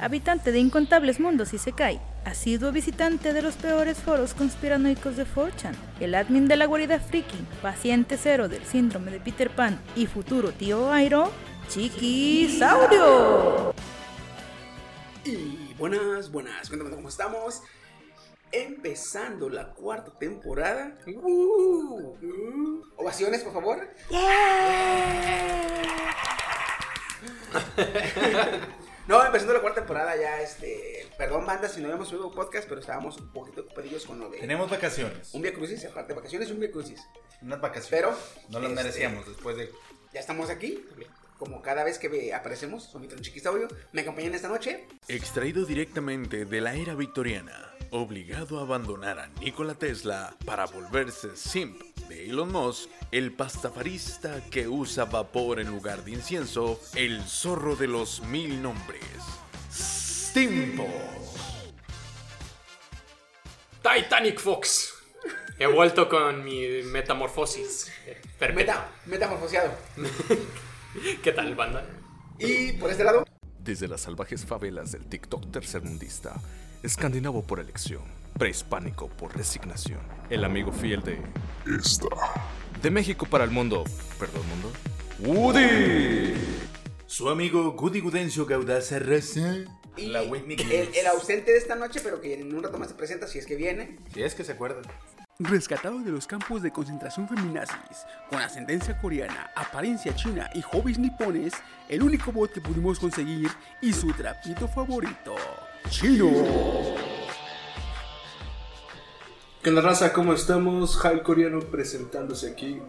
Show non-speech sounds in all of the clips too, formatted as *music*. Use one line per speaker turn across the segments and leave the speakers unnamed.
habitante de incontables mundos y se cae, asiduo visitante de los peores foros conspiranoicos de 4chan, el admin de la guarida Freaking, paciente cero del síndrome de Peter Pan y futuro tío Airo, Chiquisaurio.
Y buenas, buenas, cuéntame cómo estamos. Empezando la cuarta temporada. ¡Uh! ¡Uh! Ovaciones, por favor. No, empezando la cuarta temporada ya, este, perdón banda si no habíamos subido podcast, pero estábamos un poquito ocupadillos con lo de
Tenemos vacaciones.
un Via Crucis, aparte de vacaciones, un Via Crucis.
Unas vacaciones.
Pero
no las
este,
merecíamos después de.
Ya estamos aquí, como cada vez que ve- aparecemos, soy Mitron Chiquisaurio, me acompañan esta noche,
Extraído directamente de la era victoriana, obligado a abandonar a Nikola Tesla para volverse simp de Elon Musk, el pastafarista que usa vapor en lugar de incienso, el zorro de los mil nombres, Stimpo.
Titanic Fox. He vuelto con mi metamorfosis. eh, Perfecta.
meta, metamorfoseado.
¿Qué tal, banda?
Y por este lado,
Desde las salvajes favelas del TikTok tercermundista, escandinavo por elección, prehispánico por resignación, el amigo fiel de. Esta. De México para el mundo. Perdón, mundo. ¡Woody!
Su amigo Goody Gudencio Gaudaza Raza.
y
La Whitney
el,
Gills.
el ausente de esta noche, pero que en un rato más se presenta si es que viene.
Si es que se acuerdan.
Rescatado de los campos de concentración feminazis, con ascendencia coreana, apariencia china y hobbies nipones, el único bot que pudimos conseguir y su trapito favorito, chino.
¿Qué onda raza? ¿Cómo estamos? Hype Coreano presentándose aquí.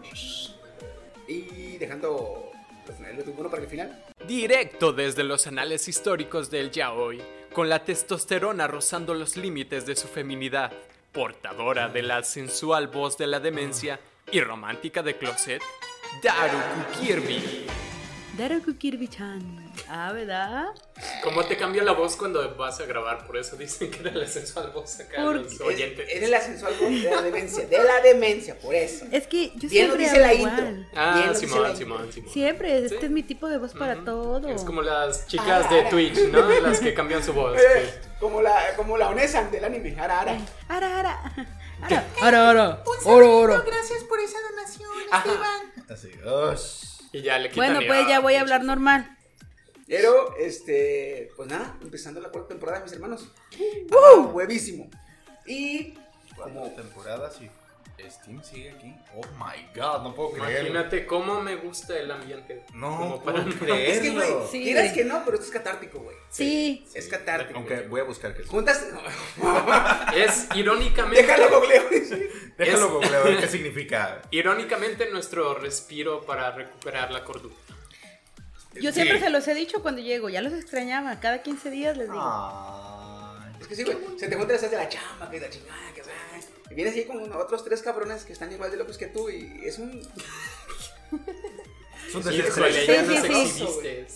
Y dejando los finales de uno para el final.
Directo desde los anales históricos del yaoi, con la testosterona rozando los límites de su feminidad, portadora de la sensual voz de la demencia y romántica de closet, Daruku Kirby.
Daruku Kirby-chan. Ah, ¿verdad?
¿Cómo te cambia la voz cuando vas a grabar? Por eso dicen que era la sensual voz acá
Por-
los
Es,
oyentes.
es el ascensual de la demencia, de la demencia, por eso.
Es que yo
Bien lo
siempre
dice la
hablo
intro.
igual.
Bien lo
Ah,
dice la
Simón,
intro.
Simón, Simón.
Siempre, este
Sí.
es mi tipo de voz para
Ujú.
todo.
Es como las chicas
Ah,
de Twitch, ¿no? Las que cambian su
*laughs*
voz.
Eh, como la, como la Onesa del anime, ara, ara.
Ara, ara. Ara.
Ahora, ahora, oro, oro.
Así. oh, ¡osh!
Y ya le quitan
Bueno,
y,
pues
ah,
ya voy a
pinche.
hablar normal.
Pero, este, pues nada, empezando la cuarta temporada, mis hermanos. Ah, huevísimo. Y
Como temporada, sí. Steam sigue aquí. Oh my god, no puedo creerlo.
Imagínate cómo me gusta el ambiente.
No
Como
puedo
para-
creerlo.
es que, güey,
Sí,
quieras
güey.
que no, pero esto es catártico, güey.
Sí.
Es catártico.
Aunque voy a buscar que
Juntas. *laughs*
Es irónicamente.
Déjalo googleo.
*laughs* Déjalo
Es-
googleo, a *laughs* ver qué significa.
Irónicamente, nuestro respiro para recuperar la cordura.
Yo siempre se los he dicho cuando llego, ya los extrañaba. Cada 15 días les digo.
Ay.
Es que sí, güey. Se te juntan las de la chamba, que la chingada, que ay. Y vienes ahí con otros tres cabrones que están igual de locos que tú y es un.
Es un
Híjole,
desastre.
ya
sí,
nos
sí.
exhibiste.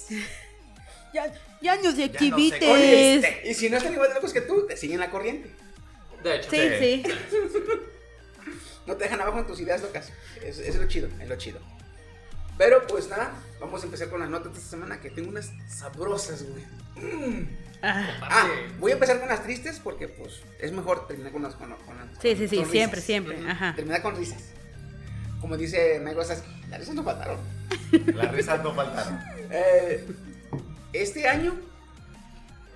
Ya, ya nos de
Oye,
activites.
Y si no están igual de locos que tú, te siguen la corriente.
De hecho,
Sí, sí.
No te dejan abajo en tus ideas locas. Es, es lo chido, es lo chido. Pero pues nada, vamos a empezar con las notas de esta semana que tengo unas sabrosas, güey.
Ah,
Ah, voy a empezar con las tristes porque pues es mejor terminar con las con, las- con las-
Sí, sí, sí,
con risas.
siempre, siempre. Ajá.
Terminar con risas. Como dice Naigo Sasaki, las risas no faltaron.
Las risas no faltaron.
Eh, este año,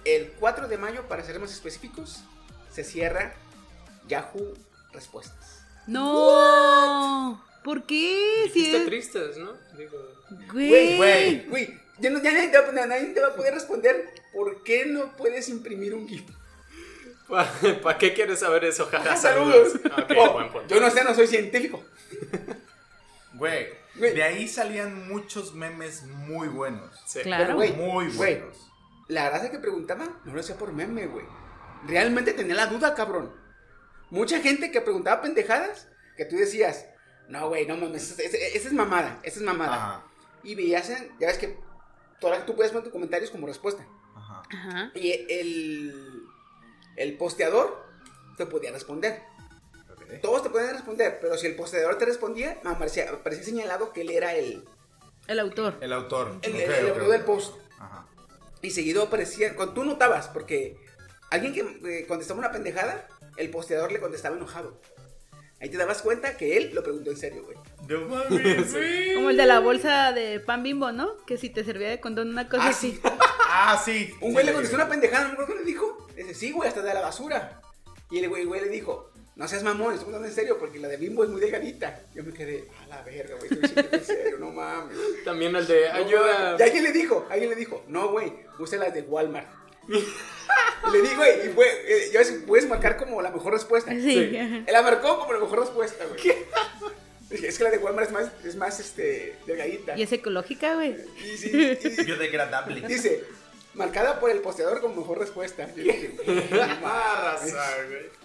el 4 de mayo, para ser más específicos, se cierra Yahoo Respuestas.
No. ¿Por qué? Si
Está
es-
tristes, ¿no? Digo,
Güey.
Güey, ya, no- ya nadie, te va, a poner- nadie te va a poder responder por qué no puedes imprimir un GIF.
¿para qué quieres saber eso? Jaja,
Saludos.
Ok,
Oh,
buen punto.
yo no sé, no soy científico.
Güey,
Güey.
de ahí salían muchos memes muy buenos.
Sí.
Claro.
Güey,
Muy
güey.
buenos.
La gracia que preguntaba no lo hacía por meme, güey. Realmente tenía la duda, cabrón. Mucha gente que preguntaba pendejadas que tú decías, no, güey, no mames, esa- esa esa es mamada, esa es mamada.
Ajá.
Y veías, en- ya ves que todas tú puedes poner tus comentarios como respuesta.
Ajá.
Ajá.
Y el, el posteador te podía responder.
Ok.
Todos te podían responder, pero si el posteador te respondía, aparecía, aparecía señalado que él era el,
El autor.
El autor.
el,
Ok,
el- el
ok,
autor del
ok.
post.
Ajá.
Y seguido aparecían, cuando tú notabas, porque alguien que eh, contestaba una pendejada, el posteador le contestaba enojado. Ahí te dabas cuenta que él lo preguntó en serio, güey.
No *laughs* mames, güey.
Como el de la bolsa de pan bimbo, ¿no? Que si te servía de condón una cosa
Ah,
así.
sí.
Ah, sí.
Un güey le contestó una pendejada, no me acuerdo qué le dijo. Le dice, sí, güey, hasta de la basura. Y el güey, güey le dijo, no seas mamón, estoy contando en serio porque la de Bimbo es muy delgadita. Yo me quedé, a la verga, güey, estoy diciendo en serio, no mames.
También el de ayuda.
Y alguien le dijo, alguien le dijo, no, güey, usa las de Walmart. y le di, güey, y fue, eh, ya ves, puedes marcar como la mejor respuesta.
Sí.
Él la marcó como la mejor respuesta, güey. *laughs* Dije, Es que la de Walmart es más, es más este, delgadita.
Y es ecológica, güey. *laughs*
Y sí, y-
Biodegradable.
*laughs* Dice, marcada por el posteador como mejor respuesta. Yo dije, güey, mames.
Raza, güey.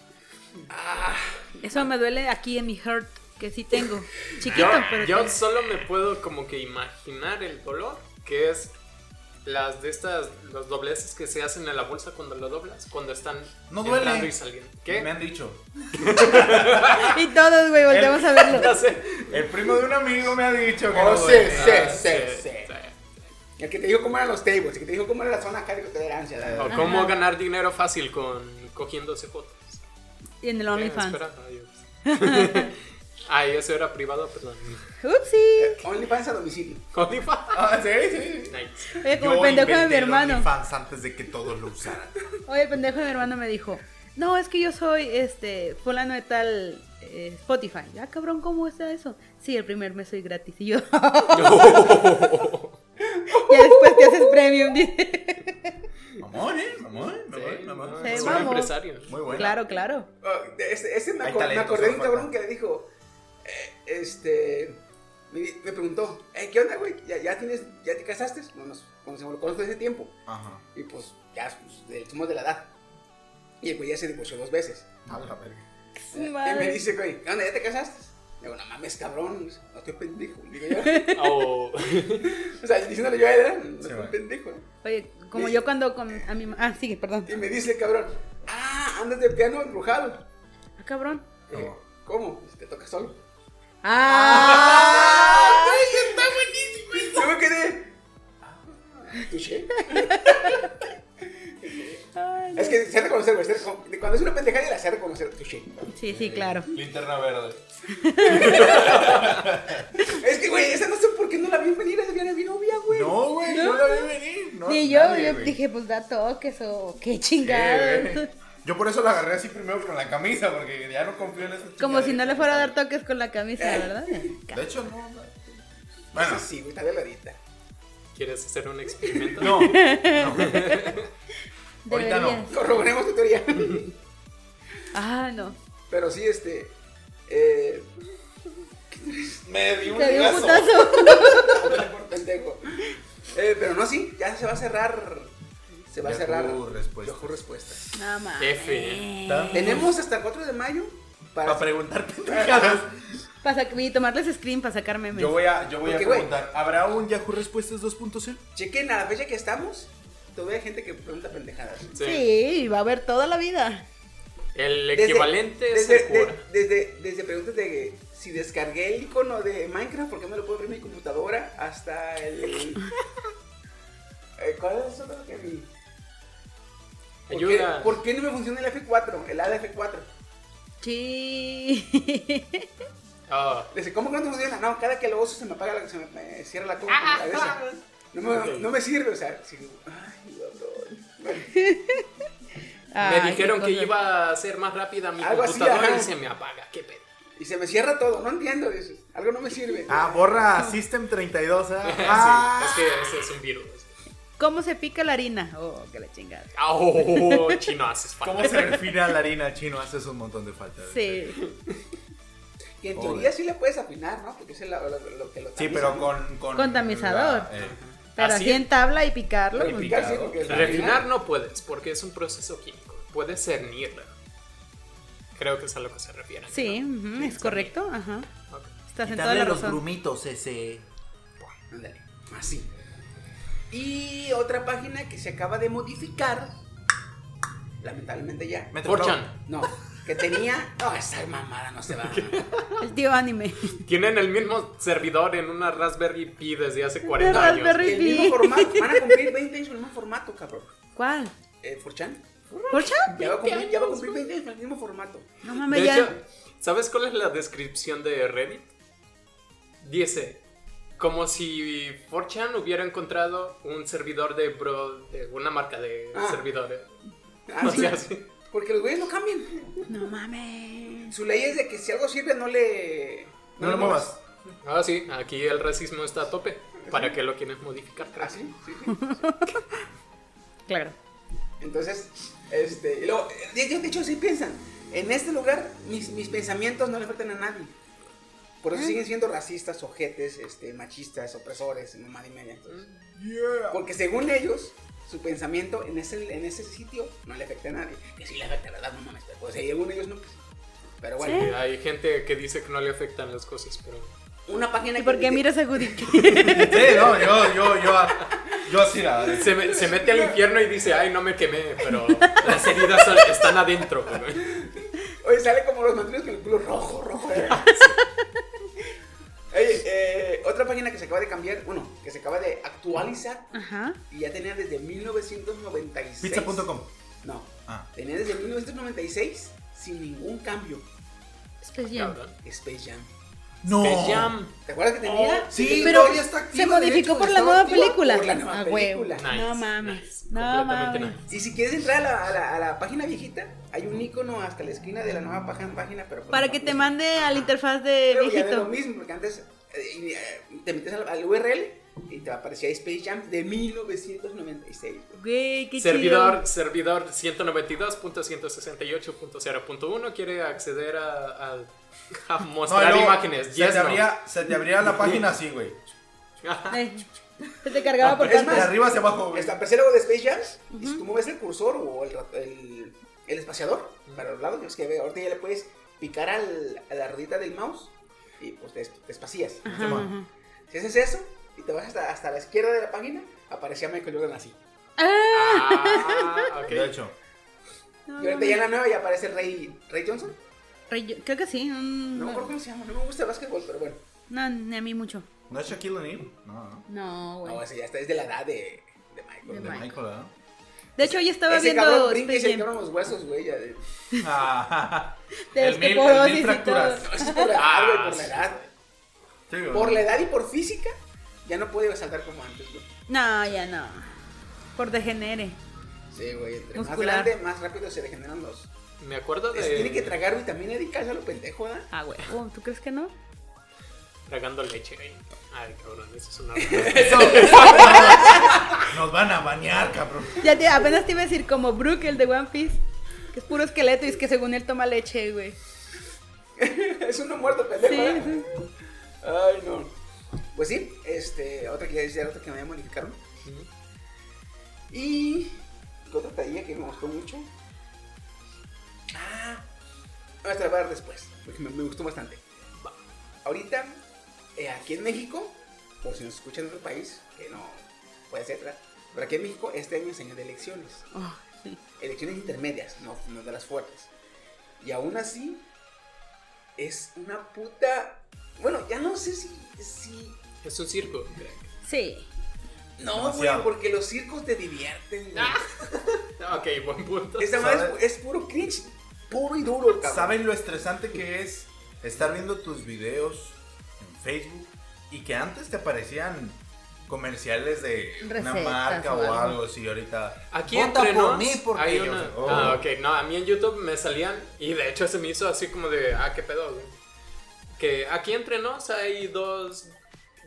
Eso me duele aquí en mi heart, que sí tengo. Chiquito,
Yo,
pero.
yo
tengo.
solo me puedo como que imaginar el dolor que es las de estas, los dobleces que se hacen en la bolsa cuando lo doblas, cuando están
No duele.
entrando y saliendo. ¿Qué? *laughs*
Me han dicho.
Y todos, güey, volteamos a verlo.
*laughs* No sé.
El primo de un amigo me ha dicho que
Oh,
no
sí,
duele.
sí, sí,
ah, Sí,
sí.
sí.
*laughs* El que te dijo cómo eran los tables, el que te dijo cómo era la zona acá de tolerancia. la-
O cómo ganar dinero fácil con cogiéndose fotos.
Y en el
Eh,
OnlyFans.
espera,
*laughs*
adiós. Ay, eso era privado, perdón. *laughs*
Upsi.
OnlyFans a domicilio.
OnlyFans.
Ah, sí, sí.
Nice.
Oye, como el pendejo de mi
inventé el
hermano.
OnlyFans antes de que todos lo usaran.
Oye, el pendejo de mi hermano me dijo, no, es que yo soy, este, fulano de tal eh, Spotify. Ah, cabrón, ¿cómo está eso? Sí, el primer mes soy gratis. Y yo, *laughs* ya después te haces premium. *laughs* dice.
Mamón, eh. Mamón, mamón, mamón.
Sí,
Es un
vamos.
empresario.
Muy bueno.
claro, claro.
Oh, Ese, ese me,
Hay
acor- me
talentos,
acordé de un
no
cabrón
falta.
que le dijo, eh, este, me, me preguntó, "Eh, ¿qué onda, güey? ¿Ya, ya tienes, ya te casaste? No, nos conocemos, lo conozco desde ese tiempo.
Ajá.
Y pues, ya pues, de- somos de la edad. Y el güey ya se divorció dos veces.
A la verga.
Su
Y me
madre.
dice, güey, ¿qué onda? ¿Ya te casaste? Le digo, no mames, cabrón, no estoy pendejo. Le Digo, yo,
O- *laughs*
o sea, diciéndole yo a él, ¿eh? no
Sí,
estoy
güey.
pendejo. ¿eh?
Oye, como yo cuando con a mi ma- ah, sigue, perdón.
Y me dice, cabrón, ah, andas de piano embrujado.
Ah, cabrón.
Le digo, ¿Cómo? Dice, Te tocas solo.
Ah,
Yo me quedé. "Ah, ¿Tuché? es que sé reconocer, güey. sé recon- Cuando es una pendejada, la sé reconocer. Tuché.
sí, sí, claro.
Linterna verde.
Es que, güey, esa no sé por qué no la vi venir. Esa viene mi novia, güey.
No, güey, no la vi venir. No,
Y yo,
nadie,
yo
güey.
dije, pues da toques o qué
Sí, güey.
chingados.
Yo por eso la agarré así primero con la camisa, porque ya no confío en eso.
Como si no le fuera a dar toques con la camisa, ¿verdad?
De hecho, no. no.
Bueno.
Bueno,
Sí, güey, está delgadita.
¿Quieres hacer un
*laughs*
experimento?
no. no. Ahorita no.
Deberías.
Corroboremos tu
*laughs*
teoría.
Ah, no.
Pero sí, este. Eh,
Me di un
Te dio un
ligazo.
putazo. *laughs*
por pendejo. Eh, pero no, sí, ya se va a cerrar. Se va a
Ya
cerrar.
tuvo respuesta.
Yo tuve respuesta.
Nada más.
F.
Tenemos hasta el 4 de mayo para.
Para *laughs* preguntar pendejadas.
Para sac- y tomarles screen para sacar memes.
Yo voy a, yo voy a
Porque, güey.
preguntar. ¿Habrá un Yahoo Respuestas 2.0?
Chequen a la fecha que estamos. Todavía hay gente que pregunta pendejadas.
Sí.
sí. va a haber toda la vida.
El
Desde-
equivalente
desde,
es el cura.
de- desde, desde preguntas de si descargué el icono de Minecraft, ¿por qué no lo puedo abrir en mi computadora? Hasta el. Eh, ¿Cuál es el otro que vi? ¿Por qué,
Ayuda.
por qué no me funciona el F4? El ADF4.
*laughs* Sí.
Ah,
Le dice, ¿cómo que no te funciona? No, cada que lo uso se me apaga, la, se me, me cierra la, co- la cabeza. No me, no me sirve, o sea. sí, ay, dolor.
Ay,
me dijeron
qué
que
cosa.
iba a ser más rápida mi
Algo así,
computadora
ajá.
y se me apaga. ¿Qué pedo? *laughs*
Y se me cierra todo, no entiendo. Dices, algo no me sirve.
Ah, borra System 32. *laughs* ah.
Sí,
Ah.
es que ese es un virus.
¿Cómo se pica la harina? Oh, que la chingada.
Ah, Oh, chino, haces falta.
¿Cómo se refina la harina chino? Haces un montón de falta.
Sí.
*laughs*
que en
joder.
teoría sí le puedes afinar, ¿no? Porque eso es la- lo, lo que lo
Sí,
tamiza,
pero
¿no?
con. Con,
Con tamizador.
la- eh,
Pero
Así
así en tabla y picarlo.
Lo
pues,
picar, sí, porque-
Refinar no puedes, porque es un proceso químico. Puedes cernirla. Creo que es a lo que se refiere.
Sí, ujú, es correcto. Ajá.
¿no? Ok.
Estás en toda
quitarle
la
los
razón.
grumitos ese.
Ándale, así. Y otra página que se acaba de modificar. Lamentablemente ya.
Metro
Forchan.
Pro.
No. que tenía. No, esa mamada no se va.
El tío anime. *laughs*
Tienen el mismo servidor en una Raspberry Pi desde hace 40
De
años.
Raspberry
El mismo
Pi.
formato. Van a cumplir 20 años con el mismo formato, cabrón.
¿Cuál?
Eh, Forchan.
¿Porcha?
Ya va a cumplir, ya va a cumplir 20 años con el mismo formato.
No
De
mames, ya.
hecho, ¿sabes cuál es la descripción de Reddit? Dice, como si 4chan hubiera encontrado un servidor de, bro, de una marca de
Ah.
servidores.
Ah,
O
sí.
sea, sí.
Porque los güeyes no cambian.
No mames.
Su ley es de que si algo sirve, no le.
No lo muevas.
Ah, sí, aquí el racismo está a tope. ¿Para qué lo quieres modificar?
Así, Ah, sí, sí.
Claro.
Entonces, este, y luego, eh, de, de hecho, sí piensan, en este lugar mis, mis pensamientos no le faltan a nadie. Por
Ah.
eso siguen siendo racistas, ojetes, este, machistas, opresores, mamá y media. entonces. Porque según ellos, su pensamiento en ese, en ese sitio no le afecta a nadie. Que sí le afecta a la edad, no mames. pero, Pues, y según ellos no. pues. Pero bueno,
Eh.
Y Hay gente que dice que no le afectan las cosas, pero...
una página
¿Y
que
por qué
critica-
miras a
*laughs*
Woody?
Sí, no, yo, yo, yo, yo así eh, la.
Se, me- se mete al infierno y dice, ay, no me quemé, pero las heridas son- están adentro. güey.
Oye, sale como los mantenidos con el culo rojo,
*laughs*
rojo. eh. Oye, eh, otra página que se acaba de cambiar, bueno, que se acaba de actualizar
Ajá.
y ya tenía desde 1996.
Pizza.com.
No,
Ah.
tenía desde 1996 sin ningún cambio.
Especial.
Cabrón.
Space Jam.
Oh.
No.
Space Jam.
¿Te acuerdas que tenía?
Sí,
Pero
todavía está activa,
se
de
modificó
hecho,
por la
estaba
nueva
activa
película.
por la nueva
Ah, huevo.
película.
Nice,
No mames.
nice,
No
completamente
mames.
nice.
Y si quieres entrar a la, a la- a la página viejita, hay un icono hasta la esquina de la nueva página, página pero con
Para
la
que te
música.
mande a la interfaz de
Pero ya de
viejito.
lo mismo, porque antes eh, y, eh, te metes al, al URL y te aparecía Space Jam de 1996. güey.
Güey, qué
Servidor, servidor 192.168.0.1 quiere acceder a, a- a
No, y
mostrar
luego
imágenes.
Se
Yes,
te
no. Ah,
abría- se te abría la página así, güey. Ah,
chido. *laughs* Eh, se te cargaba por
Es
Ah, Es más,
de
partes.
arriba hacia abajo, güey.
Está aparece luego de Space Jam y si tú mueves el cursor o el, rat- el, el espaciador para los lados, es que ve, ahorita ya le puedes picar al, a la ruedita del mouse y pues te, es- te espacías.
Ajá, ajá.
Si haces eso y te vas hasta, hasta la izquierda de la página, aparecía Michael Jordan así.
Ah,
*laughs*
ok.
De hecho.
No,
Y ahorita ya en la nueva ya aparece Ray, Ray Johnson.
Rey- yo- Creo que sí. mm,
No me acuerdo
No,
cómo se llama, no me gusta el básquetbol, pero bueno.
no, ni a mí mucho.
¿No es Shaquille O'Neal? No, no.
No, güey.
No, ese ya está, es de la edad de, de Michael.
De
De
Michael. *laughs*
Michael, ¿verdad?
De hecho, hoy estaba
ese
viendo
cabrón brinca y
Space
se
Jam.
quebran los huesos, güey. ya de-
Ah, *laughs*
De
el
los que
mil-
por
el
osis
mil
Este, pues, y
fracturas.
todo.
No, eso es por la edad, güey, por
sí.
la edad.
sí, güey.
Por la edad y por física, ya no puede saltar como antes, güey.
No, ya no. Por degenere.
Sí, güey, entre
Muscular.
más grande, más rápido se degeneran los.
Me acuerdo de.
Es- tiene que tragar vitamina D y calcio a lo pendejo, ¿verdad?
Ah, güey. Oh, ¿Tú crees que no?
Tragando leche. güey. Ay, cabrón, eso
*laughs*
es una.
Nos van a bañar, cabrón.
Ya te- apenas te iba a decir como Brook, el de One Piece. Que es puro esqueleto y es que según él toma leche, güey.
*laughs* es uno muerto pendejo,
Sí,
¿verdad?
sí.
Ay, no. Pues sí, este, otra que ya decía, otra que me modificaron. Y otra tarea que me gustó mucho. Ah, voy a trabajar después, porque me, me gustó bastante. Va. Ahorita, eh, aquí en México, por si nos escuchan en otro país, que no puede ser, ¿verdad? pero aquí en México este año es año de elecciones
Oh, sí.
elecciones intermedias, no, no de las fuertes. Y aún así, es una puta. Bueno, ya no sé si. si...
es un circo, crack.
Sí.
No, güey,
Demasiado.
porque los circos te divierten, güey.
Ah.
Ok, buen punto.
Esa madre
¿Sabes?
es, es puro cringe, puro y duro, cabrón.
¿Saben lo estresante que es estar viendo tus videos en Facebook y que antes te aparecían comerciales de una
Recetas
marca
o
o
algo.
algo, así ahorita?
Aquí
Vota
entre
por
nos,
mí porque
hay
yo
una-
soy- oh.
Ah, ok, no, a mí en YouTube me salían y de hecho se me hizo así como de, ah, qué pedo, güey. Que aquí entre nos hay dos,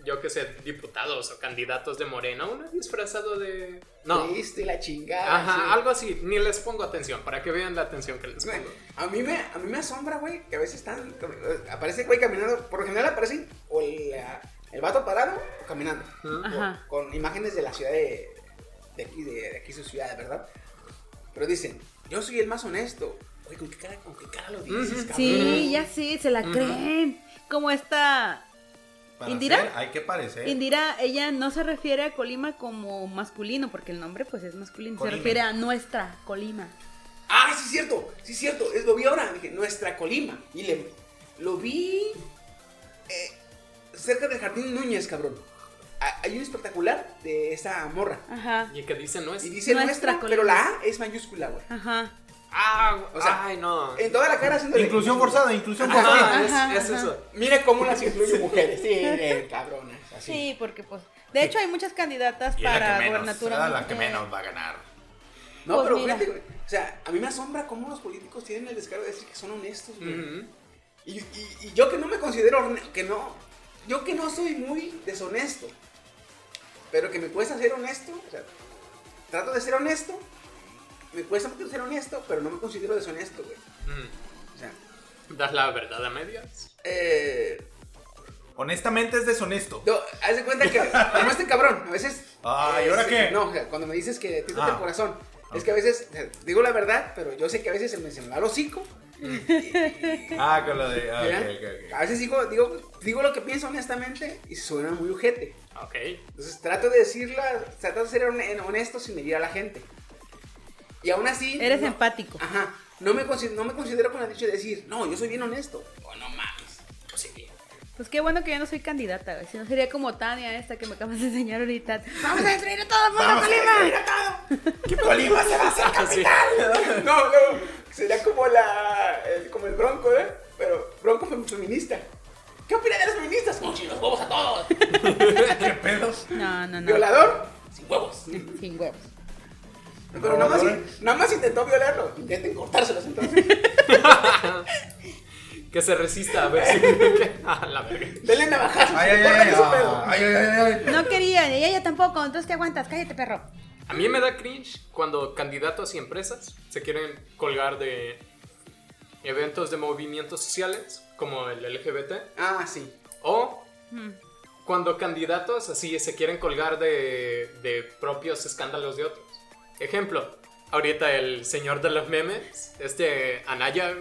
yo qué sé, diputados o candidatos de Morena, uno disfrazado de... No,
Triste, la chingada.
ajá,
ah, sí.
algo así, ni les pongo atención, para que vean la atención que les
Güey,
pongo.
A mí, me, a mí me asombra, güey, que a veces están. Aparece, güey, caminando. Por lo general aparecen o la- el vato parado o caminando.
Ujú.
o-
Ajá.
Con imágenes de la ciudad de, de aquí, de, de aquí su ciudad, ¿verdad? Pero dicen, yo soy el más honesto. Güey, ¿con qué cara, con qué cara lo dices,
Ujú.
cabrón?
Sí, ya sí, se la
Ujú.
creen. Como esta
Para
¿Indira?
hacer hay que parecer.
Indira, ella no se refiere a Colima como masculino, porque el nombre pues es masculino, se
Colima.
refiere a nuestra Colima.
Ah, sí es cierto, sí es cierto. Es, lo vi ahora, dije, nuestra Colima. Y le, lo vi eh, cerca del Jardín Núñez, cabrón. Ah, Hay un espectacular de esa morra.
Ajá.
Y que dice no es.
Y dice nuestra,
Nuestra
pero
Colima.
la A es mayúscula, güey.
Ajá.
Ah,
O sea, *laughs*
ay, no.
En toda la cara haciendo
Inclusión forzada, inclusión
Ajá,
forzada.
es,
Ajá,
es
ajá.
eso.
Mira cómo las incluye mujeres. Sí,
*laughs*
eh, cabronas. Así.
Sí, porque pues. De hecho, hay muchas candidatas
Y es la
para
que menos,
gobernatura.
será la que
eh,
menos va a ganar.
No,
Pues
pero
mira.
fíjate, güey, o sea, a mí me asombra cómo los políticos tienen el descaro de decir que son honestos, güey.
Ujú.
Y, y- y yo que no me considero, horne- que no, yo que no soy muy deshonesto, pero que me cuesta ser honesto, o sea, trato de ser honesto, me cuesta mucho ser honesto, pero no me considero deshonesto, güey.
Mm.
O sea,
¿Das la verdad a medias?
eh,
Honestamente es deshonesto.
no, haz de cuenta
*laughs*
que, como este cabrón, a veces...
Ah, ¿y
eh,
ahora
sí,
qué?
No, o sea, cuando me dices que te
Ah.
el corazón, es que a veces, o sea, digo la verdad, pero yo sé que a veces se me, se me va el hocico.
Ah, con lo de. ah,
¿verdad?
ok, ok,
A veces digo, digo, digo lo que pienso honestamente y suena muy ojete.
Ok.
Entonces trato de decirla, trato de ser hon- honesto sin medir a la gente. Y aún así...
Eres
no-
empático.
Ajá. No me, consi- no me considero con el dicho de decir, no, yo soy bien honesto. O no mames. Pues sí.
Pues qué bueno que yo no soy candidata, güey. Si no sería como Tania esta que me acabas de enseñar ahorita. ¡Vamos a destruir a todo el mundo, Colima!
¿Qué Colima se va a hacer
*laughs*
capital? *laughs* No, no. Sería como la... el- como el bronco, ¿eh? Pero bronco fem- feminista. ¿Qué opinan de las feministas? Con los huevos a todos.
ok. ¿Qué pedos?
No, no, no.
¿Violador? Sin huevos.
Sin huevos.
Pero nada más, nada más intentó violarlo. Intenten cortárselos entonces.
Que se resista a ver si. *laughs* que- ah, la verga.
Denle navajazos.
Ay, ay, ay,
córtenle su
ay,
pedo.
ay, ay, ay, ay.
No quería, ni ella tampoco, entonces te aguantas, cállate, perro.
A mí me da cringe cuando candidatos y empresas se quieren colgar de eventos de movimientos sociales como el LGBT
Ah, sí.
o
Mm,
cuando candidatos así se quieren colgar de, de propios escándalos de otros. Ejemplo, ahorita el señor de los memes, este Anaya,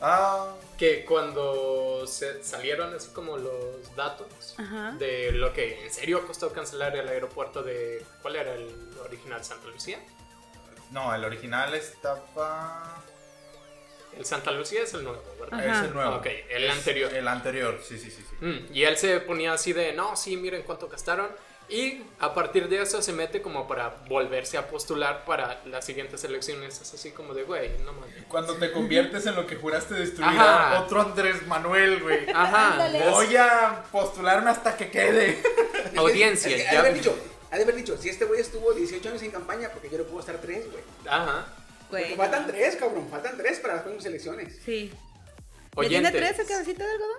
Ah,
que cuando se salieron así como los datos
Ajá.
de lo que en serio costó cancelar el aeropuerto de... ¿Cuál era el original? ¿Santa Lucía?
no, el original estaba.
El Santa Lucía es el nuevo, ¿verdad?
Ah.
Ajá.
Es el nuevo.
Ok, el anterior.
El anterior, sí, sí, sí. sí.
Mm, y él se ponía así de, no, sí, miren cuánto gastaron. Y a partir de eso se mete como para volverse a postular para las siguientes elecciones. Es así como de, güey, no mames.
Cuando te conviertes en lo que juraste destruir
Ajá.
a otro Andrés Manuel, güey.
Ajá,
Ándale.
es-
Voy a postularme hasta que quede.
audiencia.
Es que ha de
ya-
Eh, haber dicho, ha de haber dicho, si este güey estuvo 18 años en campaña, porque yo le puedo estar 3, güey.
Ajá.
Porque
Güey.
faltan 3, cabrón. Faltan 3 para las próximas elecciones.
Sí. ¿Ya tiene
Oyentes.
tres el cabecito de algodón?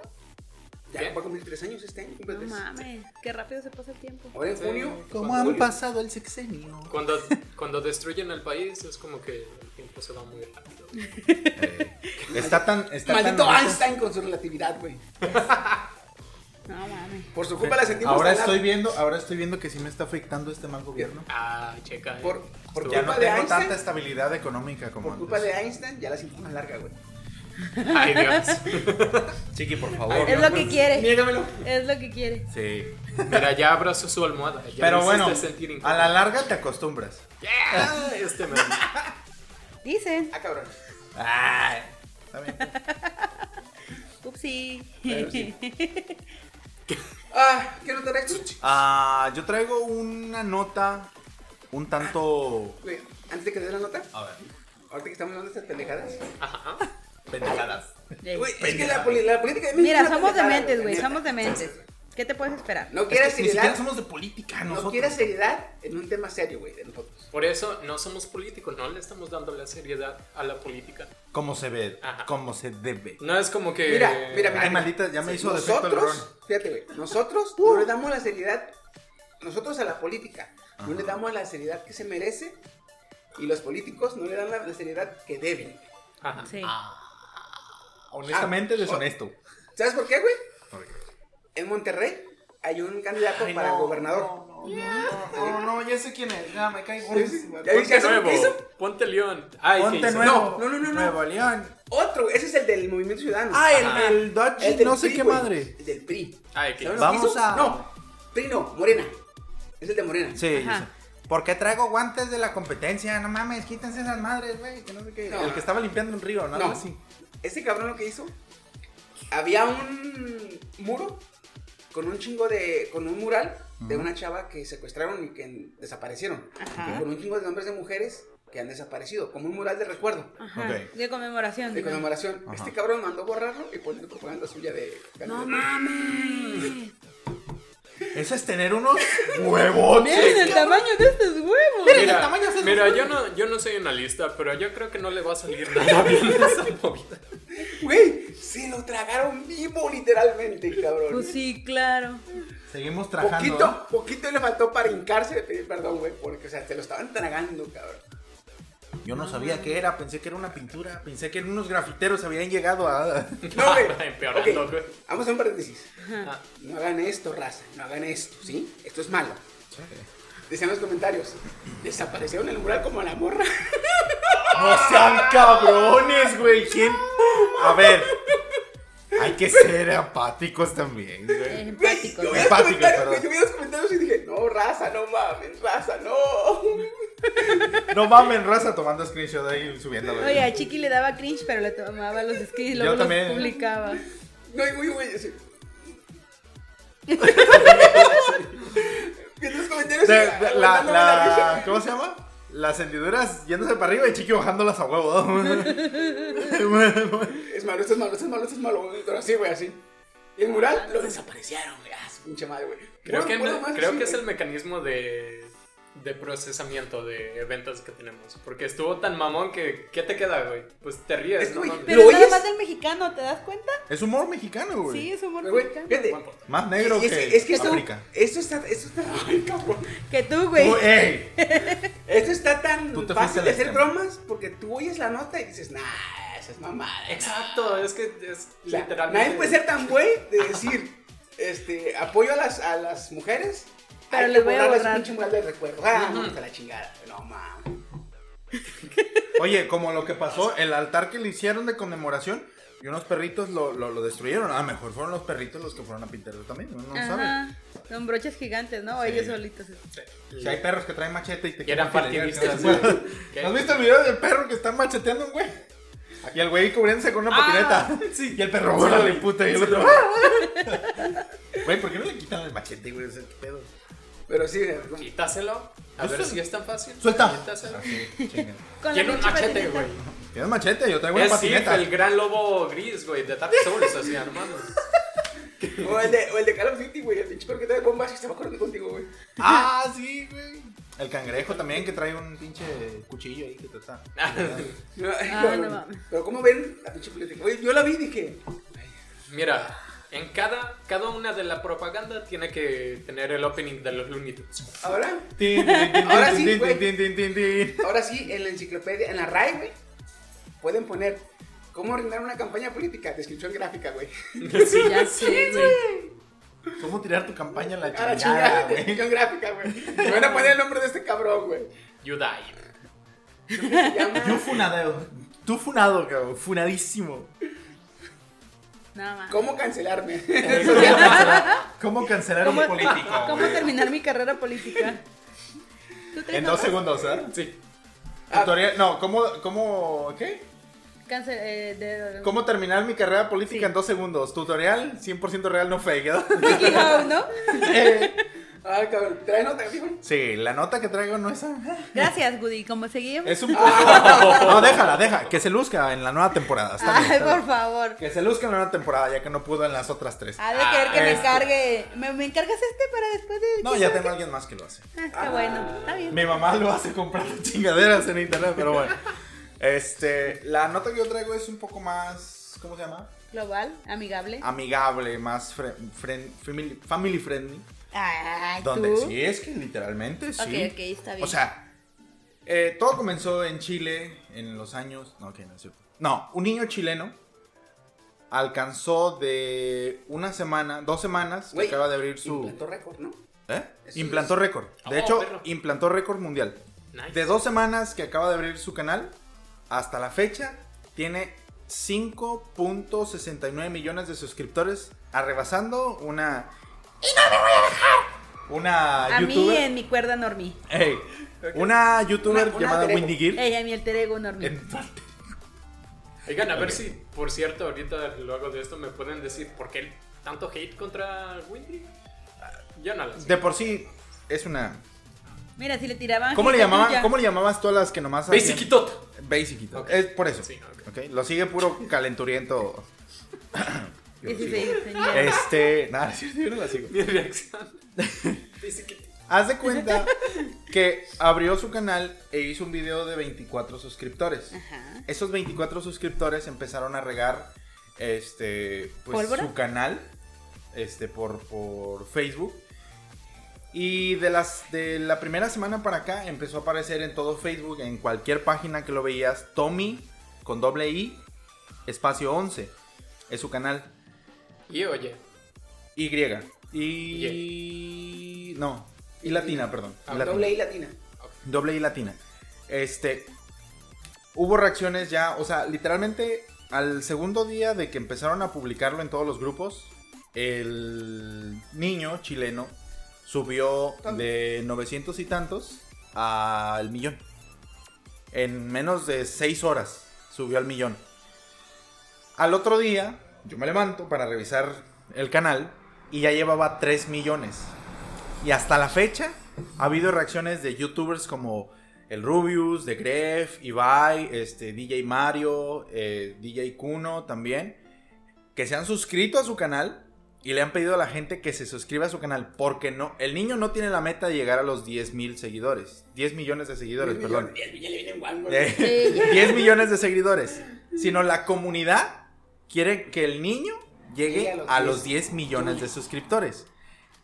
Ya
¿Qué?
va a cumplir 3 años este año. cumple
No
tres.
mames, qué rápido se pasa el tiempo.
Ahora en
Sí.
junio.
¿Cómo
han pasado?
Cuando, cuando destruyen el país es como que el tiempo se va muy rápido.
Está tan. Está
Maldito
tan-
Einstein con su relatividad, güey.
No mames.
Por su culpa la sentimos.
Ahora
tan
estoy
larga.
viendo, ahora estoy viendo que sí me está afectando este mal gobierno.
Ah, checa. eh.
Por, por
Ya
culpa
no
de
tengo
Einstein.
tanta estabilidad económica como
Por culpa de
antes.
Einstein, ya la siento más larga, güey.
Ay, Dios.
Chiqui, por
Ah,
favor.
Es lo que quiere.
Niégamelo.
Es lo que quiere.
Sí.
Mira, ya abrazó su almohada. Ya
Pero
me hiciste
bueno,
sentir
a la larga te acostumbras.
Ah, este man.
Dicen.
Ah, cabrón.
Ay, está bien.
Upsi. *laughs*
Pero sí. Ah, quiero notar esto.
Ah, yo traigo una nota un tanto.
Güey, antes de que des la nota,
A ver,
ahorita que estamos hablando de estas pendejadas.
Ajá.
pendejadas.
Güey, es que la, poli- la política de México es
Mira,
una
somos
pendejada,
dementes, güey.
la neta.
Somos dementes. ¿Qué te puedes esperar?
No
Es que
quieras
ni siquiera
seriedad.
somos de política,
No
nosotros.
quieras seriedad en un tema serio, güey, de nosotros.
Por eso no somos políticos, no le estamos dando la seriedad a la política.
Como se ve,
Ajá.
como se debe.
No es como que.
Mira, mira, mira.
Ay, maldita, ya me hizo defecto el
Nosotros, fíjate, güey, nosotros no le damos la seriedad, nosotros a la política, no le damos la seriedad que se merece y los políticos no le dan la, la seriedad que deben.
Ajá.
Sí.
Ah,
Ah,
Honestamente, deshonesto.
oh, ¿Sabes por qué, güey?
¿Por qué?
En Monterrey hay un candidato para gobernador.
No, no, no, ya sé quién es. Ya me cae
¿Ya viste ya
Ponte
sabes lo que
nuevo.
hizo?
Ponte león. Ay, ¿qué
Ponte
hizo?
nuevo.
No, no, no, no, no.
Nuevo León.
Otro, güey, ese es el del Movimiento Ciudadano.
Ajá.
Ah, el, el Dodge,
El del
no sé
PRI,
qué
güey,
madre.
El del PRI.
Ay, Ah, ¿qué
¿Sabes lo
hizo?
que
Vamos
hizo?
a-
No, PRI no, Morena. Es el de Morena.
Sí,
Ajá.
¿Por qué traigo guantes de la competencia? No mames, quítense esas madres, güey. Que no sé qué.
No.
El que estaba limpiando un río, ¿no?
No.
Algo así.
Ese cabrón lo que hizo, había un muro con un chingo de, con un mural de una chava que secuestraron y que desaparecieron.
Ajá.
Y con un chingo de nombres de mujeres que han desaparecido, como un mural de recuerdo,
Ajá.
Ok.
De conmemoración.
de
digo.
conmemoración. Este cabrón mandó borrarlo y poner propaganda suya de...
No mames.
Eso es
*laughs*
tener unos huevotes.
Miren el tamaño de estos huevos.
Mira, mira, yo, no, yo no soy analista, pero yo creo que no le va
*laughs*
a salir nada bien a esa movida.
Güey, se lo tragaron vivo literalmente, cabrón.
Pues sí, claro.
Seguimos trabajando.
Poquito, poquito le faltó para hincarse y pedir perdón, güey, porque, o sea, se lo estaban tragando, cabrón.
Yo no sabía qué era, pensé que era una pintura, pensé que unos grafiteros habían llegado a...
*laughs*
No, güey.
Empeorando,
Ok,
güey. Ah.
Vamos a un paréntesis. No hagan esto, raza. No hagan esto, ¿sí? Esto es malo. Decían los comentarios. Desaparecieron el mural como la morra.
¡No sean cabrones, güey! ¿Quién? A ver, hay que ser apáticos también, güey.
Empático.
Yo vi, los
Empático,
comentarios, güey,
perdón.
yo vi los comentarios y dije, no, raza, no mames, raza, no.
No mamen, raza, tomando screenshot ahí y subiéndolo.
Oye, a Chiqui le daba cringe, pero le tomaba los skis y
Yo
luego los
también.
publicaba.
No, y muy güey,
*laughs*
así. Viendo los comentarios.
De-
y "Ah,
de- la,
aguantándome
la-
risa, güey.
¿Cómo se llama? Las hendiduras yéndose para arriba y Chiqui bajándolas a huevo.
Es malo, esto es malo, esto es malo, esto es malo, güey. Pero así, güey, así. Y el mural lo desaparecieron, güey. Ah, su pinche madre, güey.
Creo
Bueno,
que,
bueno,
no-
más
creo
sí,
que es
güey.
el mecanismo de, de procesamiento de eventos que tenemos. Porque estuvo tan mamón que, ¿qué te queda, güey? Pues te ríes,
Es
¿no?
que,
mames.
güey,
Pero
¿Lo
nada
oyes?
más del mexicano, ¿te das cuenta?
es humor mexicano, güey.
Sí, es humor
Pero, güey,
mexicano.
fíjate.
Más negro
Es
que,
que, es que esto,
África.
esto está, esto está, ay, cabrón.
Que tú, güey.
Uy, ey,
Esto está tan
Tú te fuiste
fácil
al
de hacer
extremo.
bromas porque tú oyes la nota y dices, nah, esa es mamada.
Exacto, es que es
O sea,
literalmente.
nadie puede ser tan güey de decir, este, apoyo a las, a las mujeres,
Pero
hay
les
que
voy a
borrarles
borrar.
un pinche mural de recuerdo. Ah, no, hasta la chingada. No mames.
Oye, como lo que pasó, el altar que le hicieron de conmemoración y unos perritos lo, lo, lo destruyeron. A lo mejor fueron los perritos los que fueron a pintarlo también, uno no sabe.
Ajá. Son broches gigantes, ¿no? O Ellos solitos.
Si hay perros que traen machete y te
Y eran
quieren pelear,
partidistas,
¿no? *laughs*
güey.
¿Has visto el video del perro que está macheteando a un güey? Y el güey cubriéndose con una
Ah,
patineta. Y el perro, órale, puta. Y el otro, "Ah". *laughs* Güey, ¿por qué no le quitan el machete, güey? O sea, ¿Qué pedo?
Pero sí,
Quítaselo. A
Yo
ver
sé.
si es tan fácil.
¡Suelta!
Quítaselo.
Así, chinga.
Con
Tiene
la
un
pinche
machete,
patineta.
güey.
Tienes machete, yo traigo una
Es Sif,
patineta.
el gran lobo gris, güey, de Dark Souls, así armado. *laughs*
o el de, o el de Call of Duty, güey, el pinche porque trae bombas y estaba corriendo contigo, güey.
*laughs* Ah, sí, güey. El cangrejo también que trae un pinche cuchillo ahí que te está.
Ah, no mames.
Pero ¿cómo ven la pinche política? Oye, yo la vi y dije,
Mira, en cada, cada una de la propaganda tiene que tener el opening de los Looney Tunes.
ahora, Ahora
Ahora
sí, güey.
sí,
ahora sí, en la enciclopedia, en la RAE, güey, pueden poner cómo orinar una campaña política, descripción gráfica, güey.
*laughs* Sí, ya sé, güey.
¿Cómo tirar tu campaña a la
A Ah, la
chingada,
chingada,
güey?
descripción gráfica, güey. Me van a poner el nombre de este cabrón, güey.
You die.
Se llama-
Yo funadeo. Tú funado, cabrón. Funadísimo.
Nada más.
¿Cómo cancelarme?
*laughs*
¿Cómo cancelar a un político?
cómo
güey?
terminar mi carrera
*laughs*
política? ¿Tú traes
En dos
otra?
segundos, ¿eh?
Sí.
Tutorial- No, ¿cómo, cómo, qué?
Cáncer, eh, de...
¿Cómo terminar mi carrera política en dos segundos? Tutorial 100% real, no fake. *laughs* ¿eh?
Ricky Howe, ¿no?
*laughs* Ah, cabrón, trae nota, güey.
Sí, la nota que traigo no es...
Gracias, Woody. Como seguimos.
Es un... No, déjala, deja. Que se luzca en la nueva temporada. Está bien,
Ay,
está bien.
por favor.
Que se luzca en la nueva temporada, ya que no pudo en las otras tres.
Ha de querer que me
este.
encargue. ¿Me, me encargas este para después de.?
No, ya tengo alguien más que lo hace.
Ah, está bueno. Está bien.
Mi mamá lo hace comprando *laughs* chingaderas en internet, pero bueno. Este, la nota que yo traigo es un poco más, ¿cómo se llama?
Global, amigable.
Ah, Amigable, más fre- fren- family, family friendly.
Ay,
Donde
tú.
sí es que literalmente sí.
Ok, ok, está bien.
O sea, eh, todo comenzó en Chile en los años. No, ok, no es cierto. No, un niño chileno alcanzó de una semana, dos semanas, que
Güey,
acaba de abrir su.
Implantó récord, ¿no?
¿Eh?
Eso
Implantó récord. De
Oh,
hecho,
perro.
implantó récord mundial.
Nice.
De dos semanas que acaba de abrir su canal, hasta la fecha, tiene 5.69 millones de suscriptores, arrebasando una... ¡Y no me voy a dejar! Una
A mí
youtuber.
en mi cuerda normie.
Ey, una youtuber
Una- una
llamada
alter ego.
Windy Gear.
Ella, mi alter ego normie.
en-
Oigan, a ver si, por cierto, ahorita luego de esto me pueden decir por qué tanto hate contra Windy. Ah, Yo no lo sé.
de por sí es una.
Mira, si le tiraban.
¿Cómo le
hate a
llamaban?
Yuya.
¿Cómo le llamabas tú a las que nomás hacían-
Basic Itota.
Basic Idiot.
Ok.
Es por eso.
Sí, ok. *laughs*
Ok, Lo sigue puro calenturiento.
16, señor.
Este. Nada, es cierto, yo no la sigo.
Mi reacción. Basic Itota.
Haz de
*laughs*
cuenta que abrió su canal e hizo un video de 24 suscriptores.
Ajá.
Esos 24 suscriptores empezaron a regar este pues,
¿Pólvora?
su canal este por, por Facebook. Y de las de la primera semana para acá empezó a aparecer en todo Facebook, en cualquier página que lo veías, Tommy con doble i espacio 11 es su canal
Y oye,
y y no, y latina, perdón. y latina.
Doble I latina.
Doble I latina. Este. Hubo reacciones ya, o sea, literalmente al segundo día de que empezaron a publicarlo en todos los grupos, el niño chileno subió de 900 y tantos al millón. En menos de 6 horas subió al millón. Al otro día, yo me levanto para revisar el canal y ya llevaba 3 millones. Y hasta la fecha ha habido reacciones de youtubers como el Rubius, de Gref, Ibai, este, DJ Mario, eh, DJ Kuno también, que se han suscrito a su canal y le han pedido a la gente que se suscriba a su canal porque no, el niño no tiene la meta de llegar a los 10 mil seguidores, 10 millones de seguidores, perdón.
Ya ya le viene en guango, güey.
Eh, 10 millones de seguidores, sino la comunidad quiere que el niño llegue
Llegue
a los 10 millones de suscriptores.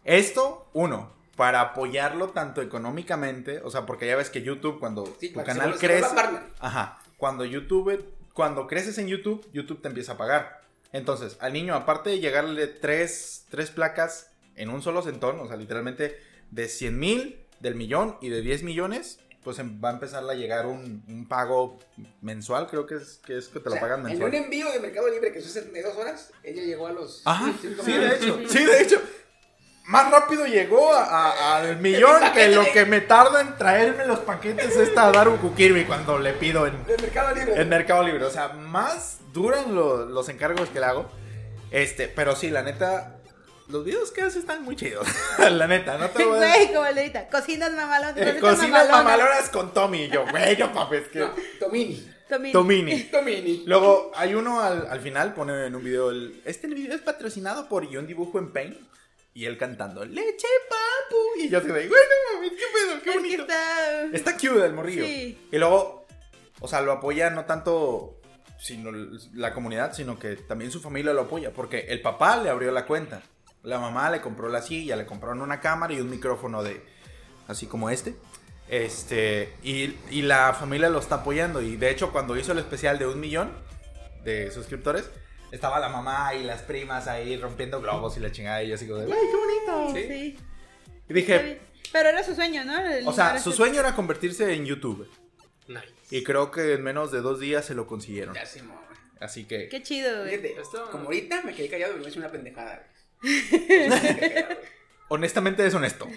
Esto, uno, para apoyarlo tanto económicamente, o sea, porque ya ves que YouTube cuando
Sí,
tu
para que
canal
se vuelva- se
crece,
vuelva partner.
ajá, cuando YouTube, cuando creces en YouTube, YouTube te empieza a pagar. Entonces, al niño, aparte de llegarle tres, tres placas en un solo centón, o sea, literalmente de 100 mil, del millón y de 10 millones, pues em- va a empezar a llegar un, un pago mensual, creo que es que, es que
O
te lo
sea,
pagan
en
mensual.
un em- envío de Mercado Libre que son 72 horas, ella llegó a los.
Ajá,
cinco
sí, de
millones.
hecho, sí, de hecho. Más rápido llegó a- a- al millón que lo que me tarda en traerme los paquetes es tardar un Kirby cuando le pido en,
De Mercado Libre.
en Mercado Libre. O sea, más duran lo- los encargos que le hago. Este, pero sí, la neta, los videos que hace están muy chidos. *laughs* la neta, no *laughs* te voy a
Güey, como el de ahorita. Cocinas mamalonas.
Eh,
recetas
Cocinas
mamalonas.
mamalonas con Tommy y yo, güey, yo papi, es que.
No, Tomini.
Tomini.
Tomini.
Tomini.
*laughs* Luego hay uno al, al final, pone en un video el. Este video es patrocinado por y un dibujo en Paint. Y él cantando, leche papu. Y yo te digo, güey, no mames, qué pedo, qué
Es que
bonito.
está.
Está cute el morrillo.
Sí.
Y luego, o sea, lo apoya no tanto sino la comunidad, sino que también su familia lo apoya. Porque el papá le abrió la cuenta. La mamá le compró la silla, le compraron una cámara y un micrófono de. Así como este. Este. Y, y la familia lo está apoyando. Y de hecho, cuando hizo el especial de un millón de suscriptores, estaba la mamá y las primas ahí rompiendo globos y la chingada. Y yo así como de. "Güey".
Sí. sí.
Y dije.
Pero era su sueño, ¿no? El-
O sea,
era
su sueño era convertirse en YouTube.
nice.
Y creo que en menos de dos días se lo consiguieron.
Ya, sí, mo, güey.
Así que.
Qué chido, güey.
Fíjate,
Esto-
como ahorita me quedé callado y me hice una pendejada. güey. Me quedé callado, güey.
Honestamente deshonesto.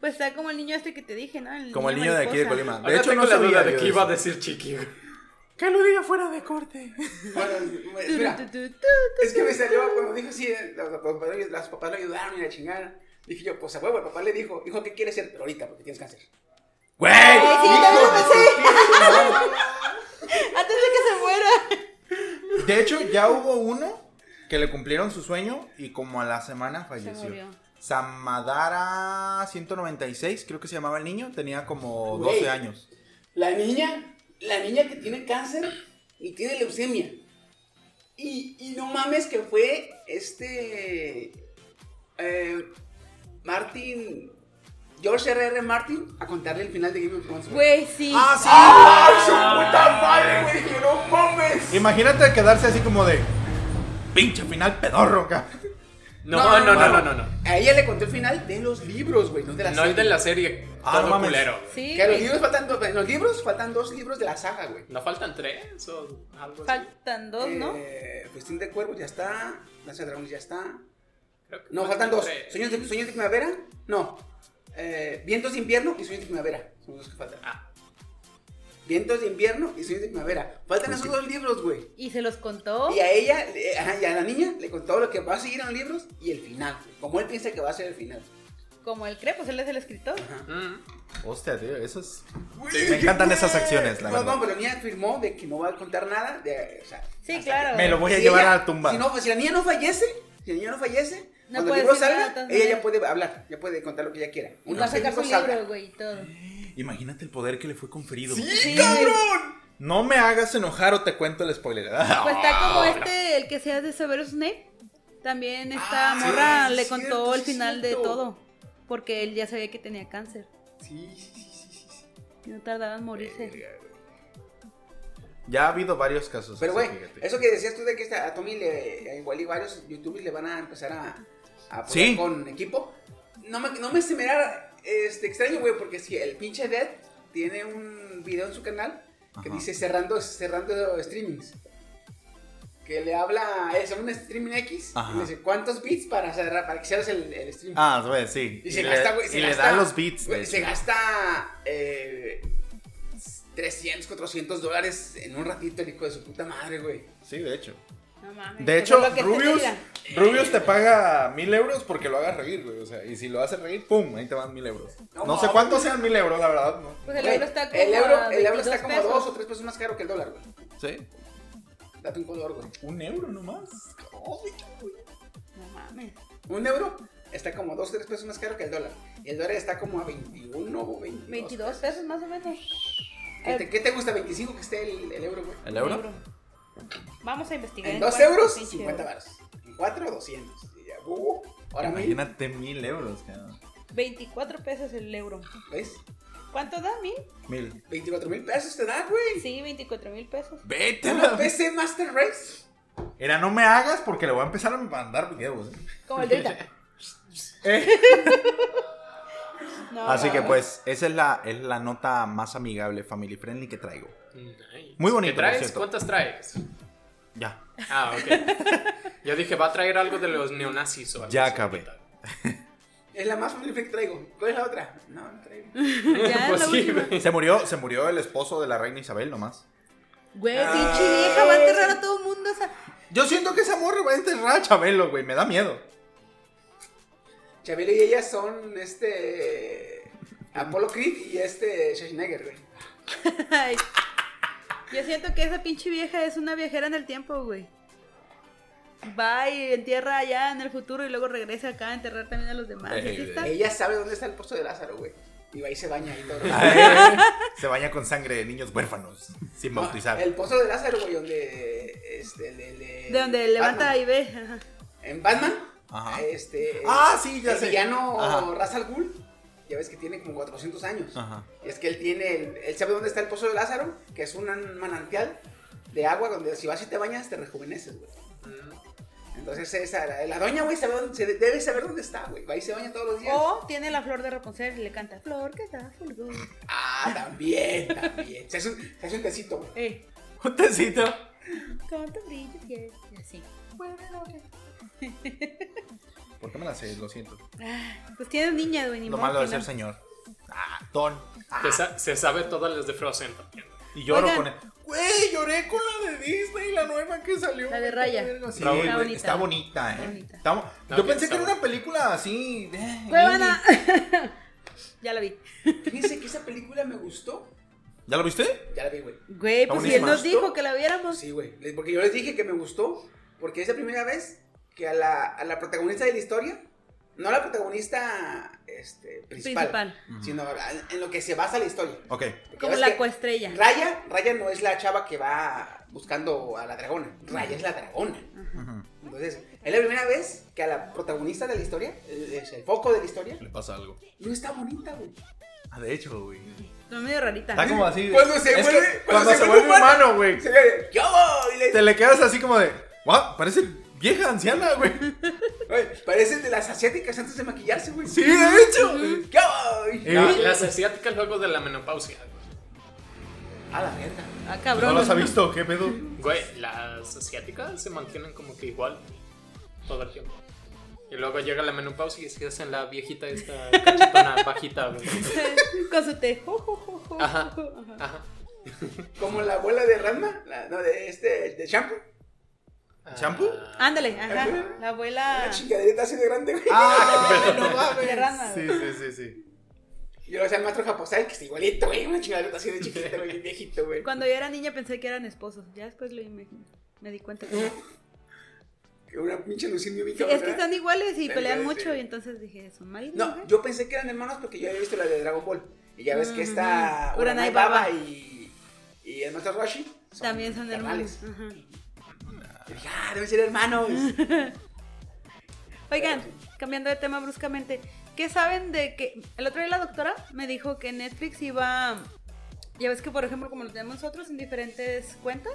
Pues está como el niño este que te dije, ¿no?
*laughs* Como el niño de aquí de Colima. De
Ahora
hecho,
tengo
no
la
sabía
duda
yo
de qué
de
iba a
eso.
decir Chiqui. güey.
Que lo diga fuera de corte.
Bueno, es- mira,
Mira.
es que me salió cuando dijo así, eh, los, los papás, lo- los papás lo ayudaron y la chingada. Dije yo, pues a huevo, el papá le dijo, hijo, ¿qué quieres ser? Pero ahorita, porque tienes cáncer.
*laughs* ¡Güey!
Antes de que se muera.
*laughs* De hecho, ya hubo uno que le cumplieron su sueño y como a la semana falleció.
murió.
Samadara 196, creo que se llamaba el niño, tenía como
Güey.
12 años.
La niña, la niña que tiene cáncer y tiene leucemia. Y, y no mames que fue este... eh, Martin... George R.R. Martin a contarle el final de Game of Thrones. güey.
Güey, sí.
¡Ah, sí!
¡Ay, su puta madre, güey! Dije, ¡No mames!
Imagínate quedarse así como de. ¡Pinche final pedorro, acá.
No, no, no, no, no, no. No,
A ella le conté el final de los libros, güey, no de la
No,
serie.
el de la serie.
Ah, no
todo
mames.
culero.
Sí,
Que los
güey.
libros faltan dos, en los libros faltan dos libros de la saga, güey.
¿No faltan tres o algo así?
Faltan dos, ¿no?
Eh, Festín de Cuervos ya está, Danza de Dragones ya está,
Creo que
No, faltan dos. Sueños de, sueños de primavera. No. Eh, vientos de invierno y sueños de primavera. Son los que faltan.
Ah.
Vientos de invierno y sueños de primavera. Faltan esos dos libros, güey.
Y se los contó.
Y a ella, le- ajá, y a la niña, le contó lo que va a seguir en los libros y el final. güey. Como él piensa que va a ser el final.
Como él cree, pues él es el escritor.
Hostia, tío, eso es. Me encantan esas acciones, la
no,
verdad.
No, pero la niña afirmó de que no va a contar nada. De, o sea,
Sí,
hasta
claro.
Me lo voy a
Si
llevar
ella-
a la tumba.
Si, no, pues, si la niña no fallece, si la niña no fallece,
No
cuando
puede
el libro
decir nada, de
salga,
todas
ella ya
maneras.
puede hablar, ya puede contar lo que ella quiera.
Y
Una
va a
vez el
sacar su
pues,
libro salga.
libro, güey, y todo.
Imagínate el poder que le fue conferido.
Sí.
No me hagas enojar o te cuento el spoiler. *laughs*
Pues está como este, el que sea de Severus Snape. También esta
Ah, sí,
morra
sí,
le
es
contó
cierto,
el
sí, es
final de
cierto.
todo. Porque él ya sabía que tenía cáncer.
Sí, sí, sí, sí, sí.
Y no tardaba en morirse.
Ya ha habido varios casos.
Pero
así,
güey,
fíjate.
eso que decías tú de que esta- a Tommy le, eh, igual y varios youtubers le van a empezar a, a apoyar
Sí.
con equipo. No me, no me se me hará, este, extraño, güey, porque si el pinche Dead tiene un video en su canal que dice cerrando, cerrando streamings. Que le habla es un streaming X
Ajá.
y le dice cuántos bits para cerrar, para que cierres el, el stream.
Ah, güey, sí.
Y, se
le,
gasta, güey.
y
se
le
gasta-
da los beats.
güey,
de
se
hecho.
gasta eh, 300, 400 dólares en un ratito, el hijo de su puta madre, güey.
Sí, de hecho.
No mames.
De
eso
hecho,
es lo que te
Rubius,
digan.
Rubius te paga mil euros porque lo hagas reír, güey. O sea, y si lo haces reír, ¡pum! Ahí te van mil euros.
No,
No, sé
no,
cuántos sean mil euros, la verdad, ¿no?
Pues el
Güey,
euro está como.
el euro,
a
el euro está
22
como
pesos.
dos o tres pesos más caro que el dólar, güey.
Sí.
Date un color, güey.
Un euro nomás.
No mames.
Un euro está como dos o tres pesos más caro que el dólar. Y el dólar está como a 21 o 22.
22 pesos más o menos. Eh,
¿Qué te, qué te gusta? 25 que esté el, el euro, güey.
¿El
Vamos a investigar.
En
en
2
cuánto
euros,
pinche
50
euro.
baros. En 4, 200. Y ya, uh, ahora mil.
Imagínate mil euros, cabrón.
24 pesos el euro.
¿Ves?
¿Cuánto da, mil?
Mil.
24 mil pesos te da,
*laughs*
güey.
Sí, 24 mil pesos.
Vete a
Una
la
PC Master Race.
Era, no me hagas porque le voy a empezar a mandar videos. ¿eh?
Como el de
*laughs*
ahorita. No,
Así que
no.
pues, esa es la, es la nota más amigable, family friendly que traigo.
Nice.
Muy bonito,
¿Qué
por
traes?
cierto. *laughs*
¿Cuántas traes?
Ya.
Ah, ok. Yo dije, va a traer algo de los neonazis o algo
Ya
así.
acabé.
Es la más familiar que traigo. ¿Cuál es la otra? No, no traigo.
Ya es
Pues
la
sí,
última.
güey.
Se murió, se murió el esposo de la reina Isabel nomás.
Güey,
Ah.
pinche vieja, va a enterrar a todo el mundo. O sea,
Yo siento que esa morra va a enterrar a Chabelo, güey. Me da miedo.
Chabelo y ella son este. Apollo Creed y este Schwarzenegger, güey.
ay. Yo siento que esa pinche vieja es una viajera en el tiempo, güey. Va y entierra allá en el futuro y luego regresa acá a enterrar también a los demás.
Ey,
Así está.
Ella sabe dónde está el pozo de Lázaro, güey. Y va y se baña y todo. Ah,
se baña con sangre de niños huérfanos, sin
Ah,
No,
bautizar.
El pozo de Lázaro, güey, donde. Este, el de- de-
De donde levanta
Ah,
Batman.
y ve. ajá.
En Batman.
Ajá.
Este.
Ah, sí, ya
el
sé.
villano
Ajá.
Ra's al Ghul, Ya ves que tiene como 400 años.
Ajá.
Y es que él tiene. el- Él sabe dónde está el pozo de Lázaro, que es un manantial de agua donde si vas y te bañas te rejuveneces, güey. Entonces, esa, la, la doña, güey, sabe dónde- se de- debe saber dónde está, güey. Va y se baña todos los días.
O tiene la flor de Rapunzel y le canta Flor que da fulgor.
Ah, también, también. Se hace un, se hace un tecito, güey.
Ey,
*laughs* Un tecito.
con tu brillo fiel. Y así.
¿Por qué me la sé? Lo siento.
Pues tienes niña, güey. ni
Lo
modo
malo de
que
ser
no.
señor. Ah, don.
Se sa- Se sabe todas las de Frozen también.
Y lloro
Oigan.
con él. Güey, lloré con la de Disney, la nueva que salió.
La de Raya.
Sí,
Está
güey,
bonita.
está bonita, eh.
Bonita.
Está bo-
No,
Yo
que
pensé
está
que era una película así. eh,
Cuevana. *laughs* ya la vi.
Fíjense que esa película me gustó.
indie. ¿Ya lo viste?
Ya la vi, güey.
Güey,
Está
pues si él
buenísima.
nos dijo que la viéramos.
Sí, güey. Les- Porque yo les dije que me gustó. Porque es la primera vez que a la, a la protagonista de la historia, no a la protagonista este, principal,
Principal.
sino a- en lo que se basa la historia.
Ok.
Porque
Como
ves
la
que
coestrella.
Raya, Raya no es la chava que va buscando a la dragona. Raya es la dragona. Entonces, es la primera vez que a la protagonista de la historia, el, el foco de la historia,
Le pasa algo.
no está bonita, güey.
Ah, de hecho, güey.
Está medio rarita.
Está como así. de-
Cuando se
Es que
vuelve- cuando
cuando
se
se
vuelve
vuelve humano, güey.
Se ve, "¿Qué hubo?", y le-
Te le quedas así como de. Wow, parece vieja anciana, güey.
Oye, Parece de las asiáticas antes de maquillarse, güey.
Sí, de hecho.
¿Qué hubo?
Eh,
La- las asiáticas luego de la menopausia.
A la verga.
Ah, cabrón.
¿No las ha visto? ¿Qué pedo?
Güey, las asiáticas se mantienen como que igual todo el tiempo. Y luego llega la menopausia y se hacen la viejita esta cachetona *laughs* bajita, güey.
*laughs* Con su té. Jo, jo, jo, jo.
Ajá. Ajá.
Como la abuela de Ranma, la- no, de este, de Shampoo.
¿Champú?
Ah,
*laughs*
*laughs*
Ándale, ajá. La abuela.
¿Eh? Una chingaderita así de grande, güey.
¡Ah! *laughs* ¡No
De rana,
mames! Sí,
güey.
sí, sí, sí.
Y luego sea el maestro Japosai, que es igualito, güey. Una chingaderita así de chiquita, güey, bien viejito, güey.
Cuando yo era niña pensé que eran esposos. Ya después lo imaginé. Me di cuenta que no.
Que una pinche lucinio bien
Sí,
cabrona.
es que están iguales y
¿eh? Sí,
pelean
sí.
mucho. Y entonces dije, ¿son ¿eh?". marido? y
No,
mujer?
yo pensé que eran hermanos porque yo había visto la de Dragon Ball. Y ya ves que está
Ujú. Uranai
Uranai Baba
Baba.
y, y el maestro Roshi.
También son hermanos.
carnales.
ajá.
Yo dije, ah, deben
*laughs*
ser hermanos.
Oigan, cambiando de tema bruscamente, ¿qué saben de que el otro día la doctora me dijo que Netflix iba ya ves que por ejemplo como lo tenemos nosotros en diferentes cuentas,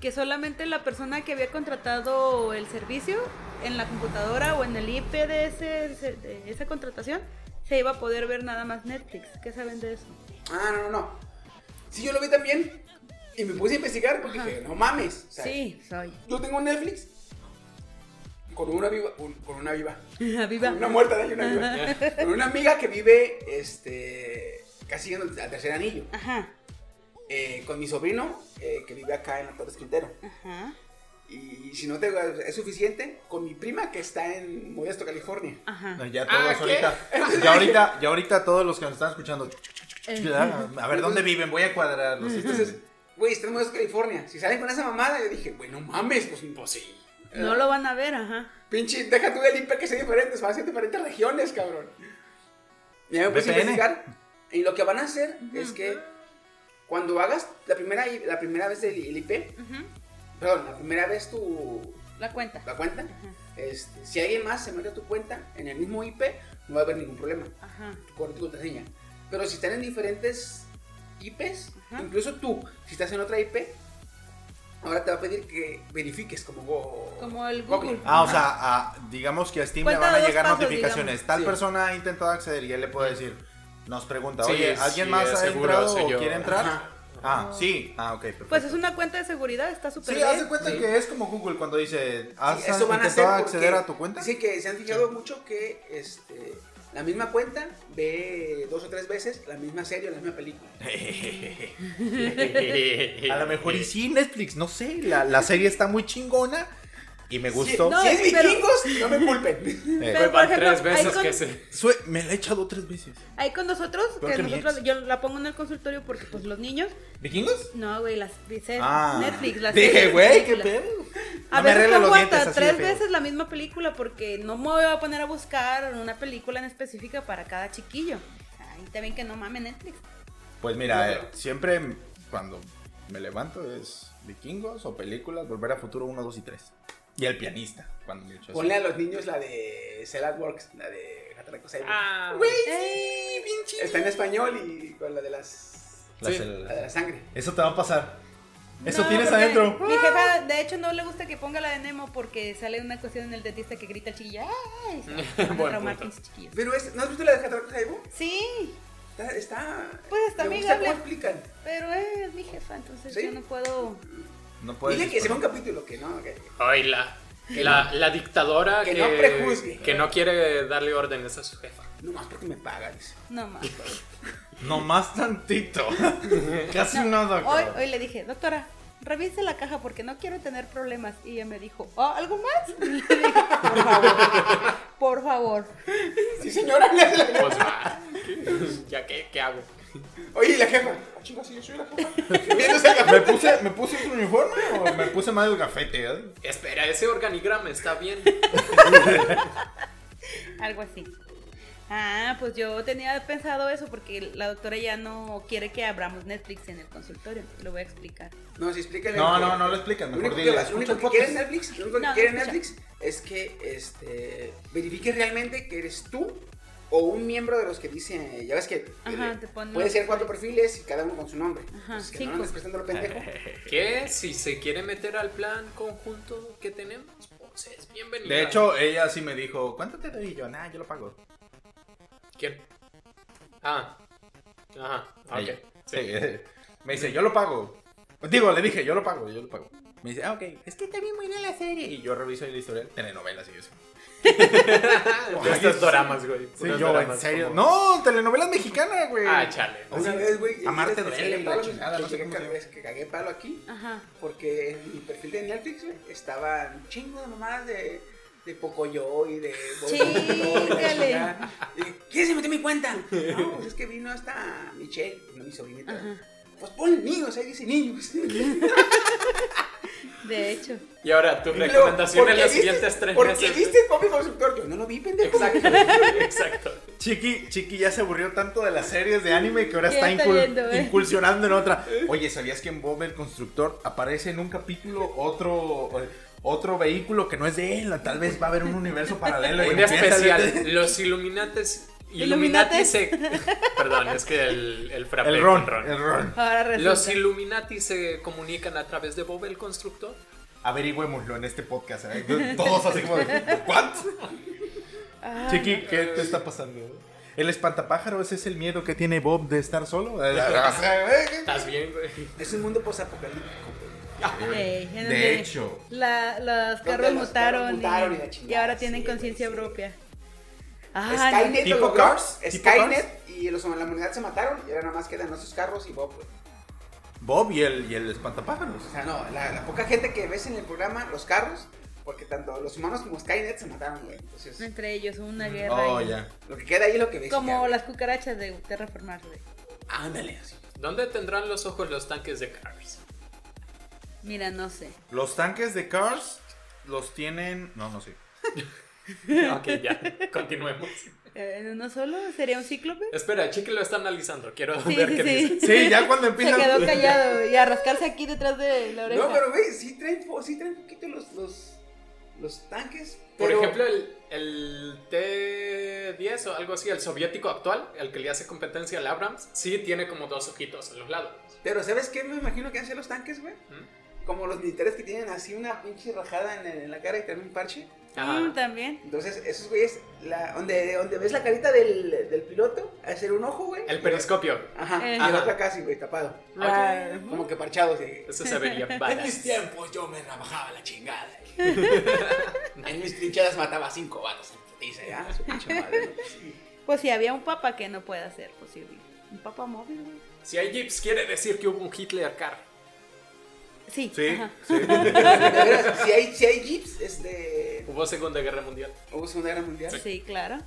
que solamente la persona que había contratado el servicio en la computadora o en el IP de, ese- de esa contratación se iba a poder ver nada más Netflix. ¿Qué saben de eso?
ah, no, no, no. Sí, yo lo vi también. Y me puse a investigar porque dije, no mames. O sea,
Sí, soy. *laughs*
Yo tengo Netflix con una viva. un- con una viva.
Viva.
Con una muerta, ¿no? Y una
*laughs*
viva. con una amiga que vive este, casi en el al tercer anillo.
Ajá,
Eh, con mi sobrino eh, que vive acá en la Torres Quintero.
ajá,
Y si no te es suficiente, con mi prima que está en Modesto, California.
ajá.
No, ya
Ah,
todos
¿qué?
ahorita. Ya ahorita, ya ahorita todos los que nos están escuchando.
Eh,
ah, A ver, ¿dónde viven? Voy a cuadrarlos.
Entonces, güey, está en Modesto, California. Si salen con esa mamada, yo dije, güey, no mames, pues, pues sí.
No lo van a ver, ajá.
Pinche, deja tú del IP que sea diferente, van a ser diferentes regiones, cabrón. Ya me puse a
VPN.
investigar. Y lo que van a hacer es que cuando hagas la primera, i- la primera vez el, el IP,
Ujú,
perdón, la primera vez tu
La cuenta.
la cuenta, este, si alguien más se mete a tu cuenta en el mismo IP, no va a haber ningún problema.
Ajá.
con tu contraseña. Pero si están en diferentes IPs,
Ajá.
incluso tú, si estás en otra IP, ahora te va a pedir que verifiques como Go-
Como el Google.
Ah, o sea, a- digamos que a Steam
Cuenta
le van a
dos
llegar
pasos,
notificaciones.
digamos.
Tal
Sí.
persona ha intentado acceder y él le puede decir, nos pregunta,
Sí,
oye, ¿alguien
sí,
más
es
ha
seguro,
entrado
soy
o
yo.
quiere entrar?
Ajá.
Ah, sí. Ah, ok, perfecto.
Pues es una cuenta de seguridad, está súper
sí,
bien.
haz de cuenta que es como Google cuando dice, ¿has
Sí, eso van a hacer
intentado
porque
acceder a tu cuenta?
Sí, que se han fijado mucho que este, la misma cuenta ve dos o tres veces la misma serie o la misma película.
A lo mejor y sí, Netflix, no sé, la, la serie está muy chingona y me gustó.
No,
si es
pero-
*laughs* vikingos, no me *laughs* culpen.
Eh,
Pero, por
Pues Van
ejemplo,
tres
ahí
veces
con,
que se.
sue- me la he echado tres veces.
ahí con nosotros,
Peor
que
que mi
nosotros,
ex.
yo la pongo en el consultorio porque pues los niños,
¿Vikingos?
no, güey, las dice
Ah.
Netflix, las
Dije,
series,
güey, qué
películas.
pedo.
A
No me
veces
arregla los
pongo
dientes
hasta
así de
tres
feo.
veces la misma película porque no me voy a poner a buscar una película en específica para cada chiquillo. Ahí también que no mame Netflix.
Pues mira, eh, siempre m- cuando me levanto es vikingos o películas, volver a futuro 1, 2 y 3. Y el pianista, cuando me echo así.
Ponle a los niños la de Cell at Works, la de Hataraku Saibou.
Ah,
Eh,
Está en español y con la de las
La
Sí.
cel-
la de la sangre.
Eso te va a pasar. Eso
no,
tienes
porque
adentro.
Mi jefa, de hecho, no le gusta que ponga la de Nemo porque sale una cuestión en el dentista que grita el chiquillo. ¡Ay! Se van
*laughs*
a
Buen
traumar
punto.
pinches chiquillos.
Pero es, ¿no has visto la de Hataraku Saibou?
Sí,
Está, está.
Pues está
me gusta
amigable.
cómo explican.
pero es mi jefa, entonces
¿Sí?
yo no puedo.
No puedes.
Dile que se ve un
disparar.
capítulo, que no. que-
Ay, la, la, la dictadora
Que
que,
no prejuzgue.
que no quiere darle órdenes a su jefa.
no más porque me pagan. dice.
No más.
No más
*laughs*
tantito. Casi
No,
nada.
Hoy,
cabrón.
hoy le dije, doctora, revise la caja porque no quiero tener problemas. Y ella me dijo, "Ah, ¿algo más? *laughs* Y le dije, por favor, por favor.
Sí, señora, *laughs* le hace la
Pues va. *laughs* ¿Ya qué, qué hago?
Oye, ¿y la jefa. Ah, chinga, sí, yo soy la jefa. Viéndose el
¿Me
café.
puse, ¿Me puse su uniforme o me puse más el gafete? eh?
Espera, ese organigrama está bien.
Algo así. Ah, pues yo tenía pensado eso porque la doctora ya no quiere que abramos Netflix en el consultorio. Lo voy a explicar.
No, sí, explícale.
No,
que-
no, no lo explicas.
Lo
Mejor
único, que,
dile,
lo
escucha
único
el
que
podcast.
quiere Netflix, lo único que
No,
quiere
escucha.
Netflix es que este, verifique realmente que eres tú o un miembro de los que dice, ya ves que
Ajá,
eh,
te ponen
puede
los
ser cuatro perfiles y cada uno con su nombre.
Ajá,
Pues que no
cinco.
andes prestando
*laughs*
lo pendejo.
¿Qué? Si se quiere meter al plan conjunto que tenemos, pues es bienvenida.
De hecho, ella sí me dijo, ¿cuánto te doy? Y yo, nah, yo lo pago.
¿quién? Ah, ajá, ok.
Ella. Sí, eh, Me dice, yo lo pago. Digo, le dije, yo lo pago, yo lo pago. Me dice, ah, ok, es que está bien buena la serie. Y yo reviso el historial, telenovelas y yo así.
Estos Ah, doramas, güey.
Sí,
puros
yo, en
doramas
serio.
como-
No, telenovelas mexicanas, güey.
Ah, chale.
Una vez, güey.
Amarte
que
duele,
cagué
la
palo,
chingada,
que
no sé
llegué
cómo
a
se
cagar- que cagué palo aquí.
Ajá.
Porque en mi perfil de Netflix, güey, estaban chingos nomás de, de Pocoyo y de. Bob Esponja y la
Chíngale.
chingada. Y, ¿Quién se metió en mi cuenta? No, pues es que vino hasta Michelle, no mi sobrinita. Pues pon niños, ahí dice *laughs* niños.
De hecho.
Y ahora, tu
Y luego,
recomendación
porque
en los
viste-
siguientes tres
porque
meses.
viste Poppy Constructor? Yo no lo vi, pendejo.
Exacto,
*laughs*
exacto.
Chiqui, Chiqui ya se aburrió tanto de las series de anime que ahora
Ya
está,
está
incul-
yendo, ¿eh?
incursionando
*laughs*
en otra. Oye, ¿sabías que en Bob el Constructor aparece en un capítulo otro, eh, otro vehículo que no es de él? Tal vez va a haber un universo paralelo. y
Un
empieza-
*laughs*
*laughs*
especial. Los Illuminates. Illuminati se. Perdón, es que el, el frappé
El
con
Ron, el Ron.
Ahora resulta.
Los Illuminati se comunican a través de Bob el Constructor.
Averigüémoslo en este podcast. ¿eh? Todos así como, de,
*laughs*
¿what? Chiqui, ¿qué te está pasando? ¿El espantapájaros ese es el miedo que tiene Bob de estar solo?
¿Estás bien, güey?
Es un mundo posapocalíptico.
Ey, en
De
donde
hecho.
la- los carros
los
mutaron,
carros
y-
mutaron y la
y,
chingada,
ahora tienen
sí,
conciencia
sí.
propia. Ah,
Skynet
¿Tipo
lo logró,
Cars? ¿Tipo
Skynet y los, la humanidad se mataron y ahora nada más quedan esos carros y Bob, güey.
Bob y el, y el espantapájaros.
O sea, no, la, la poca gente que ves en el programa, los carros, porque tanto los humanos como Skynet se mataron, güey.
no,
Entonces,
entre ellos hubo una guerra.
Oh,
y-
ya.
lo que queda ahí es lo que ves. ya,
Como
güey.
las cucarachas de terraformar, güey.
Ándale, así.
¿Dónde tendrán los ojos los tanques de
*laughs*
Cars?
Mira, no sé.
Los tanques de Cars los tienen. No, no sé.
ok, ya, continuemos.
Eh, ¿En uno solo? ¿Sería un cíclope?
Espera, Chiqui lo está analizando. Quiero
Sí,
ver
sí,
qué
sí.
dice.
Sí, ya cuando
Se
empiezan.
quedó callado y a rascarse aquí detrás de la oreja.
No, pero güey, sí traen, po- sí traen poquito los, los, los tanques.
Por
pero-
ejemplo, el, el T-10 o algo así, el soviético actual, el que le hace competencia al Abrams, sí tiene como dos ojitos a los lados. ¿Mm?
Pero ¿sabes qué? Me imagino que hacen los tanques, güey.
Mm,
Como los militares que tienen así una pinche rajada en, en la cara y traen un parche.
Ah.
Mm, También.
Entonces, esos güeyes, la, donde, donde ves la carita del, del piloto, hacer un ojo, güey.
El periscopio.
Ajá,
Eh.
y el otro casi, güey, tapado.
Ah,
Ok.
Como que parchado, sí.
Eso
*laughs*
se vería badass.
tiempos yo me trabajaba la chingada. en mis trincheras mataba a cinco vatos. Dice, ah, su pinche madre.
Pues sí, había un papa que no puede ser posible. Un papa móvil, güey.
Si hay jeeps, quiere decir que hubo un Hitler car.
Sí.
Sí,
ajá.
sí.
De veras, si hay, si hay jeeps, este.
Hubo Segunda Guerra Mundial.
Hubo Segunda Guerra Mundial.
Sí, claro.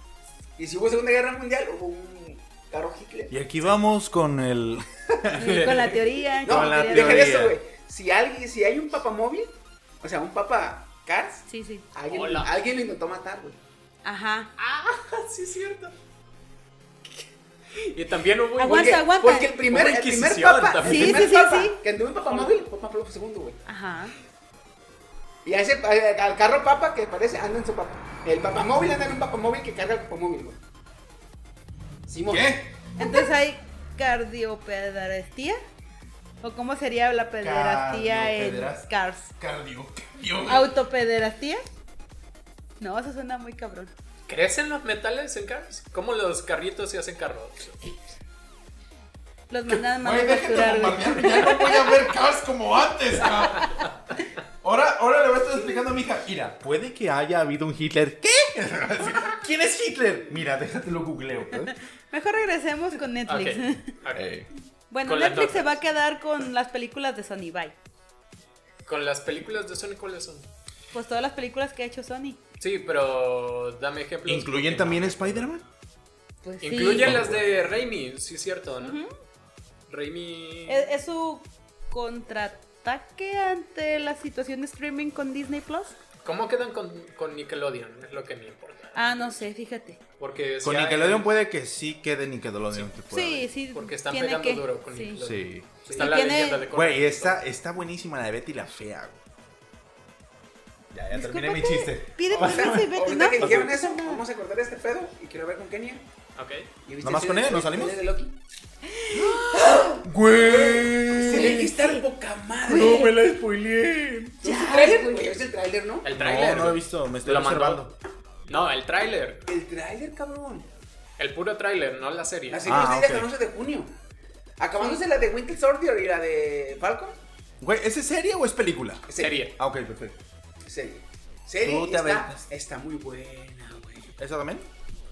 Y si hubo Segunda Guerra Mundial, hubo un carro Hitler.
Y aquí vamos con el.
Y con la teoría.
No,
con la
deja
teoría.
de eso, güey. Si, alguien, si hay un papamóvil, o sea, un papa Cars,
Sí, sí.
alguien,
Hola.
alguien lo intentó matar, güey.
Ajá.
Ah, sí, es cierto. Y también hubo pues,
Aguanta,
Porque-
aguanta.
Porque el primer,
Como
el primer
Inquisición
papa, el
también.
Sí,
primer
sí, sí,
papa
sí.
que anduvo en papamóvil fue Papa Pablo II, güey.
Ajá.
Y a ese, a- al carro papa que parece, anda en su papa. El papamóvil anda en un papamóvil que carga el papamóvil, güey. Simón. ¿Qué?
Entonces hay cardiopederastía. ¿O cómo sería la pederastía en
Cardiopederast-
Cars?
Cardio.
¿Autopederastía? No, eso suena muy cabrón.
¿Crecen los metales en cars? ¿Cómo los carritos se hacen carros?
Los mandan más a capturar, güey.
ya no voy a ver Cars como antes, cabrón. Ahora, ahora le voy a estar explicando a mi hija. Mira, puede que haya habido un Hitler. ¿Qué? *laughs* Así, ¿Quién es Hitler? Mira, déjatelo googleo. ¿eh?
Mejor regresemos con
Ok.
Netflix.
ok.
*laughs* Bueno,
Con las
Netflix se
notas.
va a quedar con las películas de Sony, bye.
¿Con las películas de Sony cuáles son?
Pues todas las películas que ha hecho Sony.
Sí, pero dame ejemplos.
¿Incluyen
porque
también
no.
Spider-Man?
Pues sí.
Incluyen las de Raimi, sí es cierto, ¿no? Raimi...
E, Es, es su contraataque ante la situación de streaming con Disney Plus.
¿Cómo quedan con, con Nickelodeon? Es lo que me importa.
Ah, no sé, fíjate.
Porque
Con
si hay-
Nickelodeon puede que sí quede Nickelodeon. que pueda
Sí,
haber.
sí.
Pues, Porque están
tiene
pegando
que-
duro con
sí.
Nickelodeon.
Sí.
Está
Y
la
tiene-
leyenda de Conan.
Güey, está, está buenísima la de Betty la Fea, güey. Ya, ya terminé mi
Discúlpate,
chiste.
*laughs*
Pide permiso y vete,
Ahorita
¿no?
que dijeron eso, vamos a cortar este pedo y quiero ver con Kenia.
Ok.
¿Ya viste
¿Nomás
el
con
trailer-
él? ¿Nos salimos?
el trailer de Loki? Se
Güey.
ve que está poca madre.
No me la spoileé.
¿Tú viste el tráiler? Güey, ¿ya viste el tráiler, no?
El
No,
tráiler.
no lo he visto, me estoy
Lo mandó.
observando.
No, el tráiler.
El tráiler, cabrón.
El puro tráiler, no la serie.
La
Ah,
serie está hasta
ok.
el 11 de junio. Acabándose la de Winter Soldier y la de Falcon.
Güey, ¿ese es serie o es película?
Serie.
Ah, ok, perfecto.
Serie. Serie
Tú te
está,
aventas.
está muy buena, güey.
¿Eso también?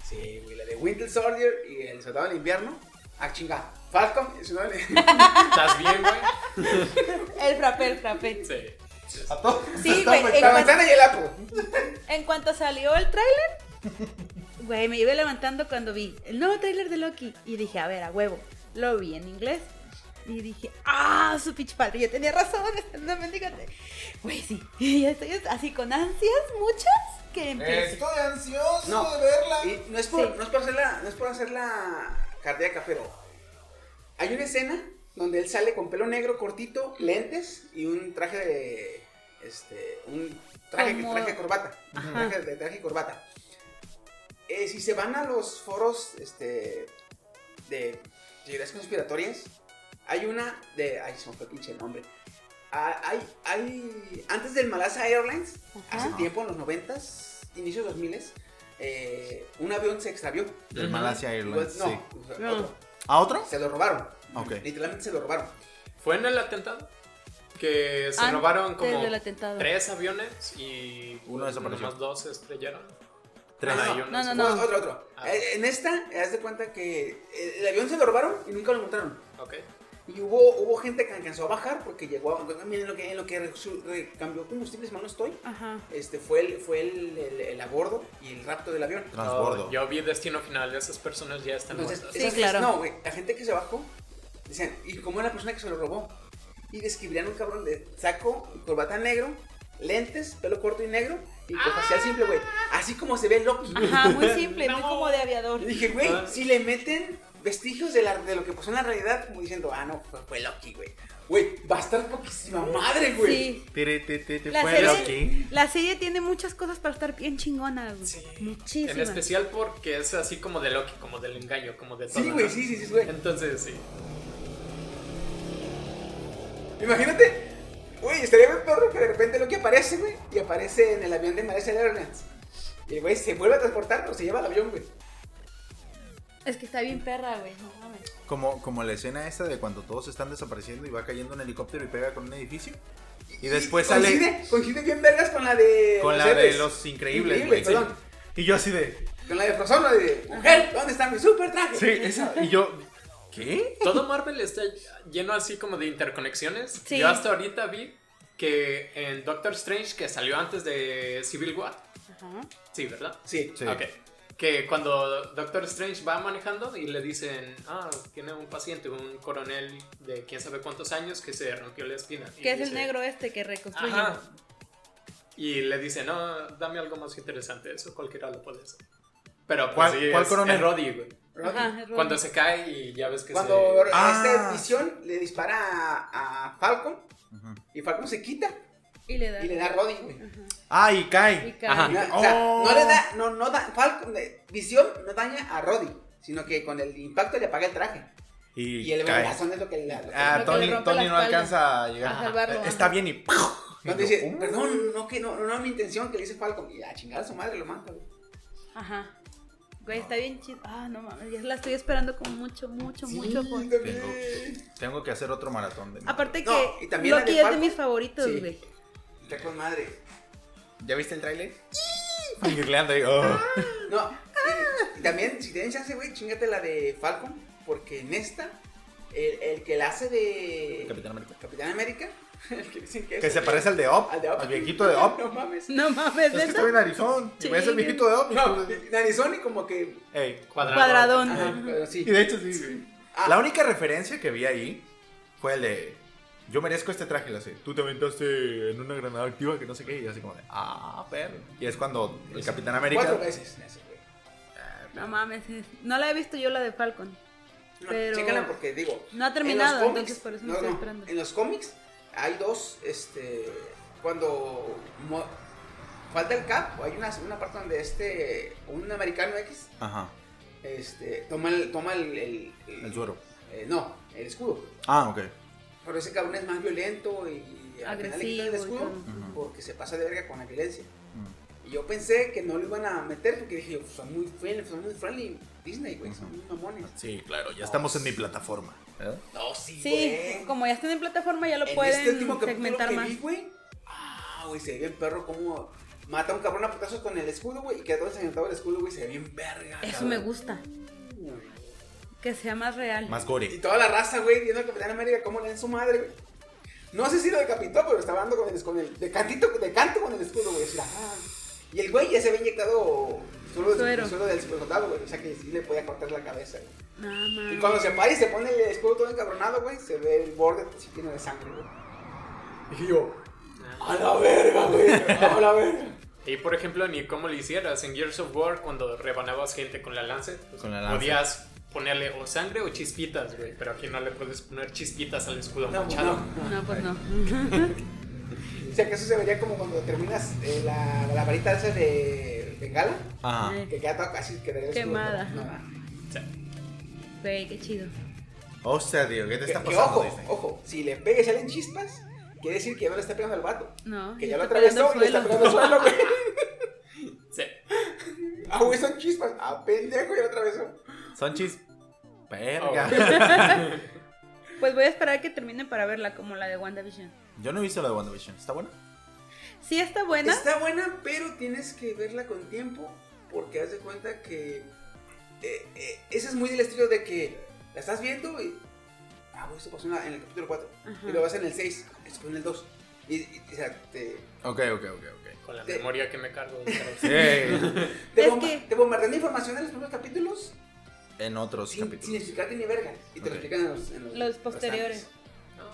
Sí, güey, la de Winter Soldier y el Soldado del Invierno. Ah, chinga. Falcon, el Soldado del
¿Estás bien, güey? *laughs*
El frappé, el frappé.
Sí.
A todos. *laughs*
Sí, güey. En,
La
cuan-
ventana y el Apo.
en cuanto salió el tráiler, güey, me iba levantando cuando vi el nuevo tráiler de Loki. Y dije, a ver, a huevo. Lo vi en inglés. Y dije, ah, su pitch padre. Yo tenía razón. *laughs* No me digas. Güey, sí. *laughs* Y ya estoy así con ansias muchas que empiece.
Estoy ansioso
No.
de verla.
Y no es por,
Sí.
no es por hacerla, no es por hacerla cardíaca, pero hay una escena donde él sale con pelo negro cortito, lentes y un traje de este un traje,
Como-
traje de corbata, traje de traje y corbata. Eh, si se van a los foros este de teorías conspiratorias, hay una de ay se me fue el pinche nombre. Ah, hay, hay, antes del Malasa Airlines,
Ajá.
hace tiempo, en los 90s, inicios 2000s, eh, un avión se extravió.
Del Malasia Airlines,
No,
sí.
o sea,
No.
otro.
¿A otro?
se lo robaron.
Ok.
Literalmente se lo robaron.
¿Fue en el atentado? Que se
Antes
robaron como
del atentado.
tres aviones y
Uno desapareció.
Nomás dos se estrellaron.
Tres.
Ah, y uno
No, no,
se-
no.
Otro, otro.
Ah.
Eh, en esta, haz de cuenta que eh, el avión se lo robaron y nunca lo encontraron.
Ok.
Y hubo, hubo gente que alcanzó a bajar porque llegó a. Miren lo que, en lo que re- su- re- cambió combustible, si mal no estoy.
Ajá.
Este fue el, fue el, el, el abordo y el rapto del avión.
Transbordo. Pues
No, yo vi Destino Final, esas personas ya están
Entonces,
muertas.
Sí,
esas-
claro.
No, güey, la gente que se bajó, decían, ¿y cómo es la persona que se lo robó? Y describían un cabrón de saco, corbata negro, lentes, pelo corto y negro, y con facial simple, güey. Así como se ve Loki.
Ajá, muy simple, muy
No.
como de aviador.
Y dije, güey,
Ah.
si le meten vestigios de, la- de lo que pasó en la realidad, como diciendo, ah, no, fue, fue Loki, güey. Güey, va a estar poquísima madre, güey.
Sí.
Tiri, ti, ti, ti,
La
fue
serie-
Loki.
La serie tiene muchas cosas para estar bien chingona, güey.
Sí. En
Muchísimas.
especial porque es así como de Loki, como del engaño, como de todo.
Sí, güey,
¿no?
sí, sí, sí, güey.
Entonces, sí.
Imagínate, güey, estaría bien perro que de repente Loki aparece, güey, y aparece en el avión de Marisa Airlines. Y el güey se vuelve a transportar o se lleva el avión, güey.
Es que está bien perra, güey. No mames.
Como, como la escena esta de cuando todos están desapareciendo y va cayendo un helicóptero y pega con un edificio. Y después sale
Coincide, coincide bien vergas con la de.
con la de
héroes.
los increíbles, güey.
Increíbles,
sí.
perdón.
Y yo así de.
Con la de Frozone, la de. Mujer, ¿dónde está mi super traje? *laughs*
Sí, esa. Y yo. ¿Qué?
Todo Marvel está lleno así como de interconexiones.
Sí.
Yo hasta ahorita vi que en Doctor Strange, que salió antes de Civil War.
Ajá.
Sí, ¿verdad?
Sí.
Sí.
Ok. Que cuando Doctor Strange va manejando y le dicen, ah, tiene un paciente, un coronel de quién sabe cuántos años que se rompió la espina. Y
Que es el
dice,
negro este que reconstruye.
Ajá. Y le dice, no, dame algo más interesante, eso cualquiera lo puede hacer. Pero pues,
¿Cuál-
sí,
cuál
es,
coronel?
es Roddy, güey.
Ajá, es
Cuando
Robin.
se cae y ya ves que
Cuando
se...
Ah.
esta visión le dispara a, a Falcon y Falcon se quita
Y le da.
y le da a Roddy, güey.
Ah, y
Y
cae.
cae.
Ajá.
Y da- O sea,
Oh.
no le da, no, no da, Falcon, eh, visión no daña a Roddy, sino que con el impacto le apaga el traje.
Y,
Y el
cae.
corazón es lo que le da. lo que-
Ah,
Lo que le
Tony,
rompe la
Tony no
espalda.
alcanza a llegar.
A salvarlo,
Eh,
ajá.
Está bien y.
Cuando
Y yo,
dice,
"Uh".
perdón, no, que no, no era mi intención que le dice Falcon. Y a chingar a su madre lo mata, güey.
Ajá. Güey, está bien chido. Ah, no mames. Ya la estoy esperando con mucho, mucho,
Sí,
mucho. amor.
también.
Tengo que hacer otro maratón de mí. *laughs*
Aparte que
No, y también la
Loki
de
es de
Falcon.
mis favoritos,
Sí.
güey.
Está con madre.
¿Ya viste el tráiler? Fangirleando ahí. oh.
No, y, y también, si tienen chance, güey, chingate la de Falcon. Porque en esta, el, el que la hace de.
Capitán América.
Capitán América. *laughs* El que dicen que es.
Que se parece al de Op.
Al de Op.
Al
*laughs*
viejito de Op.
No mames.
No mames,
Es que
¿neta?
está bien narizón. Si ves el viejito de Op.
No, Narizón y como que.
Ey.
Cuadrado.
Cuadradón.
Ajá,
Ajá.
pero
Y
sí.
de hecho sí. güey.
Ah.
La única referencia que vi ahí fue el de yo merezco este traje, la sé. Tú te aventaste en una granada activa que no sé qué y así como de ah, perro. Y es cuando el Capitán América
Cuatro veces. Ese, güey.
No mames. es- No la he visto yo la de Falcon.
No,
Pero-
chécala porque digo.
No ha
en los
terminado,
cómics-
entonces por eso no estoy esperando.
En los cómics hay dos, este. Cuando mo- falta el cap, hay una, una parte donde este. Un americano X.
Ajá,
Este. Toma el. Toma el. El, el-
el suero.
eh, no, el escudo.
Ah, ok.
Pero ese cabrón es más violento y. al final le quitan
Agresivo
el
y
escudo.
todo.
Ujú.
Porque se pasa de verga con la violencia.
Mm.
Y yo pensé que no lo iban a meter porque dije, "Pues, son muy friendly, son muy friendly Disney, güey, son muy mamones.
Sí, claro, ya estamos en mi plataforma. ¿verdad?
No, sí,
Sí,
güey.
como ya están en plataforma, ya lo
En
pueden
este último capítulo
segmentar
que
más.
vi, güey. Ah, güey, se ve bien perro como mata a un cabrón a putazos con el escudo, güey. Y que todo ensangrentado el escudo, güey. Se ve bien verga.
Eso
cabrón.
me gusta. Que sea más real.
Más
Y
gore.
toda la raza, güey, viendo al Capitán América cómo le dan su madre, güey. No sé si lo decapitó, pero estaba dando con el, con el de cantito, de canto con el escudo, güey. así, ah. Y el güey ya se había inyectado suelo,
Suero.
del suelo del super soldado, güey. O sea que sí le podía cortar la cabeza, güey.
Nada
Y
más.
cuando se para y se pone el escudo todo encabronado, güey, se ve el borde así lleno de sangre, güey. Y yo,
Ah.
a la verga, güey, a la verga.
Y por ejemplo, ni cómo lo hicieras en Gears of War cuando rebanabas gente con la lance, pues,
Con la lance.
podías ponerle o sangre o chispitas, güey, pero aquí no le puedes poner chispitas al escudo
No, pues,
manchado.
no, no.
*laughs* No, pues no.
*laughs* O sea que eso se vería como cuando terminas eh, la, la varita esa de Bengala,
Ajá.
que queda toda casi que el escudo.
Quemada.
No, no, no.
Güey, qué chido.
Hostia, tío, ¿qué te
Que,
está
que
pasando?
ojo,
Disney?
ojo, si le pegues y salen chispas, quiere decir que ya no le está pegando al vato.
No,
Que
ya
ya lo
está pegando
atravesó y le está
al
pegando al suelo, güey.
Sí.
Ah, güey, son chispas. Ah, pendejo, ya lo atravesó.
Son chis.
Oh,
Verga.
*laughs* Pues voy a esperar a que termine para verla, como la de WandaVision.
Yo no he visto la de WandaVision. ¿Está buena?
Sí, está buena.
Está buena, pero tienes que verla con tiempo. Porque haz de cuenta que. eh, eh, ese es muy del estilo de que la estás viendo y. Ah, güey, esto pasó en la- en el capítulo 4.
Ajá.
Y lo vas en el 6, después en el 2. Y, y- o sea, te,
Ok, ok, ok, ok.
Con la
Sí.
memoria que me cargo.
*laughs*
pero-
Sí.
te,
Es
bomba-
que-
te bombardean de información en los primeros capítulos
en otros
sin, sin
capítulos.
explicarte ni verga. Y te lo
Ok.
explican en los, en los
Los posteriores.
restantes.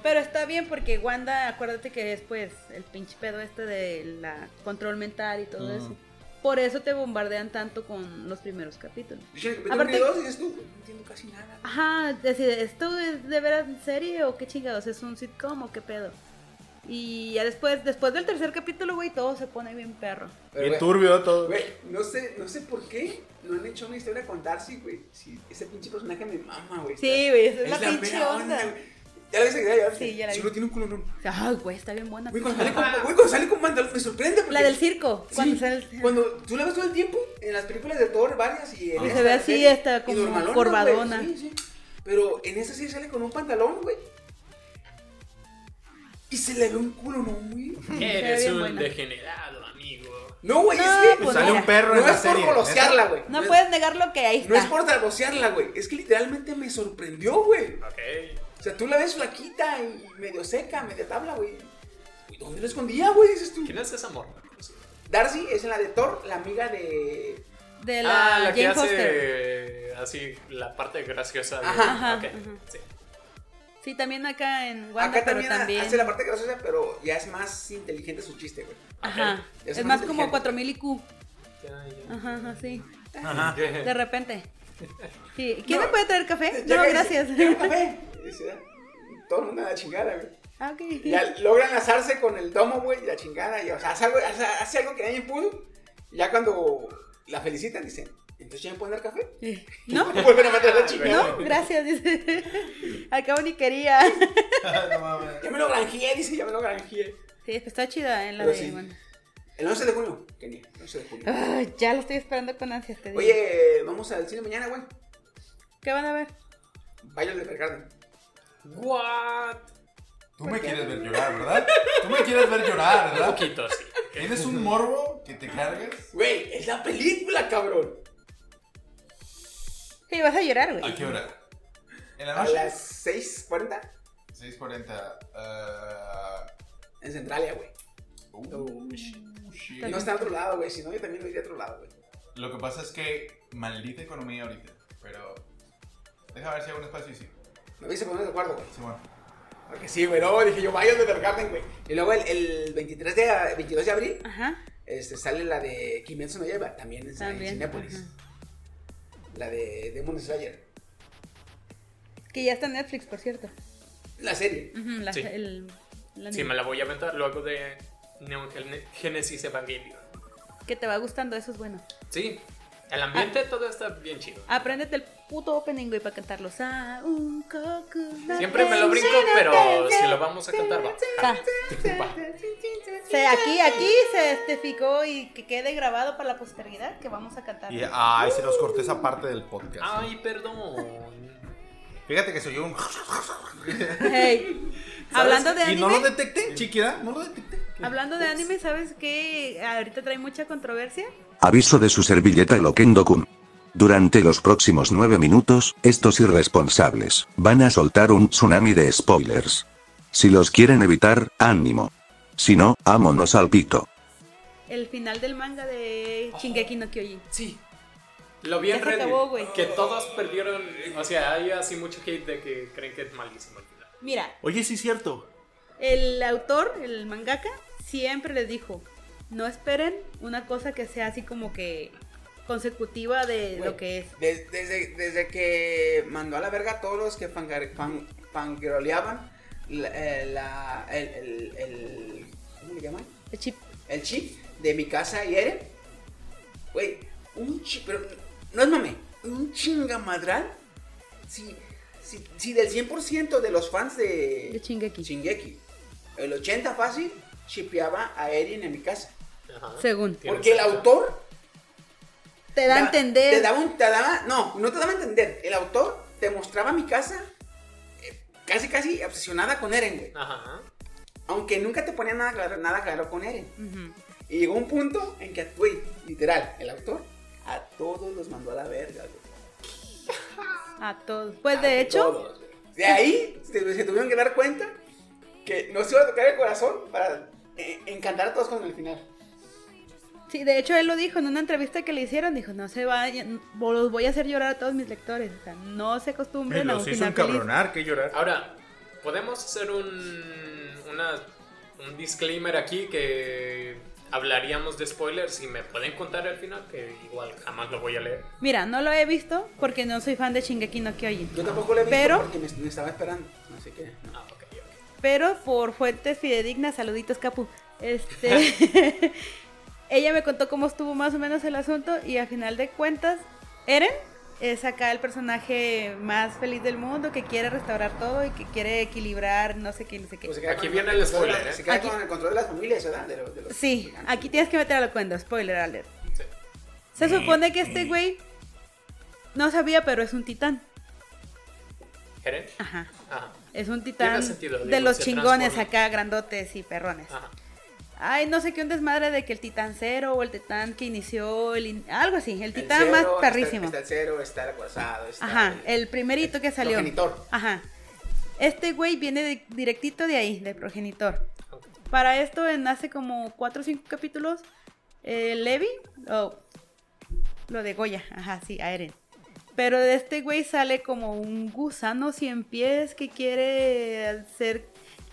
Pero está bien porque Wanda, acuérdate que es pues el pinche pedo este de la control mental y todo
Mm.
eso. Por eso te bombardean tanto con los primeros capítulos.
Dicen que capítulo
Aparte-
1 y 2 y dices tú, "Güey, no entiendo casi nada.
Ajá, decir, ¿esto es de veras en serie o qué chingados? ¿Es un sitcom o qué pedo? Y ya después, después del tercer capítulo, güey, todo se pone bien perro.
Pero,
Bien
güey,
turbio todo.
Güey, no sé, no sé por qué no han hecho una historia con Darcy, güey. Si ese pinche personaje me mama, güey.
Sí, güey, esa es,
Es
la, pinche
mera
onda.
güey. ¿Ya la viste? Ya, ya la
Sí, ya la vi.
Solo tiene un culonón.
Ay, güey, está bien buena.
Güey, cuando sale con, güey, cuando sale con pantalón, me sorprende. Porque
La del circo.
Sí,
cuando sale el-
cuando tú la ves todo el tiempo, en las películas de Thor, varias y en
Y se
esta
ve así,
serie,
hasta
y
como
normalona,
corvadona.
güey, sí, sí. Pero en esa sí sale con un pantalón, güey. Y se le ve un culo, ¿no, güey?
Eres
bien
un
buena.
degenerado, amigo.
No, güey,
No,
es que
pues
Sale
mira,
un perro en
no
la
es por
serie.
colosearla, güey.
No
es-
puedes negar lo que ahí está.
No es por trabosearla, güey. Es que literalmente me sorprendió, güey.
Ok.
O sea, tú la ves flaquita y medio seca, media tabla, güey. Uy, ¿Dónde la escondía, güey? Dices tú.
¿Quién es esa morra?
Darcy es en la de Thor, la amiga de.
De la,
ah, la que
Jane
hace
Foster.
así la parte graciosa. De...
Ajá,
ajá,
Ok,
ajá.
sí.
Sí, también acá en Wanda,
Acá
pero
también, ha-
también.
hace la parte graciosa, pero ya es más inteligente su chiste, güey.
Ajá.
Es
Es,
más
más como
inteligente.
4000 IQ.
Ya, ya.
Ajá, ajá, sí.
Ajá.
De
*laughs*
repente. Sí. ¿Quién
No.
me puede traer café? No,
Llega y dice,
gracias.
*laughs* "Quiero un café". Y dice, Todo el mundo a la chingada, güey.
Ah, ok.
Y Ya logra enlazarse con el domo, güey, y la chingada. Y, o sea, hace algo, hace, hace algo que nadie pudo. Y ya cuando la felicitan, dicen, ¿entonces ya me pueden dar café?
Eh, *laughs* ¿No?
Vuelven a meter a la chingada.
No, gracias, dice. Al cabo ni quería.
Ya me lo granjeé, dice, ya me lo granjeé.
Sí, pues está chida en la
Pero
de
sí.
Wanda.
El 11 de junio, Kenia, el 11 de junio.
Ah, ya lo estoy esperando con ansias, te digo.
Oye, vamos al cine mañana, güey.
¿Qué van a ver?
Vaya de Bergarden.
What?
Tú me quieres ver llorar, ¿verdad? Tú me quieres ver llorar,
Un
¿verdad?
poquito, sí.
Tienes un morbo que te cargas.
Güey, es la película, cabrón.
Sí, vas a llorar, güey.
¿A qué hora? ¿En la
A
noche?
las 6.40
6.40. ah,
en Centralia, güey. Oh,
uh, shit.
Y no está en otro lado, güey. Si no, yo también me iría a otro lado, güey.
Lo que pasa es que maldita economía ahorita. Pero deja ver si hay un espacio y sí.
Me hubiese poner de acuerdo, güey.
Sí, bueno.
Porque Ah, sí, güey. Luego dije yo, vaya de Bergarden, güey. Y luego el, el 23 de, 22 de abril
Ajá.
este, sale la de Kimetsu no Yaiba, también en, en
También,
Cinépolis. La de Demon Slayer.
Que ya está en Netflix, por cierto.
La serie.
Ujú, la-
Sí.
el- el
Sí,
anime.
me la voy a aventar luego de Neon Gen- Genesis Evangelion.
Que te va gustando, eso es bueno.
Sí, el ambiente
Ah.
todo está bien chido.
Apréndete el puto opening, güey, para cantarlo. Sa- un coco, na-
Siempre me lo brinco, pero si lo vamos a cantar, va. Ah,
Sa.
Va.
Se- aquí, aquí se testificó y que quede grabado para la posteridad que vamos a cantar.
Ah.
Y, ay, se nos cortó esa parte del podcast.
Ay, perdón.
Fíjate que se oyó un.
Hey, hablando de
¿Y
anime,
no lo detecté, chiquita? ¿No lo detecté?
hablando de anime, ¿sabes qué? Ahorita trae mucha controversia.
Aviso de su servilleta Loquendo-kun. Durante los próximos 9 minutos, estos irresponsables van a soltar un tsunami de spoilers. Si los quieren evitar, ánimo. Si no, ámonos al pito.
El final del manga de Shingeki no Kyojin.
Sí. Lo vi en
Ya se
Reddit.
acabó, güey.
que todos perdieron. O sea, hay así mucho hate de que creen que es malísimo el final.
Mira,
Oye, sí es cierto.
el autor, el mangaka, siempre les dijo, no esperen una cosa que sea así como que consecutiva de
Güey,
lo que es.
des- desde, desde que mandó a la verga a todos los que fangar- fan- fangirleaban la, eh, la- el, el- el- ¿Cómo le llaman?
El chip.
El chip de mi casa y Eren. Güey, un chip. Pero no es mame, un chingamadral. Si, si, si del 100% de los fans de.
De Shingeki.
Shingeki, El 80 fácil chipeaba a Eren en mi casa.
Según.
Porque el autor
Te da a
daba-
entender.
Te daba, un- te daba- no, no te daba a entender. El autor te mostraba mi casa eh, casi, casi obsesionada con Eren, güey.
Ajá.
Aunque nunca te ponía nada claro, nada claro con Eren. Y llegó un punto en que, güey, literal, el autor a todos los mandó a la verga, güey.
A todos. Pues
A
de hecho,
todos, güey. De ahí se, se tuvieron que dar cuenta que no se iba a tocar el corazón para eh, encantar a todos con el final.
sí, de hecho él lo dijo en una entrevista que le hicieron, dijo, no se vayan, bo- los voy a hacer llorar a todos mis lectores, o sea, no se
Me
acostumbren a un
los hizo
final feliz.
encabronar, que llorar.
Ahora, podemos hacer un, una- un disclaimer aquí que hablaríamos de spoilers y me pueden contar al final que igual jamás lo voy a leer.
Mira, no lo he visto porque no soy fan de Shingeki no Kyojin.
Yo tampoco le he visto
Pero-
porque me, me estaba esperando. Así que. no.
Ah, ok, ok.
pero por fuentes fidedignas, saluditos Capu.
*laughs*
Este, *laughs* ella me contó cómo estuvo más o menos el asunto y a final de cuentas, Eren es acá el personaje más feliz del mundo que quiere restaurar todo y que quiere equilibrar no sé qué, no sé qué.
Pues se queda
Aquí
con
viene el
control de la-
spoiler, ¿eh?
Se queda
Aquí-
con el control de las familias, ¿verdad? De los- de los
Sí,
gigantes.
aquí tienes que meter a la cuenta, spoiler alert.
Sí.
Se supone que este güey no sabía, pero es un titán.
¿Jeren?
Ajá.
Ajá.
Es un titán
Tiene sentido,
de
digo,
los
se
chingones
transforma. Ah.
acá, grandotes y perrones.
Ajá.
Ay, no sé qué, un desmadre de que el titán cero o el titán que inició, el in- algo así, el
El
titán
cero,
más
este,
está-
perrísimo.
Está, el cero, está el acorazado, está
Ajá, el primerito que salió.
progenitor.
Ajá. Este güey viene de- directito de ahí, del progenitor. Para esto, en hace como 4 o 5 capítulos, eh, Levi, oh, lo de Goya, ajá, sí, a Eren. Pero de este güey sale como un gusano cien pies que quiere hacer,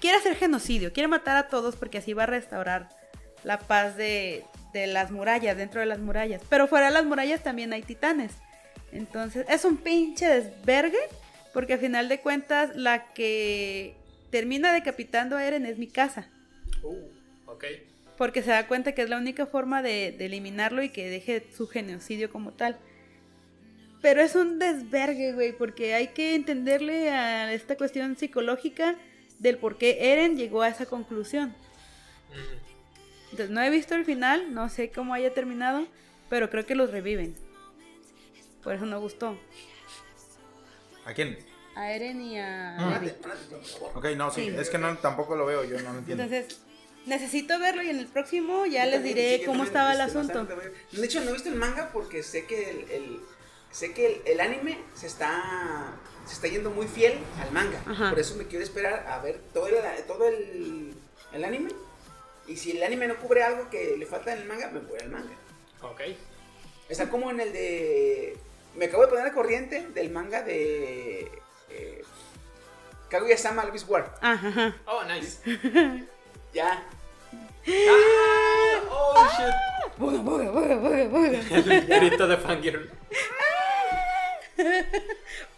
quiere hacer genocidio, quiere matar a todos porque así va a restaurar la paz de, de las murallas, dentro de las murallas. Pero fuera de las murallas también hay titanes. Entonces, es un pinche desvergue porque al final de cuentas la que termina decapitando a Eren es mi casa.
Uh, ok.
Porque se da cuenta que es la única forma de, de eliminarlo y que deje su genocidio como tal. Pero es un desvergue, güey, porque hay que entenderle a esta cuestión psicológica del por qué Eren llegó a esa conclusión.
Mm,
Entonces, no he visto el final, no sé cómo haya terminado, pero creo que los reviven. Por eso no gustó.
¿A quién?
A Eren y a
Ah.
Levi.
Ok, no, sí,
Sí.
es que no, tampoco lo veo, yo no lo entiendo.
Entonces, necesito verlo y en el próximo ya
Yo
les
también,
diré
sí, yo
cómo
también,
estaba el
este, no
asunto.
sé, no sé. De hecho, no he visto el manga porque sé que el, el- sé que el, el anime se está se está yendo muy fiel al manga.
Ajá.
Por eso me quiero esperar a ver todo el, todo el, el anime. Y si el anime no cubre algo que le falta en el manga, me voy al manga.
ok.
Está como en el de. Me acabo de poner al corriente del manga de. Eh, Kaguya-sama Love War.
Ajá, ajá.
Oh, nice.
Ya.
Ah, oh, shit.
Buga, buga, buga, buga, buga.
El grito de fangirl.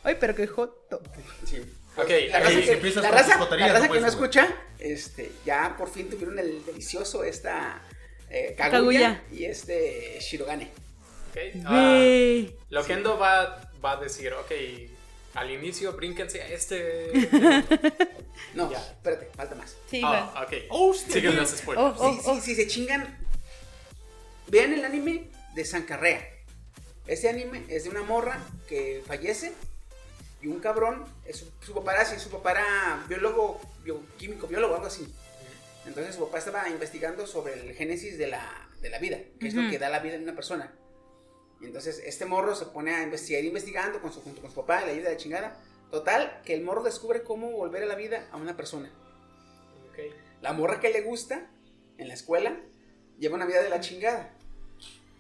Ay, pero qué joto.
Sí.
Ok,
La
aquí
raza que,
empiezas
la
con
raza-
tus joterías,
la raza
no
que no
puedes, güey.
escucha, este, ya por fin tuvieron el delicioso esta eh, Kaguya,
Kaguya.
y este Shirogane.
Okay. ah,
Güey.
Loquendo va, va a decir, ok, al inicio brínquense a este.
No,
Ya.
espérate, falta más.
Sí,
Ah,
va.
ok. Siguen los spoilers.
Oh,
si,
oh.
si- si se chingan, vean el anime de Sancarrea. Ese anime es de una morra que fallece Y un cabrón, eh, su, su papá era así, su papá era biólogo, bioquímico, biólogo, algo así. Entonces su papá estaba investigando sobre el génesis de la, de la vida, que es lo
Ujú.
que da la vida en una persona. Y entonces este morro se pone a investigar, investigando con su, junto con su papá, le ayuda de chingada. Total, que el morro descubre cómo volver a la vida a una persona. La morra que le gusta en la escuela lleva una vida de la chingada.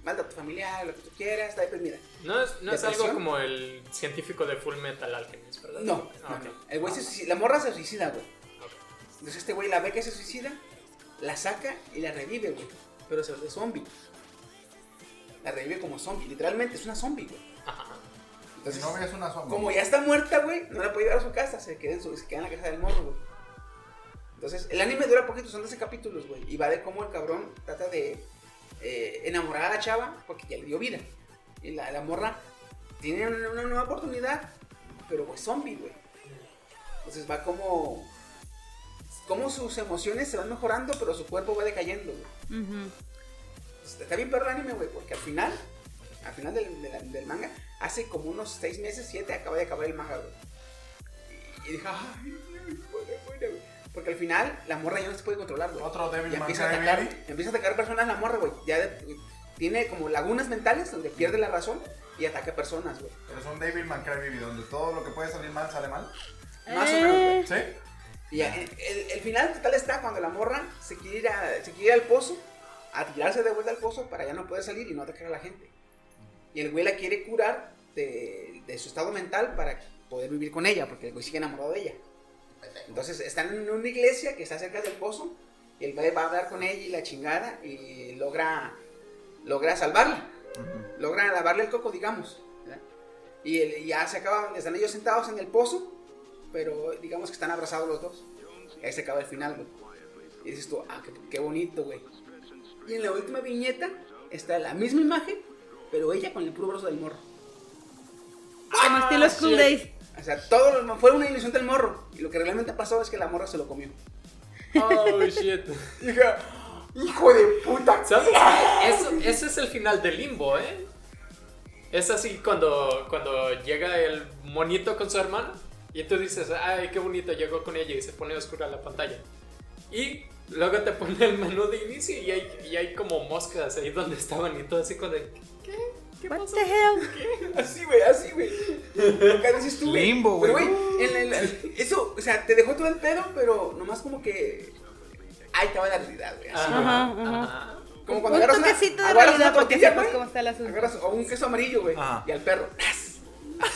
Malta tu familiar, lo que tú quieras, está ahí, pues mira.
No es, no es algo
¿Depresión?
como el científico de Full Metal Alchemist, ¿verdad?
No,
Ah,
no,
ok.
no. El güey se suicida- La morra se suicida, güey. Entonces este güey la ve que se suicida, la saca y la revive, güey. Pero se vuelve zombie. La revive como zombie. Literalmente es una zombie, güey.
Ajá.
Entonces,
No veas una sombra.
como ya está muerta, güey, no la puede llevar a su casa. Se queda en, su- se queda en la casa del morro, güey. Entonces, el anime dura poquito, son 12 capítulos, güey. Y va de cómo el cabrón trata de eh, enamorar a la chava porque ya le dio vida. Y la, la morra tiene una, una nueva oportunidad, pero güey, zombie, güey. Entonces va como. Como sus emociones se van mejorando, pero su cuerpo va decayendo, güey. Entonces, pues, Está bien perro el anime, güey, porque al final, al final del, del- del manga, hace como unos 6 meses, 7, acaba de acabar el manga, güey. Y, y dije, ay, buena, buena, güey. Porque al final, la morra ya no se puede controlar, güey.
Otro Devil
Y
May
empieza a
Cry
atacar,
Baby.
empieza a atacar personas la morra, güey. Ya de- tiene como lagunas mentales donde pierde la razón y ataca personas, güey.
Pero es un David Baby donde todo lo que puede salir mal sale mal.
Más o
Eh,
menos, güey.
¿Sí?
Y ya, el, el- el final total está cuando la morra se quiere, ir a- se quiere ir al pozo, a tirarse de vuelta al pozo para ya no poder salir y no atacar a la gente. Y el güey la quiere curar de, de su estado mental para poder vivir con ella, porque el güey sigue enamorado de ella. Entonces están en una iglesia que está cerca del pozo, y el güey va a hablar con ella y la chingada, y logra, logra salvarla, logra lavarle el coco, digamos. ¿verdad? Y el- ya se acaban, están ellos sentados en el pozo, pero digamos que están abrazados los dos. Y ahí se acaba el final, güey. Y dices tú, ah, qué, qué bonito, güey. Y en la última viñeta está la misma imagen, pero ella con el puro brazo del morro.
Como
Ah,
estilo School Days.
O sea, todo lo- fue una ilusión del morro. Y lo que realmente pasó es que la morra se lo comió. *laughs*
Oh, shit.
Dije, hijo de puta.
¿Sabes? qué? Eso, ese es el final de Limbo, ¿eh? Es así cuando, cuando llega el monito con su hermano y tú dices, ay, qué bonito, llegó con ella y se pone oscura la pantalla. Y luego te pone el menú de inicio y hay, y hay como moscas ahí donde estaban y todo así cuando... ¿Qué? ¿Qué
What
pasó?
the hell?
Así, güey, así, güey. Acá dices tú, güey.
Limbo, güey.
Pero, en el- el- eso, o sea, te dejó todo el pedo, pero nomás como que. Ahí te va la realidad, güey. así.
Ajá,
ajá.
ajá.
Como
Ah. Un
cuando agarras una,
toquecito de
agarras una
realidad porque
tortilla, pues,
sepas
güey,
cómo está el asunto.
Agarras o un queso amarillo, güey.
Ajá.
Y al perro. ¡tas!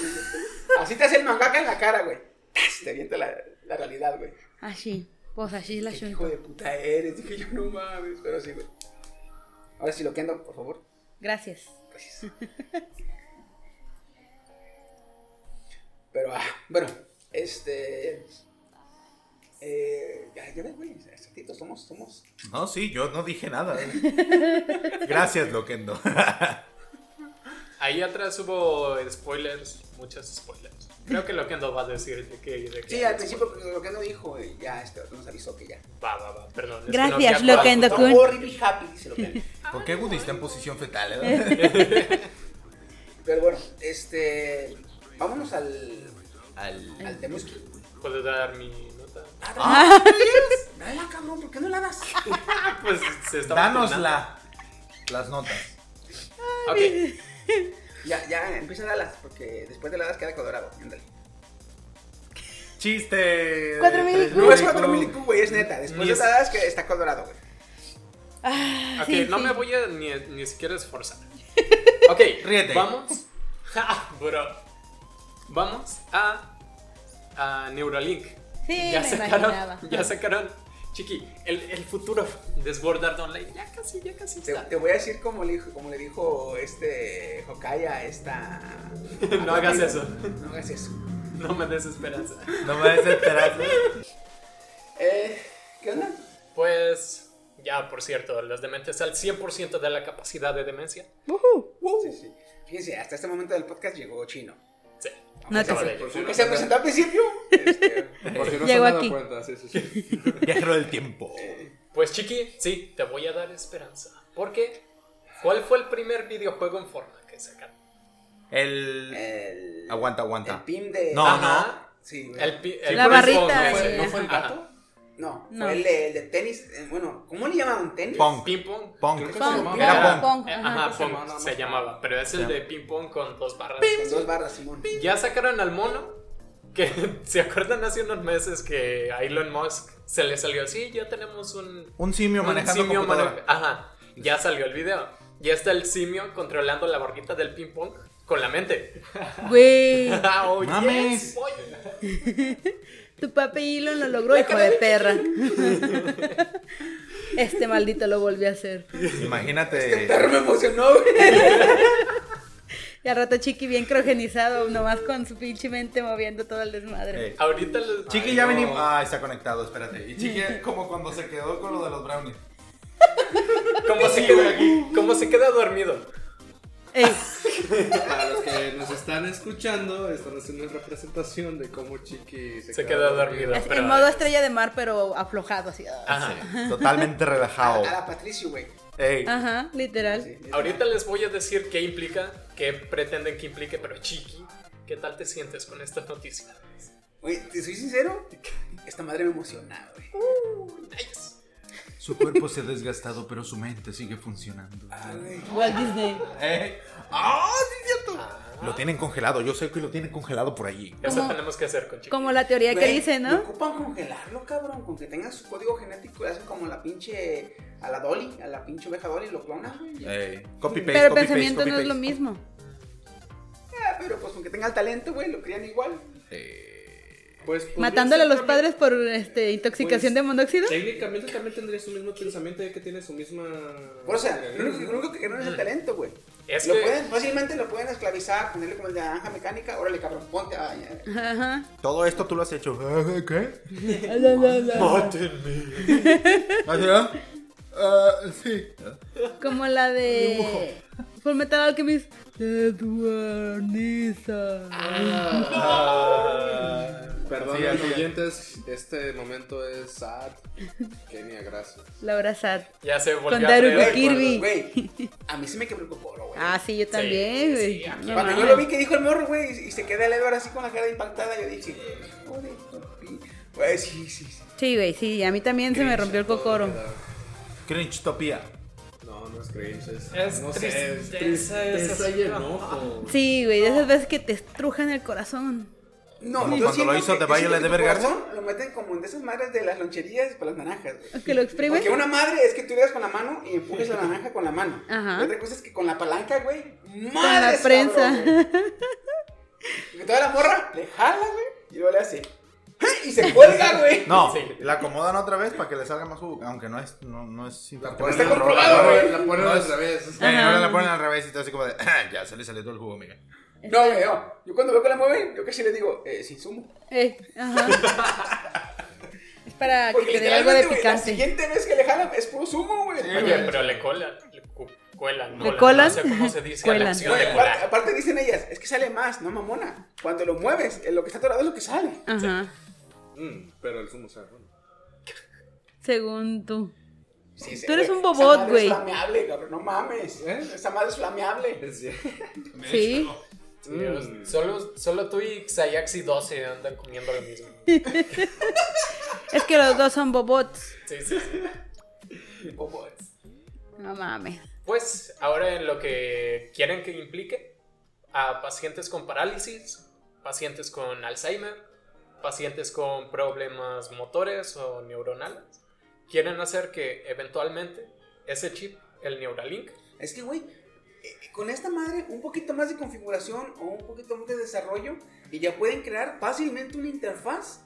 Así te hace el mangaka en la cara, güey. ¡Tas! Te avienta la, la realidad, güey.
Así, pues así es la
Qué hijo de puta eres. Dije yo, no mames. Pero sí, güey. Ahora sí, lo que ando, por favor.
Gracias.
Gracias. Pero, ah, bueno, este. Eh, ya, ya ves, güey, exactito, somos, somos.
No, sí, yo no dije nada. Gracias, Loquendo.
Ahí atrás hubo spoilers, muchos spoilers. Creo que lo que no va a decir de qué... De qué
Sí, al principio lo que no dijo, eh, ya este, nos avisó que ya.
Va, va, va, perdón. es que
Gracias,
no había-
Loquendo.
No
Kun.
worry, be happy, dice lo que
¿Por qué Woody está en posición fetal? eh?
Pero bueno, este. Vámonos al.
Al-
al Temuski.
¿Puedo dar mi nota?
Dala, cabrón, ¿por qué no la das?
Pues se está
Danosla. Las notas.
Ok.
ya, ya, empieza a darlas, porque después de la das queda colorado. Ándale. Eh,
Chiste.
Cuatro mil y
Tres
cu-
No es
y
4000
cu-
IQ, güey, es neta. Después
Ni
de
es-
la das que está colorado, güey.
Ok,
Sí,
no
sí.
me voy a ni, ni
*laughs*
siquiera esforzar. Ok,
Ríete.
Vamos. *laughs* Ja, bro. Vamos a, a Neuralink.
Sí,
ya
me
sacaron.
imaginaba.
Ya sacaron. Chiqui, el, el futuro desbordar online. Ya casi, ya casi
Te,
está.
te voy a decir como le, dijo- como le dijo este Hokaya a esta.
*laughs* No hagas eso.
No hagas eso.
No me des esperanza.
No me desesperas. *laughs*
Eh, ¿Qué onda?
Pues. Ya, por cierto, los dementes al 100% de la capacidad de demencia.
Sí, sí. Fíjense, hasta este momento del podcast llegó Chino.
Sí.
No
acaba
te
de ello.
Que se presentó al principio.
*laughs*
Este,
Por si
Llegó
no se han
aquí.
dado cuenta, sí, sí, sí.
Viajero del tiempo.
Pues Chiqui, sí, te voy a dar esperanza. Porque, ¿cuál fue el primer videojuego en forma que sacaron?
El.
El,
Aguanta, aguanta.
el pin de. Ah,
No,
Ajá.
Sí, güey.
El pi- el
La
ping
barrita,
pong,
eh,
güey.
¿No fue el
Ajá.
No,
No.
fue el, de- el de tenis. eh, Bueno, ¿cómo le llamaban tenis?
Pong.
Ping pong.
Pong.
Creo que
Pong,
Pong,
era
Ah, pong,
Eh,
ajá.
Ajá, pong
llamaba nada
se
más.
llamaba, pero es el de ping pong con dos barras.
Con dos barras, Simón.
Ya sacaron al mono, que *laughs* se acuerdan hace unos meses que a Elon Musk se le salió, sí, ya tenemos un,
Un simio
un
manejando computadora.
mane- Ajá, ya salió el video. Ya está el simio controlando la barrita del ping pong con
*laughs*
la mente. *laughs*
Güey,
Oh,
Mames.
yes, boy.
tu papi Elon lo logró, hijo de perra. Este maldito lo volvió a hacer.
*laughs* Imagínate.
Pero me emocionó, güey.
Y al rato Chiqui bien crogenizado, nomás con su pinche mente moviendo todo el desmadre.
Ey.
Ahorita los-
Eh, Chiqui,
Ay,
ya
no.
venimos. Ah, está conectado, espérate. Y
*laughs*
Chiqui, como cuando se quedó con lo de los brownies.
¿Cómo se, queda, cómo se queda dormido?
Ey,
*laughs* Para los que nos están escuchando, están haciendo una representación de cómo Chiqui se,
Se queda dormido.
así,
pero-
en modo estrella de mar, pero aflojado así.
Ah,
Ajá.
Totalmente
*laughs*
A,
Oh.
relajado.
a la Patricio, güey.
Ey,
Ajá, literal.
Ahorita les voy a decir qué implica, qué pretenden que implique, pero Chiqui, ¿qué tal te sientes con estas noticias?
Güey, te soy sincero. Esta madre me emociona, güey.
Nice.
su cuerpo se ha desgastado, pero su mente sigue funcionando.
Ah, güey.
Walt Disney.
Ey. ¡Ah, sí es cierto! Ah. Lo tienen congelado, yo sé que lo tienen congelado por allí.
Eso
Como-
tenemos que hacer con Chiqui.
Como la teoría que
Güey,
dice, ¿no?
ocupan congelarlo, cabrón. Con que tenga su código genético. y Hacen como la pinche. A la Dolly. A la pinche oveja Dolly. Lo clonan, güey.
Ey, Eh, Copy paste,
Pero el
copy
pensamiento
paste,
no
copy
es lo
paste.
mismo.
Ah, pero pues con que tenga el talento, güey. Lo crían igual.
Pues, podría
Matándole a
ser
los
también-
padres por este, intoxicación
Pues,
de monóxido.
Técnicamente también tendría su mismo pensamiento, ya que tiene su misma.
Por, o sea, lo único, lo único que no es
Mm.
el talento, güey.
Es
lo
que-
pueden, fácilmente lo pueden esclavizar, ponerle como el de naranja mecánica, órale cabrón, ponte a
Ajá.
Todo esto tú lo has hecho. Ah, ¿Qué?
¡Mátenme!
¿Así, ah? Ah, sí.
Como la de Full Metal Alchemist. Te duerniza.
Ah.
Perdón,
Sí, así es.
oyentes, este momento es sad. *laughs* Kenia, gracias.
Laura Sad.
Ya se volvió
Con
a traer.
Daruki
güey.
Kirby. *laughs*
Güey, a mí sí me quebró el cocoro, güey.
Ah, sí, yo también, güey. No
Cuando yo
mames.
lo vi que dijo el morro, güey, y- y se queda el Edward así con la cara impactada, yo dije, joder, papi". güey, sí, sí, sí.
Sí, güey, sí, a mí también se me rompió el cocoro.
Cringe topía.
No, no es cringe, es,
Es
no sé, es
tristeza,
tristeza
es
y enojo.
Sí, güey, de esas veces que te estrujan el corazón.
No,
Como
yo
cuando
siento
lo
que-
hizo de
yo siento
Violet
que tu
Evergarden.
corazón Lo meten como en de esas madres de las loncherías para las naranjas, güey.
¿Que lo exprimes?
Porque una madre es que tú le das con la mano y empujes la naranja con la mano.
Ajá.
Y otra cosa es que con la palanca, güey, madre.
la prensa. *laughs*
Porque toda la morra le jala, güey, y luego le hace. ¡ah! Y se cuelga, güey.
No,
Sí.
la acomodan otra vez para que le salga más jugo, aunque no es, no, no es
ponen
Está
al-
comprobado,
la ponen-
güey.
La ponen al revés.
Eh, ahora la ponen al revés y todo así como de, "Ah, ya se le salió todo el jugo, amiga.
No,
Este-
güey, no. Yo cuando veo que la mueven, yo casi le digo, eh, sin zumo.
Eh, ajá. es para que
Porque
te dé algo de
literalmente, güey, la
picante.
siguiente vez que le jalan es puro zumo, güey.
Oye, pero le colan. Le cu- cuelan. no
¿Le
la-
colan?
No sé cómo se dice.
Cuelan.
La acción
Güey,
de
aparte,
colar.
aparte dicen ellas, es que sale más, no mamona. Cuando lo mueves, eh, lo que está atorado es lo que sale.
Ajá.
Mm, pero el zumo sabe bueno.
Según tú.
Sí, sí,
Tú eres
güey.
un bobot,
Esa madre
güey.
Es flameable, cabrón, no mames. Esa madre es flameable.
Es cierto.
Sí.
Dios, solo, solo tú y Xayaxi 12 andan comiendo lo mismo.
Es que los dos son bobots.
Sí, sí, sí.
Bobots.
No mames.
Pues ahora en lo que quieren que implique a pacientes con parálisis, pacientes con Alzheimer, pacientes con problemas motores o neuronales, quieren hacer que eventualmente ese chip, el Neuralink,
Es que, güey, eh, con esta madre, un poquito más de configuración o un poquito más de desarrollo, y ya pueden crear fácilmente una interfaz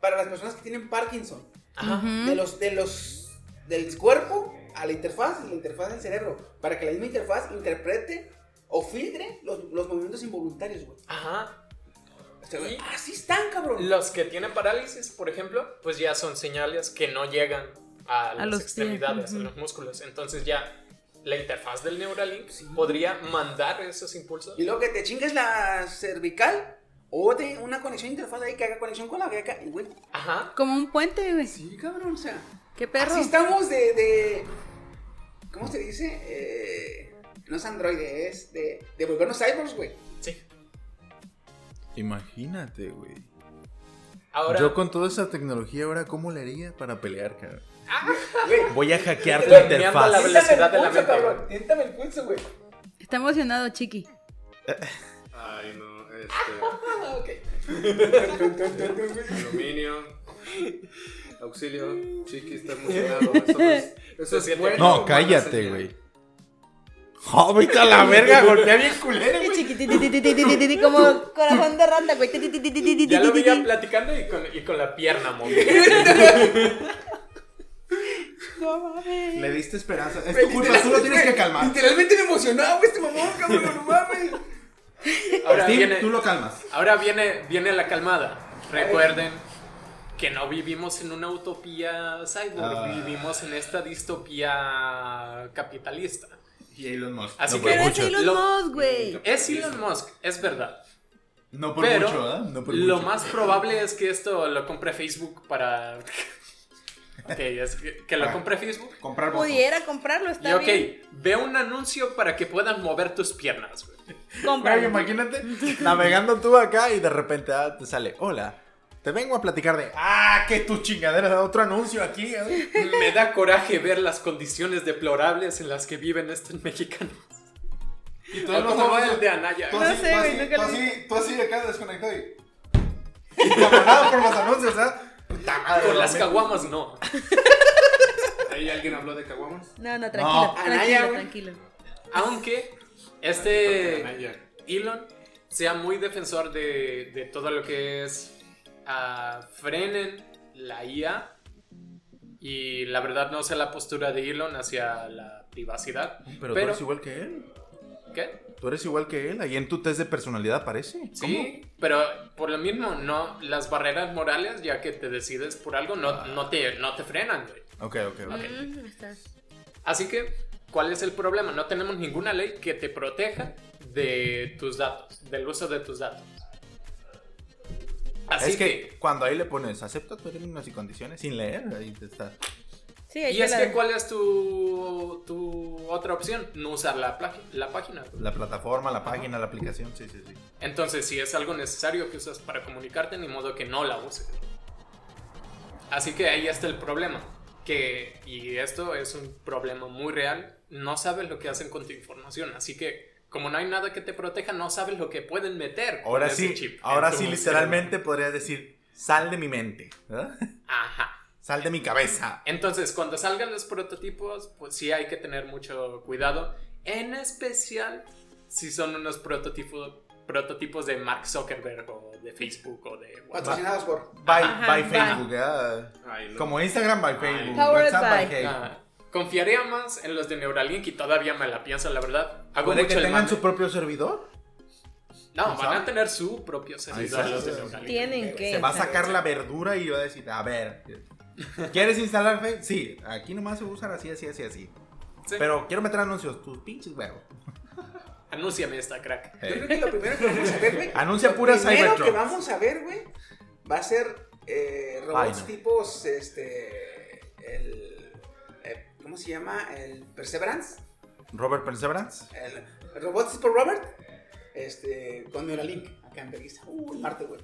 para las personas que tienen Parkinson.
ajá,
De los, de los, del cuerpo a la interfaz, y la interfaz del cerebro, para que la misma interfaz interprete o filtre los, los movimientos involuntarios, güey.
ajá,
O sea, güey,
Y-
así están, cabrón.
Los que tienen parálisis, por ejemplo, pues ya son señales que no llegan a, las
los pies,
extremidades,
ujú.
a los músculos. Entonces ya la interfaz del Neuralink podría mandar esos impulsos.
Y luego que te chingues la cervical o de una conexión de interfaz ahí que haga conexión con la beca, y, güey.
Ajá.
Como un puente, güey.
Sí, cabrón, o sea.
Qué perro.
Así estamos de, de- ¿Cómo se dice? Eh, No es androide, es de, de volvernos cyborgs, güey.
Imagínate, güey.
Ahora,
Yo con toda esa tecnología ahora, ¿cómo le haría para pelear, cabrón?
Güey,
Voy a hackear tu
Flameando Ah. la
tiéntame
interfaz.
velocidad de
el
la
pulso,
mente.
cabrón. Tiéntame el pulso, güey.
Está emocionado, Chiqui.
Ay,
*laughs*
no, este.
Ah, ok.
aluminio. Auxilio. Chiqui está emocionado. Eso no es, eso es bueno.
No,
mala
cállate,
señal.
güey. *laughs* ¡Oh, vete a la
*laughs*
verga! Golpea bien culero,
Qué
güey.
chiquitititititititi, como corazón de rata, güey.
ya lo veía
Tititititititititi.
platicando y con, y con la pierna *laughs* móvil.
No mames.
Le diste esperanza. Es
Güey,
tu culpa,
literal-
tú lo tienes que
güey,
calmar.
Literalmente me emocionaba, güey, este mamón, cabrón, no mames.
Ahora
Steve,
viene,
tú lo calmas.
ahora viene, viene la calmada. Recuerden que no vivimos en una utopía cyborg, vivimos en esta distopía capitalista.
Y Elon Musk.
Así
no
que-
por
Pero es
mucho.
Elon
Lo-
Musk, güey.
Es Elon Musk, es verdad.
No por
Pero
mucho, ¿eh? No por
lo
mucho.
más probable es que esto lo compre Facebook para... *laughs* ok, es que, que
Ah.
lo compre Facebook.
Comprar votos.
Pudiera comprarlo,
Y
está
ok,
bien.
ve un anuncio para que puedas mover tus piernas. güey.
Güey,
Cómpralo.
imagínate navegando tú acá y de repente ah, te sale, hola, te vengo a platicar de, ah, que tus chingaderas, otro anuncio aquí. ¿eh?".
Me da coraje ver las condiciones deplorables en las que viven estos mexicanos.
Y
Ah, ¿Cómo va el de Anaya?
Tú
No
así,
sé,
tú
güey,
así,
nunca
tú
lo
así, tú así acá desconectado y... y cabronado por los anuncios, ¿ah? Puta madre,
Con las
güey.
caguamas no.
Ahí alguien habló de caguamas.
No, no, tranquilo. Tranquilo,
Anaya, güey.
tranquilo.
Aunque
Ah,
Ahí
este
ya.
Elon sea muy defensor de, de todo lo que es ah, frenen la IA y la verdad no sé la postura de Elon hacia la privacidad.
Pero, tú
Pero-
eres igual que él.
¿Qué?
Tú eres igual que él. Ahí en tu test de personalidad aparece.
Sí, pero por lo mismo no las barreras morales ya que te decides por algo no,
Ah.
no te no te frenan, güey.
¿Cómo? Ok, ok, ok.
Mm, estás-
Así que, ¿cuál es el problema? No tenemos ninguna ley que te proteja de tus datos, del uso de tus datos. Así
es que,
que,
cuando ahí le pones acepta términos y condiciones sin leer, ahí te está.
Sí, ahí
y
te
es
la
que,
doy.
¿cuál es tu, tu otra opción? No usar la, pla- la página.
La plataforma, la página, la aplicación, sí, sí, sí.
Entonces, si es algo necesario que usas para comunicarte, ni modo que no la uses. Así que ahí está el problema. Que, y esto es un problema muy real. No sabes lo que hacen con tu información. Así que, como no hay nada que te proteja, no sabes lo que pueden meter. con
Ahora
ese
sí,
chip
ahora
en tu
sí, literalmente podrías decir, sal de mi mente, ¿verdad? *laughs*
cerebro. Ajá.
sal de mi cabeza.
Entonces, cuando salgan los prototipos, pues sí hay que tener mucho cuidado. En especial si son unos prototipos, prototipos de Mark Zuckerberg o de Facebook o de WhatsApp.
Patrocinados por.
By,
Ajá,
by
bye.
Facebook, ¿verdad?
Ay, no.
Como Instagram by Facebook,
Powered
WhatsApp by,
by.
Facebook.
Ah, Confiaría más en los de Neuralink y todavía me la pienso, la verdad. Hago
¿Puede
mucho
que
el
tengan
mame.
su propio servidor?
No, van a
¿Sabe?
tener su propio servidor
está.
los de Neuralink.
Tienen que.
Se va a sacar la verdura y va a decir, a ver, ¿quieres instalar Facebook? Sí, aquí nomás se usan así, así, así, así.
Sí.
Pero quiero meter anuncios, tus pinches huevos. Eh,
Anúnciame esta crack.
Yo creo que lo primero que vamos a ver, güey.
Anuncia
lo
Ah, pura
primero
Cybertron.
que vamos a ver, güey, va a ser eh, robots
Ay, no.
tipos, este, el, eh, ¿cómo se llama? El Perseverance.
Robert Perseverance.
El, robots tipo Robert. Este, con Neuralink, acá en Berguisa. Uh, el Marte, güey.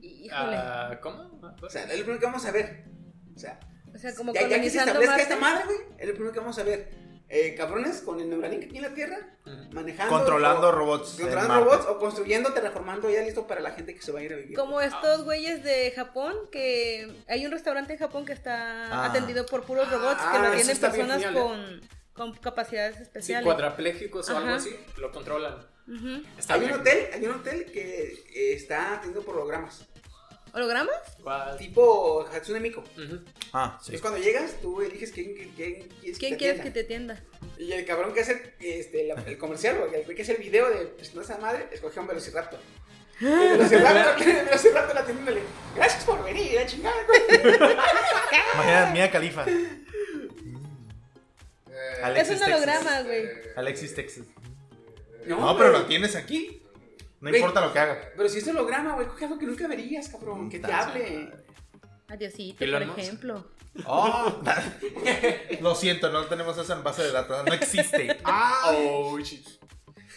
Híjole.
Ah, ¿Cómo?
O sea, es lo primero que vamos a ver. O sea,
O sea, como
ya, ya que se
colonizando
establezca esta
Marte.
madre, güey, es lo primero que vamos a ver. Eh, cabrones con el Neuralink aquí en la Tierra, manejando.
Controlando
o-
robots. en
Controlando
Marte.
robots o construyendo, terraformando ya listo para la gente que se va a ir a vivir.
Como estos güeyes de Japón, que hay un restaurante en Japón que está
Ah.
atendido por puros robots,
Ah,
que lo
eso
tienen
está bien
personas
genial,
con, con capacidades
Sí,
especiales.
cuadrapléjicos o algo
Ajá.
así, lo controlan.
Ujú.
Está
Hay
bien.
un hotel, hay un hotel que eh, está teniendo programas.
¿Hologramas?
Guau.
Tipo Hatsune Miku.
Ujú.
Ah, sí.
Es cuando llegas, tú eliges quién, quién, quién quieres
¿Quién
te
quieres que
atienda.
te tienda?
Y el cabrón que hace este, la- el comercial, güey, el güey que hace el video de presentando esa madre, escogió un velociraptor.
Ah.
El velociraptor, *laughs* el velociraptor atendiéndole. Gracias por venir, la chingada.
Imagina,
*laughs*
Mía Califa.
es un holograma, güey.
Alexis Texas.
No,
No, pero lo tienes aquí. No
Güey.
importa lo que haga.
Pero si es holograma, güey, coge algo que nunca verías, cabrón. Que te
Puta
hable.
Adiosito,
Elon
por
Musk.
ejemplo.
Oh, lo siento, no tenemos esa en base de datos, no existe. Ah.
Oh, shit.
*laughs*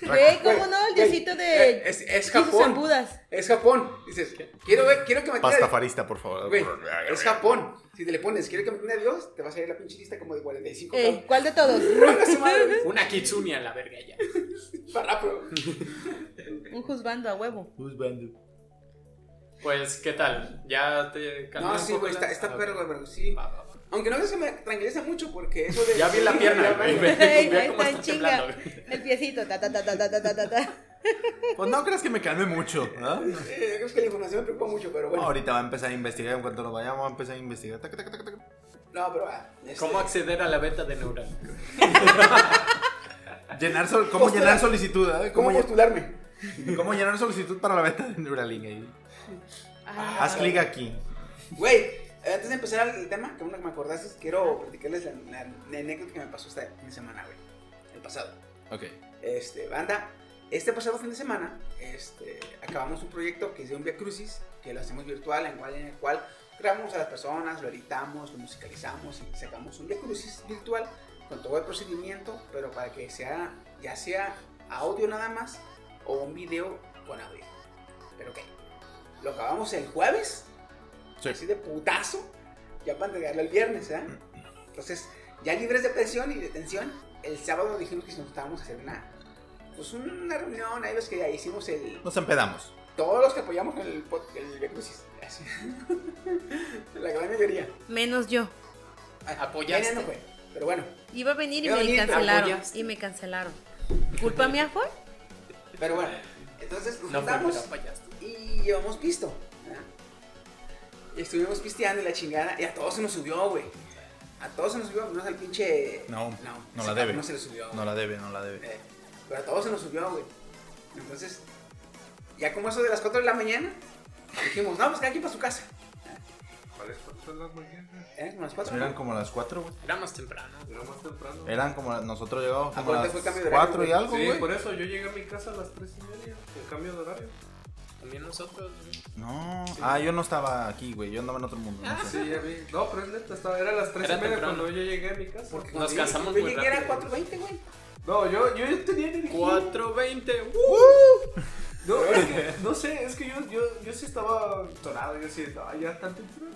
Güey, ¿cómo no? El diosito
Eh,
de.
Es, es
Jesús
Japón.
and Budas.
Es Japón. Dices, quiero ver, quiero que me tenga.
Pastafarista, por favor.
Güey, es Japón. Si te le pones, quiero que me tenga Dios, te va a salir la pinche lista como de 45.
Eh,
cabrón.
¿Cuál de todos?
Chinga *laughs* su madre, güey.
Una kitsune a la verga ya.
Para
*laughs*
rápido.
Un juzgando a huevo.
Pues, ¿qué tal? Ya te calmé
No,
un
sí,
poco
güey,
la-
está, está
Ah,
perro, güey, pero sí.
va, va, va.
Aunque no sé si me tranquiliza mucho porque eso de. *laughs*
Ya vi la pierna, güey. Ve,
Ey,
ve
ahí
cómo
está
está
en chinga.
temblando.
El piecito. Ta, ta, ta, ta, ta, ta, ta, ta, ta.
Pues no creas que me calme mucho. ¿ah?
Eh, es que la información me preocupa mucho, pero bueno.
Ahorita va a empezar a investigar. En cuanto nos vayamos, va a empezar a investigar. Tac, tac, tac, tac.
No, pero. ah, este,
¿Cómo acceder a la beta de Neural?
Llenar sol- ¿Cómo
Postula-
llenar solicitud? ah?
¿Cómo
¿Cómo, lle-
postularme?
cómo llenar solicitud para la beta de Neuralink? ahí?
Ah,
Ah,
Haz clic aquí.
Güey, eh, antes de empezar el tema, que aún no me acordaste, quiero platicarles la, la- la anécdota que me pasó esta fin de semana, güey. El pasado.
Ok.
Este, banda, este pasado fin de semana, este, acabamos un proyecto que es de un Via Crucis, que lo hacemos virtual, en, cual, en el cual grabamos a las personas, lo editamos, lo musicalizamos y sacamos un Via Crucis virtual con todo el procedimiento, pero para que sea, ya sea audio nada más o un video con audio. Pero ok, lo acabamos el jueves,
Sí.
así de putazo, ya para entregarlo el viernes, ¿eh? Entonces, ya libres de presión y de tensión, el sábado dijimos que nos estábamos a hacer una, pues una reunión, ahí ves que ya hicimos el,
Nos empedamos.
todos los que apoyamos el, pod- el Via Crucis, así. *laughs* la gran mayoría.
Menos yo.
Ay,
¿Apoyaste?
Elena no fue, pero bueno,
Iba a venir y
Iba a
me
venir, ah, pues pero
cancelaron.
apoyaste.
Y me cancelaron. ¿Culpa mía fue?
pero bueno, entonces nos
No fue,
juntamos.
pero fallaste.
y llevamos pisto. ¿verdad? Y estuvimos pisteando y la chingada. Y a todos se nos subió, güey. A todos se nos subió, menos al pinche.
No, no,
ese
la debe.
cabrón No se le subió.
No
güey.
la debe, no la debe.
Eh, pero a todos se nos subió, güey. Entonces, ya como eso de las 4 de la mañana, dijimos, no, pues cada quien para su casa.
¿Cuáles cuatro de la mañana?
Eran como las 4.
Eran como las 4, güey.
Era más temprano.
Era más temprano.
Eran como la- nosotros llegamos como
Acuérdate,
las
fue cambio de horario,
4 y
güey.
algo,
Sí,
güey. pues.
por eso yo llegué a mi casa a las tres y media. En cambio de horario.
También nosotros. ¿no?
No. Ah, yo no estaba aquí, güey. Yo andaba en otro mundo. no sé.
Ah, Sí, ya vi. No, pero es neta, estaba, era a las tres
Era
y media
temprano.
cuando yo llegué a mi casa.
Nos casamos
Yo
muy
llegué era
rápido.
4.20, güey.
No, yo, yo tenía energía.
4.20.
No, es que, *laughs* no sé, es que yo, yo, yo sí estaba tonado, yo sí, no, ya tan temprano.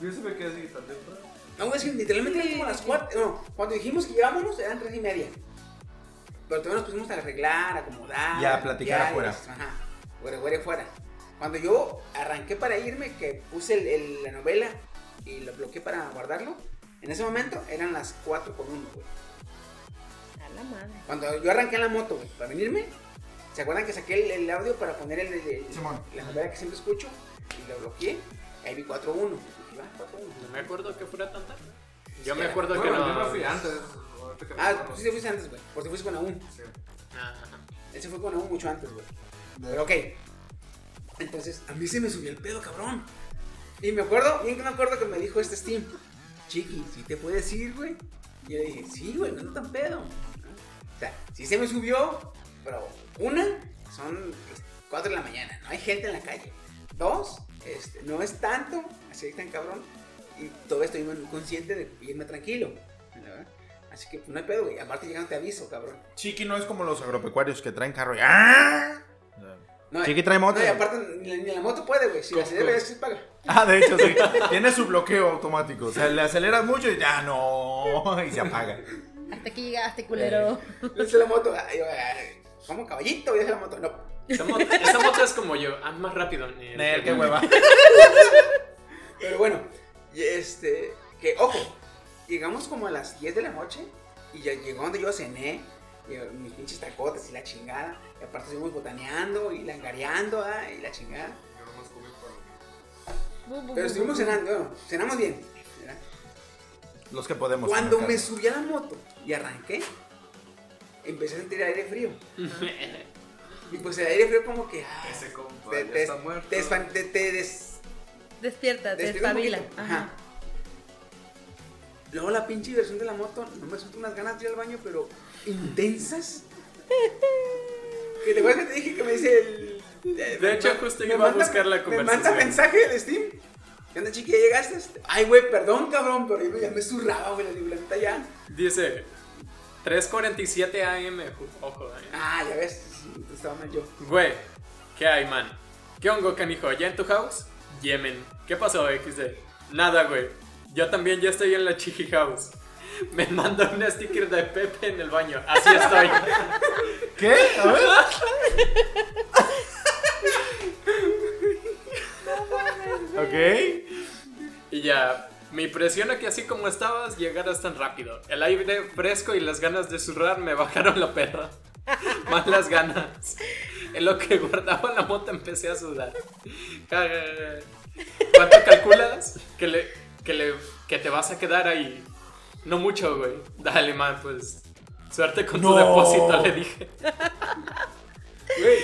Yo sí me quedé así tan temprano.
No, güey, es que literalmente eran como las 4. No, cuando dijimos que llevámonos eran 3 y media. Pero todavía nos pusimos a arreglar, a acomodar.
Ya,
a
a platicar
limpiar,
afuera.
y nos- Ajá, güere, güere, fuera. Cuando yo arranqué para irme, que puse el- el- la novela y lo bloqueé para guardarlo, en ese momento eran las 4 con 1, güey.
A la madre.
Cuando yo arranqué en la moto, güey, para venirme, ¿se acuerdan que saqué el, el audio para poner el, el- el-
Simón.
la novela que siempre escucho? Y lo bloqueé. Ahí vi 4-1. Y dije, "Ah, "Va, 4-1.
No me acuerdo que fuera tan tarde. Yo
Sí,
me
era-
acuerdo
Bueno,
que no.
yo me fui antes. ahorita que me
Ah,
acuerdo.
tú sí te fuiste antes, güey. Porque fuiste con Aún.
Sí.
Ah, ajá.
Él se fue con Aún mucho antes, güey. Pero ok. Entonces, a mí se me subió el pedo, cabrón. Y me acuerdo, bien que me acuerdo que me dijo este Steam, Chiqui, si te puedes ir, güey. Y yo le dije, sí, güey, no ando tan pedo. O sea, sí se me subió, pero una, son pues, cuatro de la mañana, no hay gente en la calle. Dos, este, no es tanto, así tan cabrón. Y todavía estoy muy consciente de irme tranquilo, ¿verdad? Así que pues, no hay pedo, güey. Aparte, llegando te aviso, cabrón.
Chiqui no es como los agropecuarios que traen carro y ¡ah!
No,
Chiqui trae moto.
No, y aparte, ni la, ni la moto puede, güey. Si la
Costco.
debe, se paga.
*laughs*
*laughs*
Ah, de hecho, sí. Tiene su bloqueo automático. O sea, le aceleras mucho y ya no. Y se apaga.
Hasta aquí llegaste, culero.
Le hice la moto. ay, yo, ay, Como caballito, voy a hacer la moto. No.
Esa moto, esa moto es como yo. Ah, más rápido. Nel,
Nel, qué hueva.
Pero bueno, y este. Que, ojo, llegamos como a las 10 de la noche. Y ya llegó donde yo cené. y, eh, mis pinches tacotes y la chingada. Y aparte, estuvimos botaneando y langareando, ah, y la chingada.
Yo nomás comí para
Pero estuvimos cenando, bueno, cenamos bien. ¿verdad?
Los que podemos.
Cuando
en el
me
caso.
subí a la moto y arranqué, empecé a sentir aire frío. Y pues el aire frío, como que. ah,
ese compa,
te,
ya
te-
está muerto.
te espan- te- te des-
Despierta,
te despierta un
despabila.
poquito.
Ajá.
Ajá. Luego la pinche diversión de la moto, no me resulta unas ganas de ir al baño, pero intensas. que te acuerdas que te dije que me dice el.
De hecho, justo iba a buscar la
Me manda
conversación.
mensaje del Steam. ¿Qué onda, chiqui? ¿Ya llegaste? Ay, güey, perdón, cabrón, pero yo ya me zurraba, güey, la libranita ya.
*laughs* Dice 3.47 AM. ju- Ojo, eh.
Ah, ya ves, estaba mal yo.
Güey, ¿qué hay, man? ¿Qué hongo, canijo? ¿Ya en tu house? Yemen. ¿Qué pasó, XD? Nada, güey. Yo también ya estoy en la chiqui house. *laughs* Me manda un sticker de Pepe en el baño. Así estoy.
¿Qué? A ver. ok.
Y ya, me impresiona que así como estabas, llegaras tan rápido. El aire fresco y las ganas de zurrar me bajaron la perra. *laughs* Más las ganas. En lo que guardaba la moto empecé a sudar. Ja, ja, ja. ¿Cuánto calculas que, le, que, le, que te vas a quedar ahí? No mucho, güey. Dale, man, pues. Suerte con tu
No.
depósito, le dije.
Güey,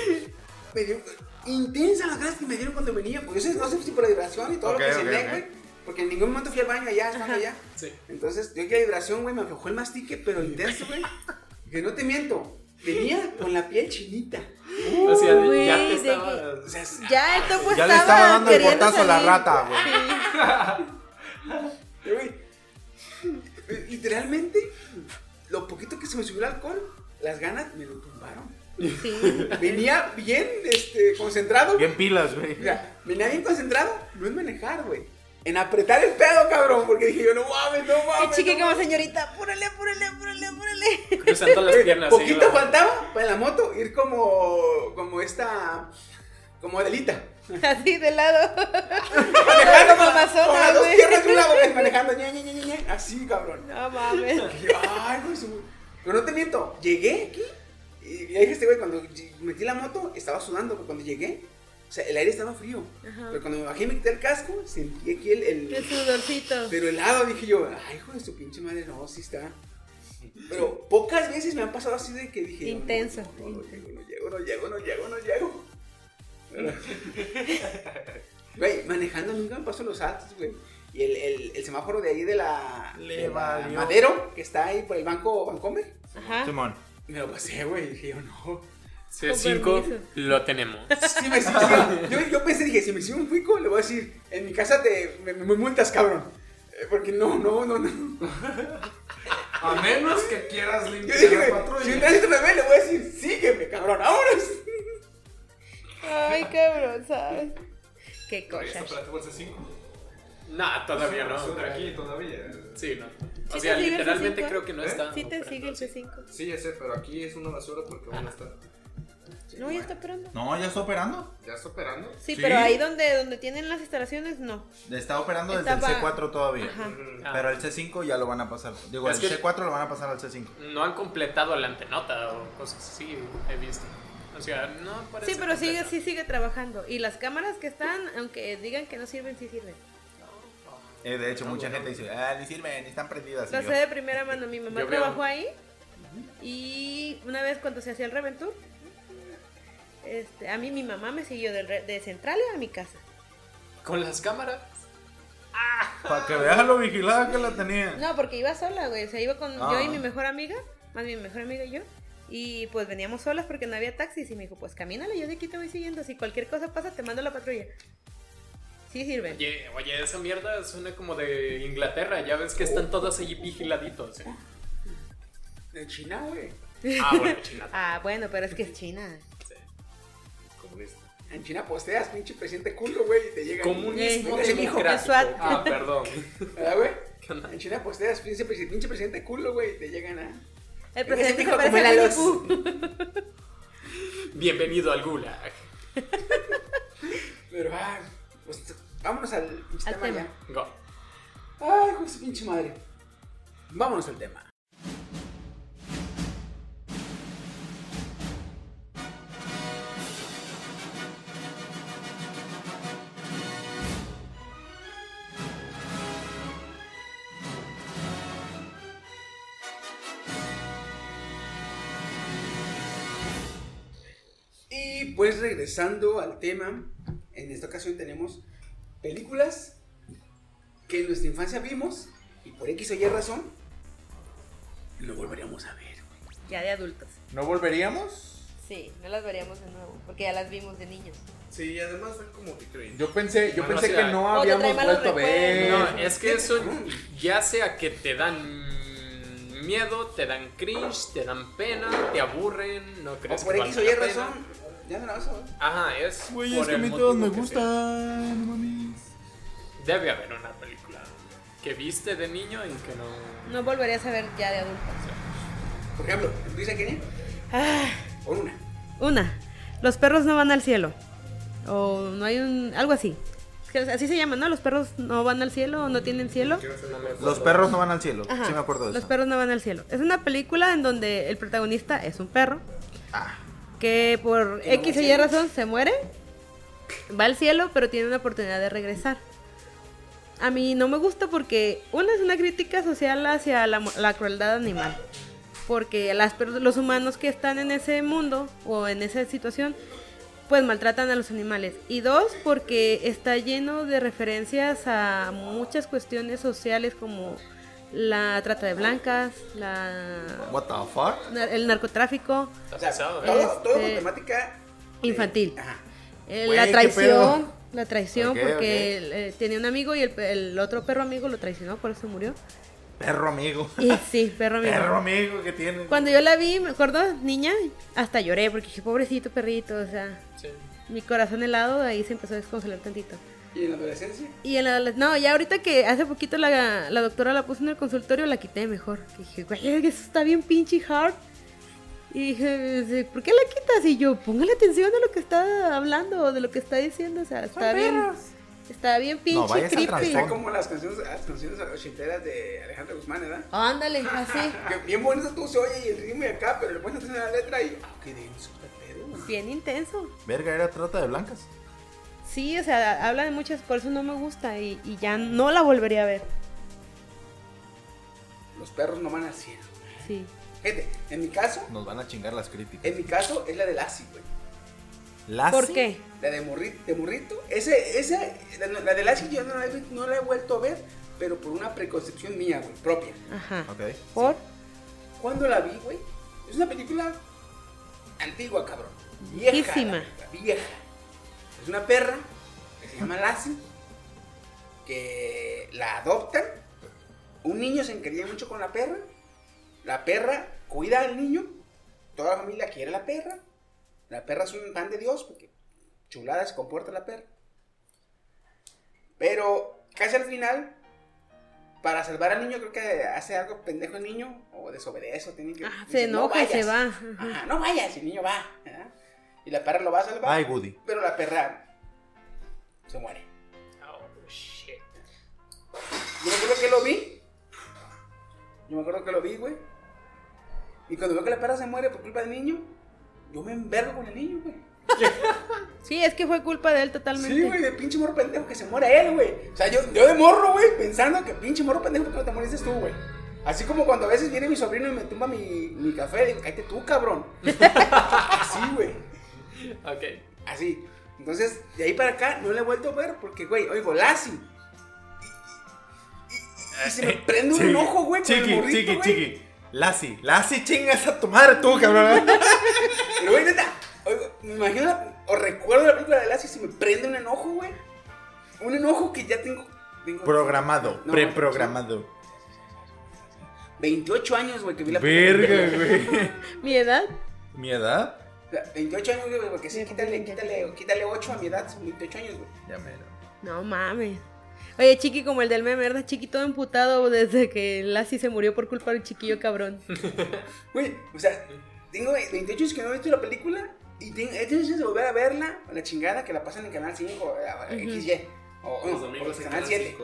me dio intensas las ganas que me dieron cuando venía, porque yo sé- no sé si por la vibración y todo
Ok,
lo que
ok,
cené,
ok.
güey. Porque en ningún momento fui al baño allá, estando allá.
Sí.
Entonces, yo que la vibración, güey, me aflojó el mastique, pero intenso, güey. Que no te miento, venía con la piel chinita.
O sea,
Güey,
ya te
de
estaba.
O sea, es-
Ya el topo estaba
Ya le estaba dando el
queriendo
portazo a la
salir.
rata, güey.
Güey, literalmente, lo poquito que se me subió el alcohol, las ganas me lo tumbaron. *laughs*
Sí.
Venía bien este, concentrado.
Bien pilas, güey.
O sea, venía bien concentrado, no en manejar, güey. En apretar el pedo, cabrón, porque dije yo, no mames, no
Y
mames.
chique
no
como
mames.
señorita, apúrale, apúrale, apúrale, apúrale.
Cruzando las
Güey,
piernas. sí,
Poquito
güey.
faltaba para la moto ir como, como esta, como Adelita.
Así de lado.
Manejando con, la-
Amazona,
con las dos
güey.
piernas de un lado, güey, manejando, ñe, ñe, ñe, ñe, ñe, así, cabrón.
No mames.
Y yo, Ay, güey, su- Pero no te miento, llegué aquí. Y ya dije este güey, cuando ll- metí la moto, estaba sudando, pero cuando llegué, o sea, el aire estaba frío. Pero cuando me bajé y me quité el casco, sentí aquí el, el-
El sudorcito.
pero helado, dije yo, ay, hijo de su pinche madre, no, sí está. Pero pocas veces me han pasado así de que dije. no,
Intenso.
No, no, no llego, no llego, no llego, no llego, no llego. Pero- *laughs* Güey, manejando nunca me paso los altos, güey. Y el, el, el semáforo de ahí de la,
Le
de la
valió.
Madero, que está ahí por el banco Bancomer,
Ajá.
Simón.
me lo pasé, güey. Dije yo, no.
C5
permiso.
lo tenemos.
Si me hicieron- yo, yo pensé, dije, si me hicieron un cuico, le voy a decir, en mi casa te, me, me multas, cabrón. Eh, Porque no, no, no, no.
A menos que quieras
*laughs* Yo
limpiar
dije,
la
güey, si un
patrulla.
tránsito me ve, le voy a decir, sígueme, cabrón, vámonos.
Ay, cabrón, ¿sabes? Qué cosa.
Esto para tu bolsa 5.
Nah, todavía no.
aquí todavía.
Sí, no. O
¿Sí te
sea,
sigue el
literalmente
C5?
creo que no
¿Eh?
está.
Sí te
operando.
sigue el C5.
Sí, ya sé, pero aquí es una basura porque aún no está.
No, ya está operando.
No, ya está operando.
¿Ya está operando?
Sí,
Sí.
pero ahí donde, donde tienen las instalaciones, no.
Está operando
Estaba-
desde el C4 todavía.
Ajá.
Ah.
Pero el C5 ya lo van a pasar. Digo,
Es
el
que-
C4 lo van a pasar al C5.
No han completado la antenota o cosas así, he visto. O sea, no parece.
Sí, pero sigue,
completa.
sí sigue trabajando. Y las cámaras que están, aunque digan que no sirven, sí sirven.
Eh, de hecho, mucha gente dice, ah, ni sirven, ni están prendidas.
Lo
Y
sé
yo,
de primera mano. Mi mamá
Yo veo.
trabajó ahí. Y una vez cuando se hacía el Reventur, este, a mí mi mamá me siguió del re- de Central a mi casa.
Con las cámaras.
Para que veas lo vigilada que la tenía.
No, porque iba sola, güey. O sea, iba con
Ah.
yo y mi mejor amiga, más mi mejor amiga y yo. Y pues veníamos solas porque no había taxis. Y me dijo, pues camínale, yo de aquí te voy siguiendo. Si cualquier cosa pasa, te mando a la patrulla. Sí sirven.
Oye, oye, esa mierda suena como de Inglaterra. Ya ves que están todos allí
*laughs*
vigiladitos. ¿eh?
De China, güey.
Ah, bueno, chingada.
Ah, bueno, pero es que es China.
En China posteas, pinche presidente culo, güey, y te llega.
Eh,
Comunismo
Venga, sí, mijo.
democrático.
SWAT. *laughs*
Ah, perdón.
¿Verdad, güey? En China posteas, pinche, presi- pinche presidente culo, güey, y te llegan a.
El
Venga, sí,
presidente se
mijo, como
parece a
la
Winnie
luz.
Pooh.
Bienvenido al Gulag.
Pero, ah, pues vámonos al pinche
Al
tema,
tema.
ya.
Go.
Ay, hijo de su pinche madre. Vámonos al tema. Y pues regresando al tema, en esta ocasión tenemos películas que en nuestra infancia vimos y por X o Y razón no volveríamos a ver.
Ya de adultos.
¿No volveríamos?
Sí, no las veríamos de nuevo, porque ya las vimos de niños.
Sí, y además son como que cringe.
Yo pensé, yo
No, no
pensé
sé,
que
ay.
no
Oh, te trae
habíamos
malos
vuelto a ver.
recuerdos.
No, es que eso ya sea que te dan miedo, te dan cringe, te dan pena, te aburren, no
O
crees
por
que
X o
valga
Y
la pena.
razón. Ya no la vas a ver.
Ajá, es
Güey,
por
es que a
el
mí
motivo
todas me
que
gustan,
sea. Debe haber una película que viste de niño en que no
No volverías a ver ya de adulto.
Por ejemplo, Luisa Kenia,
Ah,
por una.
una. Los perros no van al cielo. O no hay un. Algo así. Es que Así se llama, ¿no? Los perros no van al cielo o no tienen cielo.
Los perros no van al cielo.
Ajá.
Sí me acuerdo de
Los
eso.
perros no van al cielo. Es una película en donde el protagonista es un perro
Ah.
que por
Que no va
X o
al
Y
cielo.
razón se muere, va al cielo, pero tiene una oportunidad de regresar. A mí no me gusta porque una es una crítica social hacia la, mu- la crueldad animal. Porque las, per- los humanos que están en ese mundo o en esa situación pues maltratan a los animales. Y dos, porque está lleno de referencias a muchas cuestiones sociales como la trata de blancas, la,
What the fuck?
nar- el narcotráfico
O sea,
¿eh?
todo, todo
Este-
con temática.
infantil. Eh,
Güey,
la
qué
traición,
pedo.
la traición,
Ok,
porque
ok.
él, eh, tenía un amigo y el, pe- el otro perro amigo lo traicionó, por eso murió.
Perro amigo.
Y sí, perro amigo.
Perro amigo que tiene.
Cuando yo la vi, me acuerdo, niña, hasta lloré porque dije, pobrecito perrito, o sea, mi corazón helado ahí se empezó a desconsolar tantito.
¿Y en la adolescencia?
Y en la adolesc- no, ya ahorita que hace poquito la, la doctora la puso en el consultorio, la quité mejor. Dije, güey, es que eso está bien pinche hard. Y dije, ¿por qué la quitas? Y yo, póngale atención a lo que está hablando, o de lo que está diciendo. O sea, está bien. Está bien
No,
pinche
vayas
creepy.
Está como las canciones, las canciones ochenteras de Alejandro Guzmán, ¿verdad?
Ándale, así.
Que bien bonito tú se oye y el ritmo y acá, pero le pones atención a la letra y. ah, qué denso, qué pedo.
Bien intenso.
Verga, era trata de blancas.
Sí, o sea, habla de muchas, por eso no me gusta. Y, y ya no la volvería a ver.
Los perros no van al cielo.
Sí.
Gente, en mi caso,
Nos van a chingar las críticas.
en mi caso es la de Lassie, güey. ¿Ah,
¿Las?
qué?
La de, Morri- de Morrito. Ese, esa, la, la de Lassie yo no la, he, no la he vuelto a ver, pero por una preconcepción mía, güey, propia.
Ajá.
Ok.
¿Por?
¿Cuándo la vi, güey? Es una película antigua, cabrón. Vieja.
Viejísima.
la película, vieja. Es una perra que se llama Lassie, que la adoptan. Un niño se encariña mucho con la perra. La perra cuida al niño. Toda la familia quiere a la perra. La perra es un pan de Dios porque chulada se comporta la perra. Pero casi al final, para salvar al niño, creo que hace algo pendejo el niño o desobedece o tiene que.
Ah, Se
dice,
enoja y se va.
vayas".
Ajá.
Ajá, no vayas, el niño va. ¿verdad? Y la perra lo va a salvar.
Ay, Woody.
Pero la perra se muere.
Oh, shit.
Yo me acuerdo que lo vi. Yo me acuerdo que lo vi, güey. Y cuando veo que la perra se muere por culpa del niño, yo me envergo con el niño, güey.
Sí, es que fue culpa de él totalmente.
Sí, güey, de pinche morro pendejo que se muera él, güey. O sea, yo, yo de morro, güey, pensando que pinche morro pendejo porque no te moriste tú, güey. Así como cuando a veces viene mi sobrino y me tumba mi, mi café, digo, cállate tú, cabrón. *laughs* Así, güey.
Ok.
Así. Entonces, de ahí para acá no le he vuelto a ver porque, güey, oigo, Lassie. Y- Y, y se me prende un
Eh, Chiqui,
ojo, güey, con el
Chiqui,
morrito,
chiqui,
güey.
chiqui. Lassi, Lassi, chingas a tu madre tú, cabrón.
Pero, güey, neta, oigo, me imagino la- o recuerdo la película de Lassie y se me prende un enojo, güey. Un enojo que ya tengo. tengo
Programado,
No,
preprogramado.
28 años, güey, que vi la
Verga,
película.
güey.
Mi edad.
¿Mi edad?
O sea, 28 años, güey, porque sí, quítale, quítale, quítale 8 a mi edad, son 28 años, güey.
Ya mero.
No mames. Oye, Chiqui, como el del meme, ¿verdad? Chiqui todo emputado desde que Lassie se murió por culpa de un chiquillo
*laughs*
cabrón.
Güey, o sea, tengo 28 años que no he visto la película y tengo he tenido chance de volver a verla, a la chingada que la pasan en Canal 5, a- a-
Ujú.
XY. O,
Los
no, por
domingos en
Canal 7.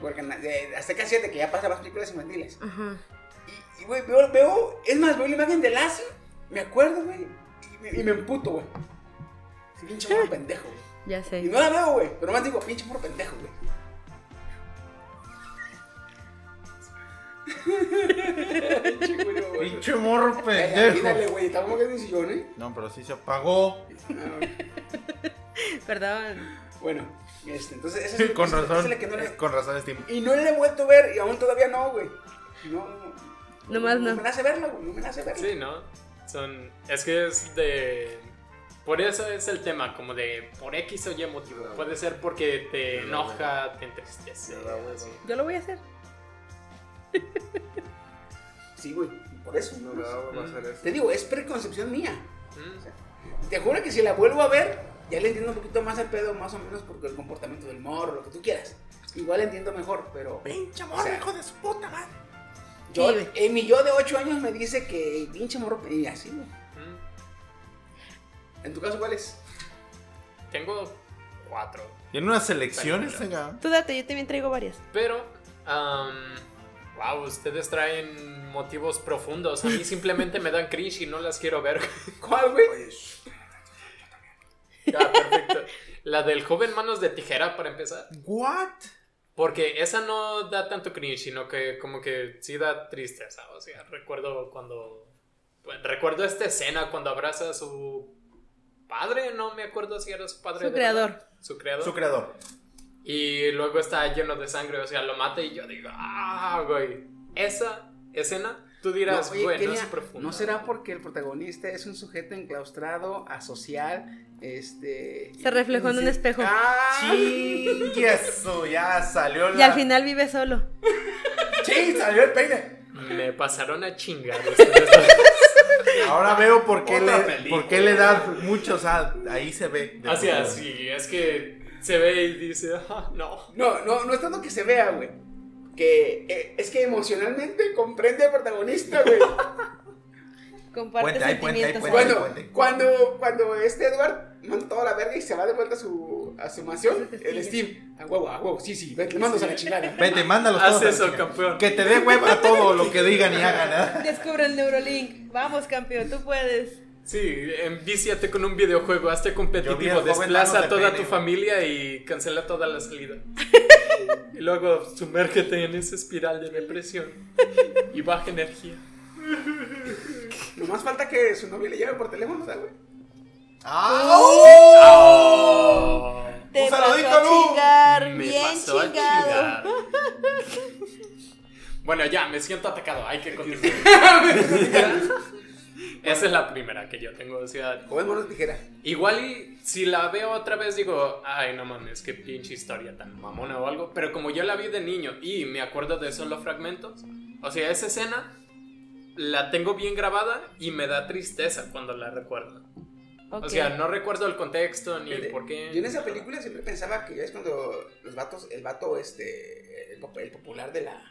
Porque hasta Canal 7, que ya pasa las películas infantiles.
Ajá.
Y, güey, veo, veo, es más, veo la imagen de Lassie, me acuerdo, güey, y me, y me emputo, güey. Sí, pinche morro pendejo, güey.
Ya
Y
sé.
no la veo, güey, pero más digo, pinche morro pendejo, güey. *laughs* Pinche culo, güey.
Pinche morro
Eh, aquí dale,
pendejo.
güey, está como que en mi sillón, ¿eh?
No, pero sí se apagó.
Perdón.
Bueno, este, entonces esa
*laughs*
es,
Con
esa- esa es
razón.
la que no le-
Con razón, Steam.
Y no la he vuelto a ver, y aún todavía no, güey. No, no.
Nomás
No
no.
me nace verla, güey, no me nace verla.
Sí, ¿no? Son, es que es de... Por eso es el tema, como de por X o Y motivo. Puede ser porque te enoja, te entristece. así.
Yo lo voy a hacer.
Sí, güey, por eso. No,
va a ser eso.
Te digo, es preconcepción mía. O sea, te juro que si la vuelvo a ver, ya le entiendo un poquito más al pedo, más o menos porque el comportamiento del morro, lo que tú quieras. Igual entiendo mejor, pero. ¡Pinche morro, hijo de su puta madre! Yo,
Sí, güey.
eh, mi yo de 8 años me dice que pinche morro, y así, güey. ¿En tu caso cuál es?
Tengo cuatro.
En unas elecciones,
Pero-
venga.
Tú date, yo también traigo varias.
Pero, am, wow, ustedes traen motivos profundos. A mí simplemente me dan cringe y no las quiero ver. *laughs*
¿Cuál, güey?
Pues,
Ah, perfecto. La del joven manos de tijera, para empezar.
¿What?
Porque esa no da tanto cringe, sino que como que sí da tristeza. O sea, recuerdo cuando... bueno, recuerdo esta escena cuando abraza a su padre, no me acuerdo si era su padre.
Su
de verdad.
creador.
Su creador.
Su creador.
Y luego está lleno de sangre, o sea, lo mata y yo digo, ah, güey. Esa escena, tú dirás,
No, oye,
bueno,
Kenia,
es profunda.
¿No será porque el protagonista es un sujeto enclaustrado, asocial, este...
Se reflejó en un
Sí.
espejo.
¡Ah!
Chingue eso, ya salió la...
Y al final vive solo.
¡Ching! Salió el peine.
Me pasaron a chingar. ustedes
*laughs*
dos.
Ahora veo por qué,
Otra
le,
película.
por qué le da mucho. O sea, ahí se ve.
o sea, sí, es que se ve y dice, ah, no.
No, no, no es tanto que se vea, güey. Que eh, es que emocionalmente comprende al protagonista, güey.
Comparte
Puente, hay puente, hay
sentimientos.
puente.
cuando, cuando, cuando este Edward manda toda la verga y se va de vuelta a su, a su mansión, el Steam. A huevo, a huevo, sí, sí, vete, le mandas a la
*laughs*
chingada.
Vete, mándalos
Haz
todos a la
eso,
chingada.
campeón.
Que te dé hueva todo lo que digan y hagan, ¿eh?
Descubre el Neurolink. Vamos, campeón, tú puedes.
Sí, envíciate con un videojuego, hazte
Yo vi al
competitivo,
joven manos
desplaza
de
a toda
pene,
tu
güey.
familia y cancela toda
*laughs*
la salida. y luego sumérgete en esa espiral de depresión y baja energía.
Nomás falta que su novio le llame por teléfono, o sea, güey.
Te
Un
pasó
saludito,
a
Lu.
chingar,
Me
bien
pasó a
chingado.
chingar. bueno, ya, me siento atacado, hay que continuar. Esa es la primera que yo tengo, o sea,
Joven, manos de tijera.
igual y si la veo otra vez digo, ay, no mames, qué pinche historia tan mamona o algo, pero como yo la vi de niño y me acuerdo de solo fragmentos, o sea, esa escena la tengo bien grabada y me da tristeza cuando la recuerdo. O
Ok.
sea, no recuerdo el contexto ni el
Fíjate,
por qué.
Yo en esa película siempre pensaba que ya es cuando los vatos, el vato, este, el, pop- el popular de la...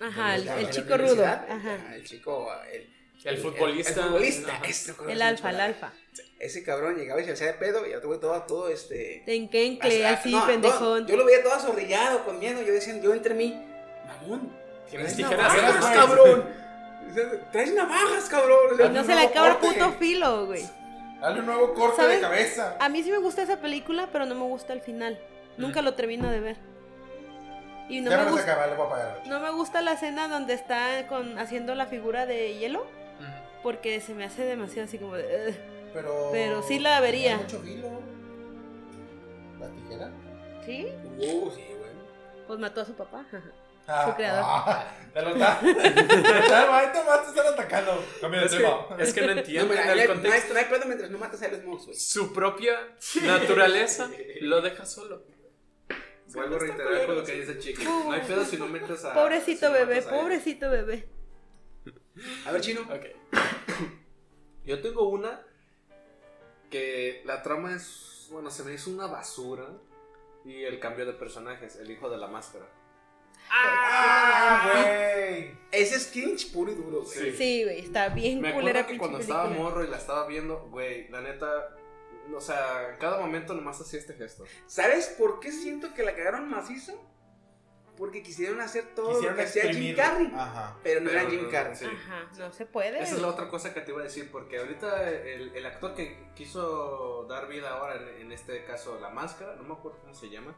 Ajá,
de
el,
la-
el
de la
chico rudo.
universidad,
Ajá.
El chico, el...
El futbolista.
El, futbolista,
Ajá.
eso, con
El
razón,
alfa, el
chaval.
alfa.
Ese cabrón llegaba y se hacía de pedo y el otro güey todo, todo este...
Tenkencle,
as-
así,
no,
pendejón.
no, yo lo veía todo azorrillado, con miedo, yo decía, yo entre mí, mamón. traes
Tienes tijeras,
navajas,
¿verdad?
cabrón. O sea, Traes navajas, cabrón. o sea,
Y no
un
se le
nuevo
acaba el
corte.
puto filo, güey.
Dale un nuevo corte
¿Sabes? Ah,
de cabeza.
A mí sí me gusta esa película, pero no me gusta el final.
Mm.
Nunca lo termino de ver. Y no
ya
me
me vas a
gusta.
acabar, le voy a pagar.
No me gusta la escena donde está con, haciendo la figura de hielo, porque se me hace demasiado así como de... "Ugh".
Pero.
Pero sí la vería.
Hay Mucho filo. La tijera.
¿Sí?
Uh, sí, güey.
Pues mató a su papá. ajá.
Ah,
Su creador.
ah, te
*laughs*
lo está. te está- ahí te vas a estar atacando. Cambia de
Es que,
tema.
es que *laughs* no
No,
entiendo
mira,
el
no, hay,
contexto.
no hay pedo mientras no matas a los monstruos, güey.
su propia naturaleza lo deja solo.
Vuelvo a reiterar con lo que dice Chiqui. No hay pedo si no metes
*laughs*
a.
Pobrecito
si no
bebé,
matas a él.
pobrecito bebé.
A ver, chino.
Ok.
Yo tengo una que la trama es. Bueno, se me hizo una basura. Y el cambio de personajes, el hijo de la máscara.
¡Ah, güey!
Ese es cringe puro y duro, güey.
Sí.
Sí, güey, está bien
Me
culera
acuerdo que
pinche
cuando estaba
película.
morro y la estaba viendo, güey, la neta. O sea, en cada momento nomás hacía este gesto.
¿Sabes por qué siento que la cagaron macizo? Porque quisieron hacer todo
Quisieron
lo
Ah,
que hacía Jim
exprimir.
Carrey.
Ajá.
Pero no era
Pero
Jim
no,
Carrey.
sí.
Ajá, no se puede.
Esa es la otra cosa que te iba a decir, porque ahorita el, el actor que quiso dar vida ahora, en, en este caso la máscara, no me acuerdo cómo se llama.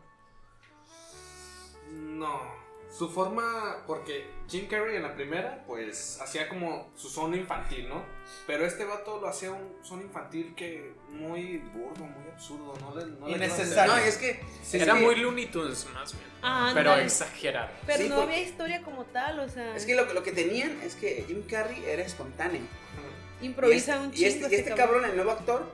No, su forma, porque Jim Carrey en la primera, pues hacía como su son infantil, ¿no? Pero este vato lo hacía un son infantil que muy burdo, muy absurdo, ¿no? Le, no le-
Innecesario.
No, y es que. es
Era
que-
muy Looney Tunes, más bien.
Ah,
Pero
ándale.
exagerado.
Pero
Sí,
no
porque-
había historia como tal, o sea...
Es que lo, lo que tenían es que Jim Carrey era espontáneo.
Improvisa
y
un
este, y
chingo.
este, y este cabrón, el nuevo actor,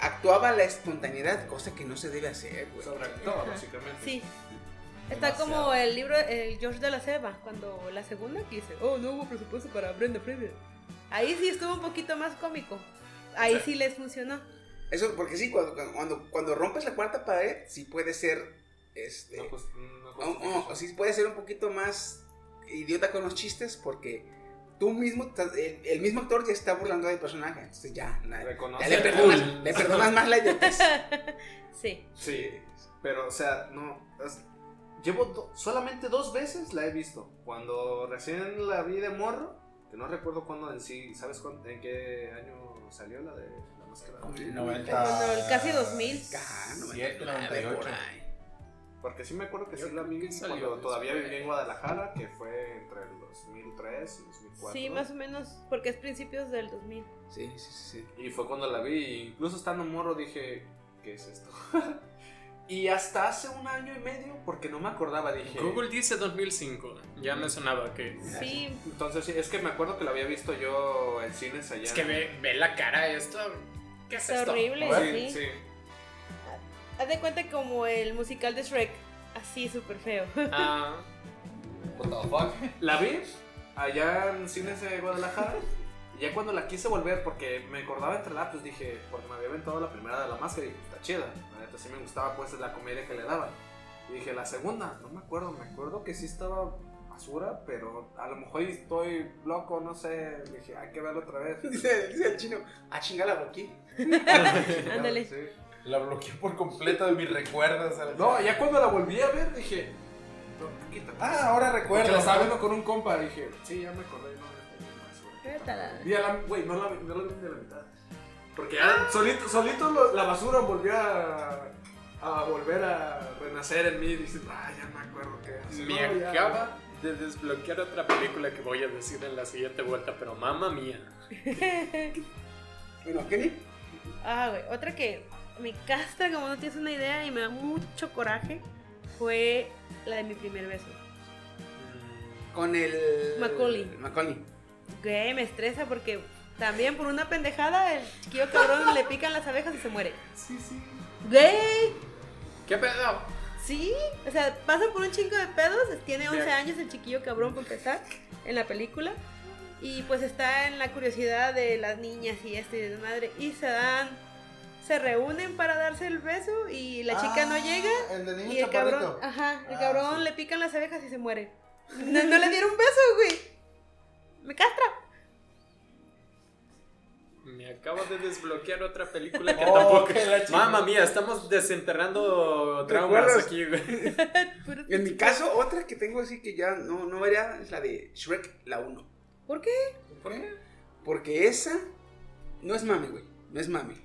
actuaba la espontaneidad, cosa que no se debe hacer, güey.
Sobreactuaba, básicamente.
Sí. Está como el libro, el George de la Selva, cuando la segunda que dice, oh, no hubo presupuesto para Brenda Fraser. Ahí sí estuvo un poquito más cómico. Ahí sí les funcionó.
Eso, porque sí, cuando, cuando, cuando rompes la cuarta pared, sí puede ser. Este.
No, pues, no,
o- oh, o- o sí puede ser un poquito más idiota con los chistes, porque tú mismo, estás- el, el mismo actor ya está burlando del personaje. Entonces ya, na-
Reconoce
ya le,
el
perdonas,
bull.
le perdonas más la idiotez.
Sí.
Sí, pero o sea, no. es- llevo do- solamente dos veces la he visto. Cuando recién la vi de morro, que no recuerdo cuándo en sí, ¿sabes cuán- en qué año salió la de la máscara?
Cuando- casi 2000.
Ajá, no me-
7, 98.
por ahí.
Porque sí me acuerdo que
Yo
sí la vi
creo que salió
cuando todavía
después.
vivía en Guadalajara, que fue entre el 2003 y 2004.
Sí, más o menos, porque es principios del 2000.
Sí, sí, sí. *laughs* sí.
Y fue cuando la vi, y incluso estando morro dije, ¿qué es esto? *laughs* y hasta hace un año y medio, porque no me acordaba, dije...
Google dice 2005. Ya me sonaba que.
Sí,
Entonces, sí, es que me acuerdo que la había visto yo en cines allá.
Es que ve, ve la cara de esto. ¿Qué es
es
esto?
horrible,
Sí,
sí.
sí.
Haz de cuenta como el musical de Shrek, así súper feo.
Ah, *laughs*
La vi allá en cines de Guadalajara. y ya cuando la quise volver, porque me acordaba entre la, pues dije, porque me había aventado la primera de la máscara y dije, está chida. La neta sí me gustaba, pues, la comedia que le daban. Y dije, la segunda, no me acuerdo, me acuerdo que sí estaba basura, pero a lo mejor estoy loco, no sé. Dije, hay que verla otra vez.
Dice, dice el chino, ah, chingala por aquí.
Ándale.
Sí.
La bloqueé por completo de mis recuerdos. a la-
No, ya cuando la volví a ver dije, no, ¿qué tal?
Ah, ahora
Porque
recuerdo.
la estaba viendo con un compa, dije, sí, ya me acordé, no me
Vete a la-
Y a la, güey, no la, vi- no la vi de la mitad. Porque ya solito, solito lo- la basura volvió a, a volver a renacer en mí. Y dices, ah, ya me acuerdo que hace".
me
No, ya.
acaba de desbloquear otra película que voy a decir en la siguiente vuelta, pero mamá mía.
Bueno, Kenny,
Ah, güey, otra que me castra como no tienes una idea y me da mucho coraje fue la de mi primer beso.
con el.
Macaulay.
Macaulay.
Güey, me estresa porque también por una pendejada el chiquillo cabrón le pican las abejas y se muere. Sí, sí. Güey,
¿Qué pedo?
sí. O sea, pasan por un chingo de pedos. Tiene 11 años el chiquillo cabrón por empezar en la película. Y pues está en la curiosidad de las niñas y esto y de madre. Y se dan, se reúnen para darse el beso y la chica no llega.
Ah, El de niño
Y el
chaparrito.
cabrón, ajá, el
Ah,
cabrón
sí.
le pican las abejas y se muere. No, no le dieron un beso, güey. Me castra.
Me acaba de desbloquear otra película que
Oh,
tampoco.
que la chingada.
Mamá mía, estamos desenterrando traumas
¿Recuerdas?
aquí, güey. *laughs*
Pero-
En mi caso, otra que tengo así que ya no, no vería es la de Shrek, la 1.
¿Por qué?
¿Por qué? Porque esa no es mame, güey. No es mame.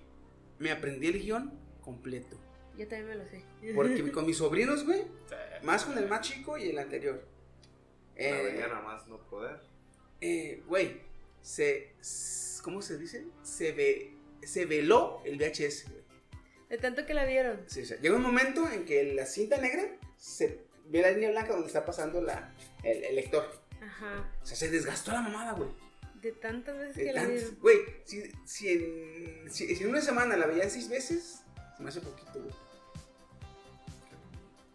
Me aprendí el guión completo.
Yo también me lo sé.
Porque con mis sobrinos, güey, más con el más chico y el anterior.
La
Eh,
veía nada más no poder.
eh, güey, se. s- ¿Cómo se dice? Se ve. Se veló el VHS, güey.
*laughs* De tanto que la vieron.
Sí, o sea, llega un momento en que la cinta negra se ve la línea blanca donde está pasando la, el, el lector.
Ajá.
O sea, se desgastó la mamada, güey.
De tantas veces
De
que la
tantos-
vieron.
Eh, Güey, si, si, en, si, si en una semana la veían seis veces, se me hace poquito, güey.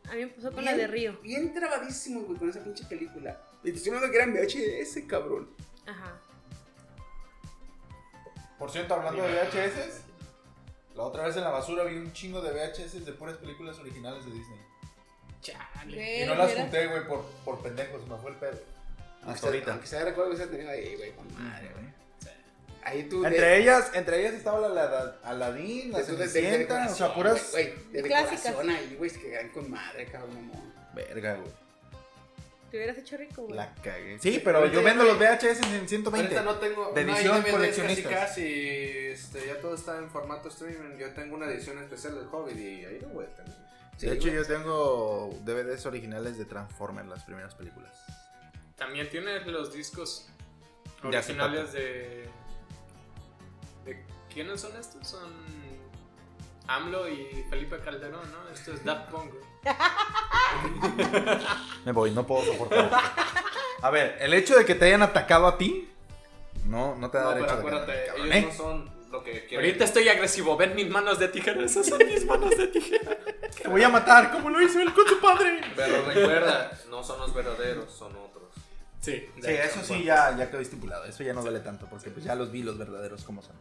A mí me pasó con la de Río.
Bien trabadísimo, güey, con esa pinche película. Y te estoy hablando que era en VHS, cabrón.
Ajá.
Por cierto, hablando de VHS, la otra vez en la basura vi un chingo de VHS de puras películas originales de Disney.
Güey,
y no las
¿vieron?
junté, güey, por, por pendejos, me fue el pedo.
Aunque sea- Aunque sea recuerdo que se tenido ahí, güey, con madre, güey. Ahí tú.
Entre ellas, entre ellas estaba la, la- Aladín, la
tú de- de- de
Cenicienta, o
decoración,
sea, puras...
Güey, güey, de
Clásicas.
decoración ahí, güey, es que ganan con madre, cabrón, mamón.
Verga, güey.
Te hubieras hecho rico, güey.
La cagué. Sí, pero yo
Ahorita
vendo
ya
los VHS en 120.
Ahorita no tengo
De
no,
edición
ahí también es
coleccionista.
Casi, casi, este, ya todo está en formato streaming. Yo tengo una edición especial del Hobbit y ahí lo voy a tener.
Sí,
de hecho,
güey.
yo tengo DVDs originales de Transformers, las primeras películas.
También tiene los discos
De acetato.
originales de, de- ¿Quiénes son estos? Son AMLO y Felipe Calderón, ¿no? Esto es Daft Punk. güey.
Me voy, no puedo soportar. esto. A ver, el hecho de que te hayan atacado a ti No, no te da
No, pero
derecho de ganar,
acuérdate,
cabrón,
ellos
¿eh?
no son lo que quieren.
Ahorita estoy agresivo, ven mis manos de tijera, esas son mis manos de tijera.
Te voy a matar, como lo hizo él *laughs* con su padre.
Pero recuerda, no son los verdaderos, son otros.
Sí,
Sí, eso sí
*laughs*
ya, ya quedó estipulado. Eso ya no duele tanto, porque pues ya los vi los verdaderos como son.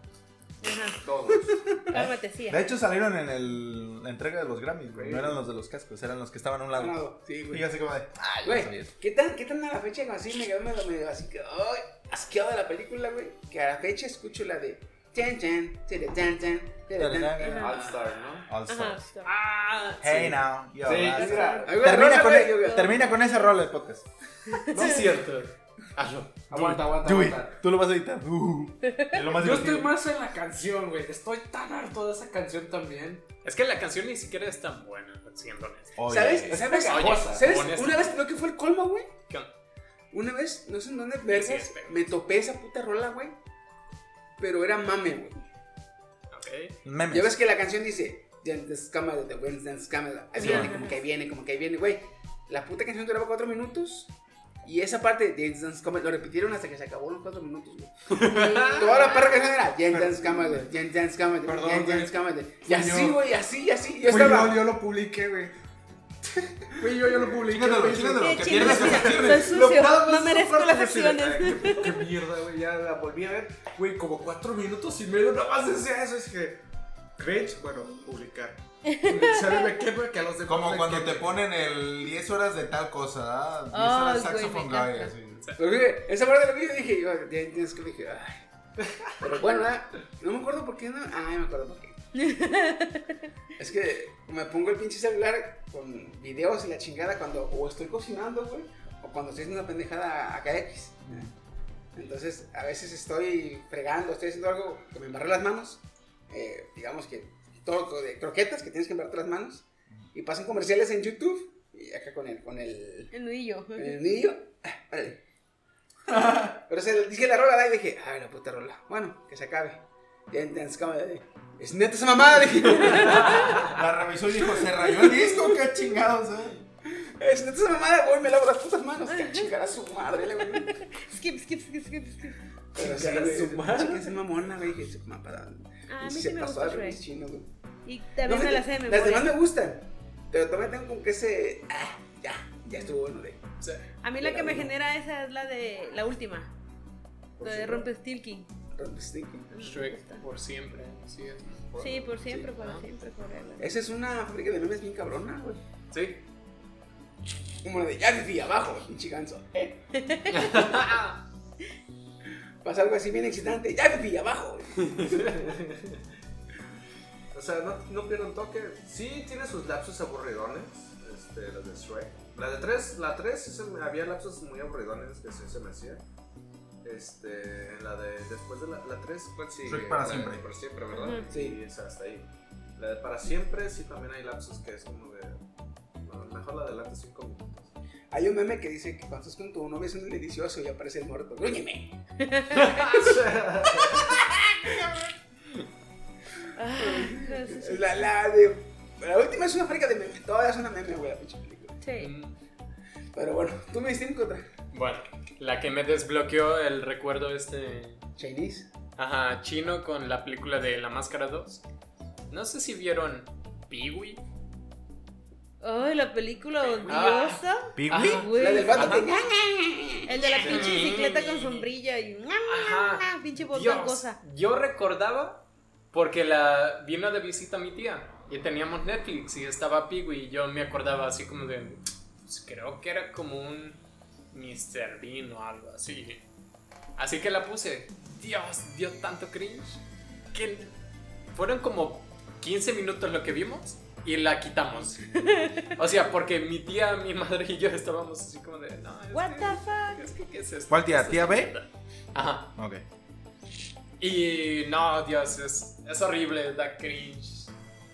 Todos.
¿Eh?
Cálmate, sí.
De hecho, salieron en el, la entrega de los Grammys, güey. No eran los de los cascos, eran los que estaban a un lado.
Ganado. Sí,
Y
güey.
yo así como de, ay,
Güey,
ya sabía.
¿qué tan, ¿qué tan a la fecha que así me quedó medio, medio así que, ay, asqueado de la película, güey? Que a la fecha escucho la de chan chan, tira, tan, tan, tira, tan.
All Star, ¿no?
All
Ajá.
Stars. Hey now, yo,
Sí,
All
mira,
Stars.
ahí va,
Termina
rola,
con,
güey,
e-
yo, yo.
termina con ese rol el podcast.
No es cierto. Hazlo.
Aguanta, aguanta,
Do it.
aguanta.
Tú lo vas a editar. Uh, es lo más
Yo
divertido.
estoy más en la canción, güey. Estoy tan harto de esa canción también.
Es que la canción ni siquiera es tan buena, siendo honesto.
Oye,
¿Sabes? ¿Sabes?
Oye,
¿Sabes?
honesta.
Una vez, creo que fue el colmo, güey.
¿Qué onda?
Una vez, no sé en dónde,
Sí,
vergas,
espero.
me topé esa puta rola, güey. Pero era mame, güey.
Ok.
Memes.
Ya ves que la canción dice, Dance Camera, The Wind Dance Camera. Ahí viene, como que ahí viene, como que ahí viene, güey. La puta canción duraba cuatro minutos. Y esa parte de Dance Dance Camera lo repitieron hasta que se acabó los cuatro minutos, güey. Toda la perra canción era Dance Dance Camera, Dance Dance Camera,
Ah. Perdón,
Dance
güey.
Dance Camera. Y
Fui
así,
yo.
güey, y así, y así. Yo
Fui
estaba.
yo lo publiqué, güey. *laughs* Fui yo, yo lo publiqué. güey.
Qué chingas, mira, soy sucio, no merezco las acciones.
pues, Ay, qué mierda, güey. Ya la volví a ver, güey, como cuatro minutos y medio. Nada más decía eso. Es que. Cringe, bueno,
*laughs*
publicar. Se me quema que a los demás.
Como
les
cuando
queme.
te ponen el 10 horas de tal cosa, ¿ah? 10
Ay,
horas
güey,
saxophone
me encanta.
guy, así.
Pero, güey, esa parte de lo que yo dije, yo, Dance Dance Camera, dije, ay. Pero bueno, ¿verdad? no me acuerdo por qué, no. Ay, me acuerdo por qué. Es que me pongo el pinche celular con videos y la chingada cuando o estoy cocinando, güey, o cuando estoy haciendo una pendejada acá X. Entonces, a veces estoy fregando, estoy haciendo algo que me embarré las manos, eh, digamos que todo todo de croquetas que tienes que embarrarte las manos, y pasan comerciales en YouTube, y acá con el, con el,
El nudillo.
con el nudillo, ah, *laughs* órale. Pero se dije la rola, ¿verdad? y dije, ay, la puta rola, bueno, que se acabe. Y entonces, como, eh, es neta esa mamada, dije. *laughs*
La revisó y dijo, se rayó el disco, qué chingados, ¿eh?
Es neta esa mamada, güey, me lavo las putas manos. Que chingar a su madre, le güey.
Skip, skip, skip, skip, skip.
Pero sí, güey, su madre. Es mamona, güey, que se mapa.
Ah, a mí
se
sí me
pasó
gusta
de
Shrek.
revés chino, güey.
Y también
No,
me la sé de
fíjate, Las
memoria.
demás me gustan. Pero también tengo con que ese. Ah, ya, ya estuvo bueno, güey.
A mí la que me genera esa es la de la última. La de Rumpelstiltskin.
Shrek por siempre. Sí, es.
Sí, por siempre, por
Ah.
siempre, por siempre.
Esa es una fábrica de memes bien cabrona, güey.
Sí.
Como la de ya viví abajo, pinche
*laughs*
ganso. ¿eh? Pasa algo así bien excitante. Ya viví abajo.
*laughs* O sea, no, no pierdan toque. Sí, tiene sus lapsos aburridones. Este, las de Shrek. La de 3, la 3 sí se me- había lapsos muy aburridones que sí se me hacían. Este, la de después de la, la 3, pues sí.
Shrek para
la de
siempre.
Para siempre, ¿verdad?
Ujú.
Sí.
Sí, esa hasta ahí. La de para siempre sí también hay lapsos que es como de. no, mejor la adelante 5 minutos.
Hay un meme que dice que cuando estás con tu novia es un delicioso y aparece el muerto. ¡Gruñeme!
Ah, sí, sí.
La, la de. La última es una fábrica de meme. Todas son una meme, güey, la pinche película.
Sí.
Mm,
Pero bueno, tú me diste en contra.
Bueno, la que me desbloqueó el recuerdo este.
Chinese.
Ajá, chino con la película de La Máscara 2. No sé si vieron Peewee.
Ay, la película
Ah.
odiosa.
Ajá.
Güey.
La del vato
Ajá.
que. ña, ña.
El de la pinche
Sí.
bicicleta con sombrilla y
Ajá.
pinche
Dios,
botón pues, cosa.
Yo recordaba porque la vino de visita mi tía y teníamos Netflix y estaba Piggy y yo me acordaba así como de pues, creo que era como un Mr. Bean o algo así. Así que la puse. Dios, dio tanto cringe que fueron como 15 minutos lo que vimos y la quitamos. *laughs* O sea, porque mi tía, mi madre y yo estábamos así como de, no, es
What
que-
the fuck?
es que, ¿qué es esto?
¿Cuál tía?
¿Qué es
¿Tía
esta
B?
mierda? Ajá.
Ok.
Y no, Dios, es, es horrible, da cringe.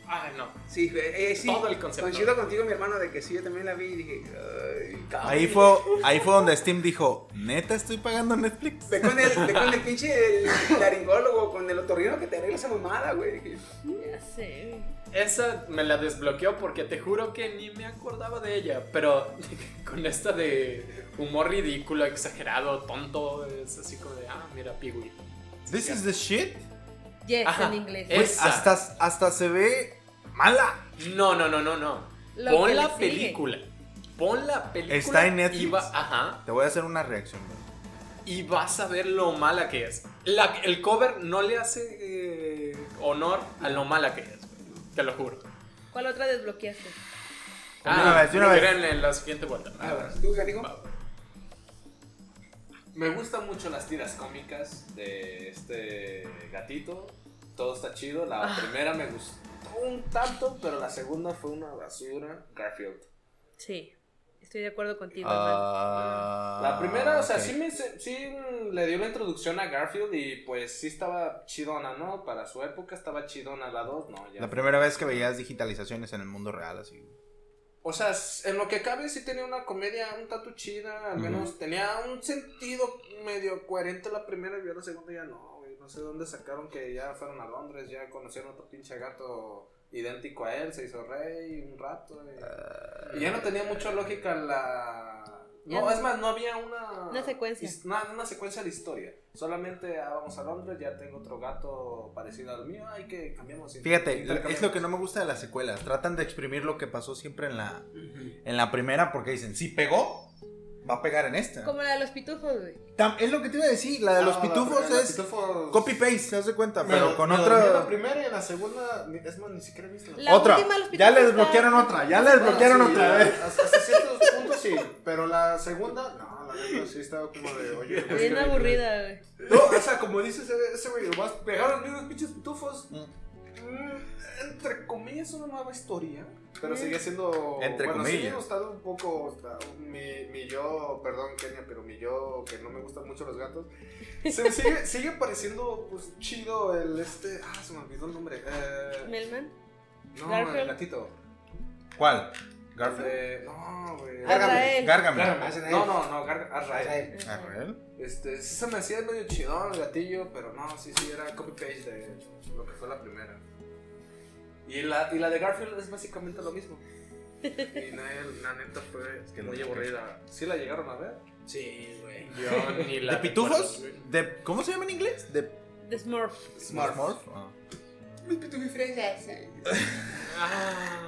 Ah, no.
Sí, eh, eh, sí.
Todo el concepto.
Coincido contigo, mi hermano, de que sí, yo también la vi y dije, ay, cabrón.
Ahí fue, ahí fue donde Steam dijo, neta, estoy pagando Netflix.
Ve con el, ve con el pinche el laringólogo, con el otorrino que te arregla esa mamada, güey. Dije,
Ya sé.
Esa me la desbloqueó porque te juro que ni me acordaba de ella. Pero *laughs* con esta de humor ridículo, exagerado, tonto, es así como de, ah, mira, Pigui.
This is the shit.
Yes,
Ajá.
en inglés.
Es- Esa.
Hasta, hasta se ve mala.
No, no, no, no, no.
Lo que
Pon
le
la
sigue.
película. Pon la película.
Está en
y
Netflix.
va- ajá.
Te voy a hacer una reacción. güey.
Y vas a ver lo mala que es. La- el cover no le hace eh, honor a lo mala que es. güey. Te lo juro.
¿Cuál otra desbloqueaste?
De una vez, de una
lo
vez. Ah,
dirán Ah, en la siguiente vuelta. Ah,
a ver, ¿tú, Janico?
Va, güey.
Me gustan mucho las tiras cómicas de este gatito. Todo está chido. La primera me gustó un tanto, pero la segunda fue una basura. Garfield.
Sí, estoy de acuerdo contigo, hermano.
Ah,
La primera, o sea,
ok.
sí, me, se- sí mm, le dio la introducción a Garfield y pues sí estaba chidona, ¿no? Para su época estaba chidona la 2, no, ya.
La primera vez que veías digitalizaciones en el mundo real, así.
O sea, s- en lo que cabe sí tenía una comedia un tanto chida, al menos tenía un sentido medio coherente la primera y ya la segunda ya no, güey. No sé dónde sacaron que ya fueron a Londres, ya conocieron otro pinche gato idéntico a él, se hizo rey un rato.
Ah.
Y, y ya no tenía mucha lógica la...
Ya
No,
no.
es más, no había una...
Una secuencia.
his- Una, una secuencia de historia. Solamente ah, vamos a Londres, ya tengo otro gato parecido al mío, hay que cambiamos.
Fíjate,
intercambiamos.
es lo que no me gusta de las secuelas. Tratan de exprimir lo que pasó siempre en la, en la primera porque dicen, si pegó, va a pegar en esta.
Como la de los pitufos, güey.
Tam- es lo que te iba a decir, la de los pitufos es copy-paste, se hace cuenta,
Me-
pero con
me dormí
otra...
La primera y la segunda, ni- es más, ni siquiera he visto. la-
La
otra.
última de los
Ya
pitufos
le
está-
desbloquearon otra, ya le desbloquearon
Bueno, sí,
otra vez.
Hasta, hasta ciertos puntos sí, pero la segunda, no, la neta sí estaba como de, oye, güey.
Bien aburrida, güey.
No, o sea, como dices ese- ese güey, nomás pegaron bien los pinches pitufos. Mm, Entre comillas, una nueva historia. Pero sigue siendo.
Entre
bueno, Sigue
comillas.
gustando un poco. o sea, Mi, mi yo, perdón, Kenia, pero mi yo, que no me gustan mucho los gatos. Se me sigue, *laughs* sigue pareciendo pues, chido el este. Ah, se me olvidó el nombre. Eh,
Melman.
no,
Garfield.
el gatito.
¿Cuál? ¿Garfield?
Eh, no, güey.
Azrael.
Gárgame.
Gargamel. No, no, no, Gar Azrael.
Azrael.
Este, sí se me hacía medio chidón el gatillo, pero no, sí, sí, era copy-paste de lo que fue la primera. Y la, y la de Garfield es básicamente lo mismo. Y la, la neta fue
que
muy
no-
aburrida. ¿Sí la llegaron a ver? Sí, güey.
Yo ni la
¿De pitufos?
recuerdo, güey.
¿De, ¿Cómo se llama en inglés? ¿De
The Smurf.
Smart
Ah,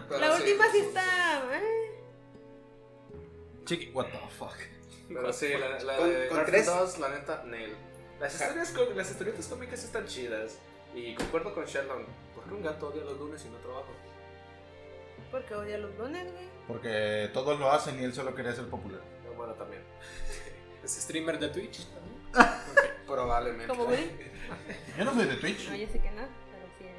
La última sí está. ¿eh?
Chiqui, what the fuck.
Pero sí, la, la
Con-
de
con
Garfield
tres.
2, la neta, nail. Las, historias, có- las historietas cómicas están chidas. Y concuerdo con Sheldon. ¿Por qué un gato odia los lunes y no trabajo?
Porque odia los dones, güey.
Porque todos lo hacen y él solo quería ser popular.
Eh, Bueno, *laughs* también.
¿Es streamer de Twitch
*laughs*
también?
Probablemente.
Como güey.
Yo no soy de Twitch.
No, yo sé que no. Pero sí.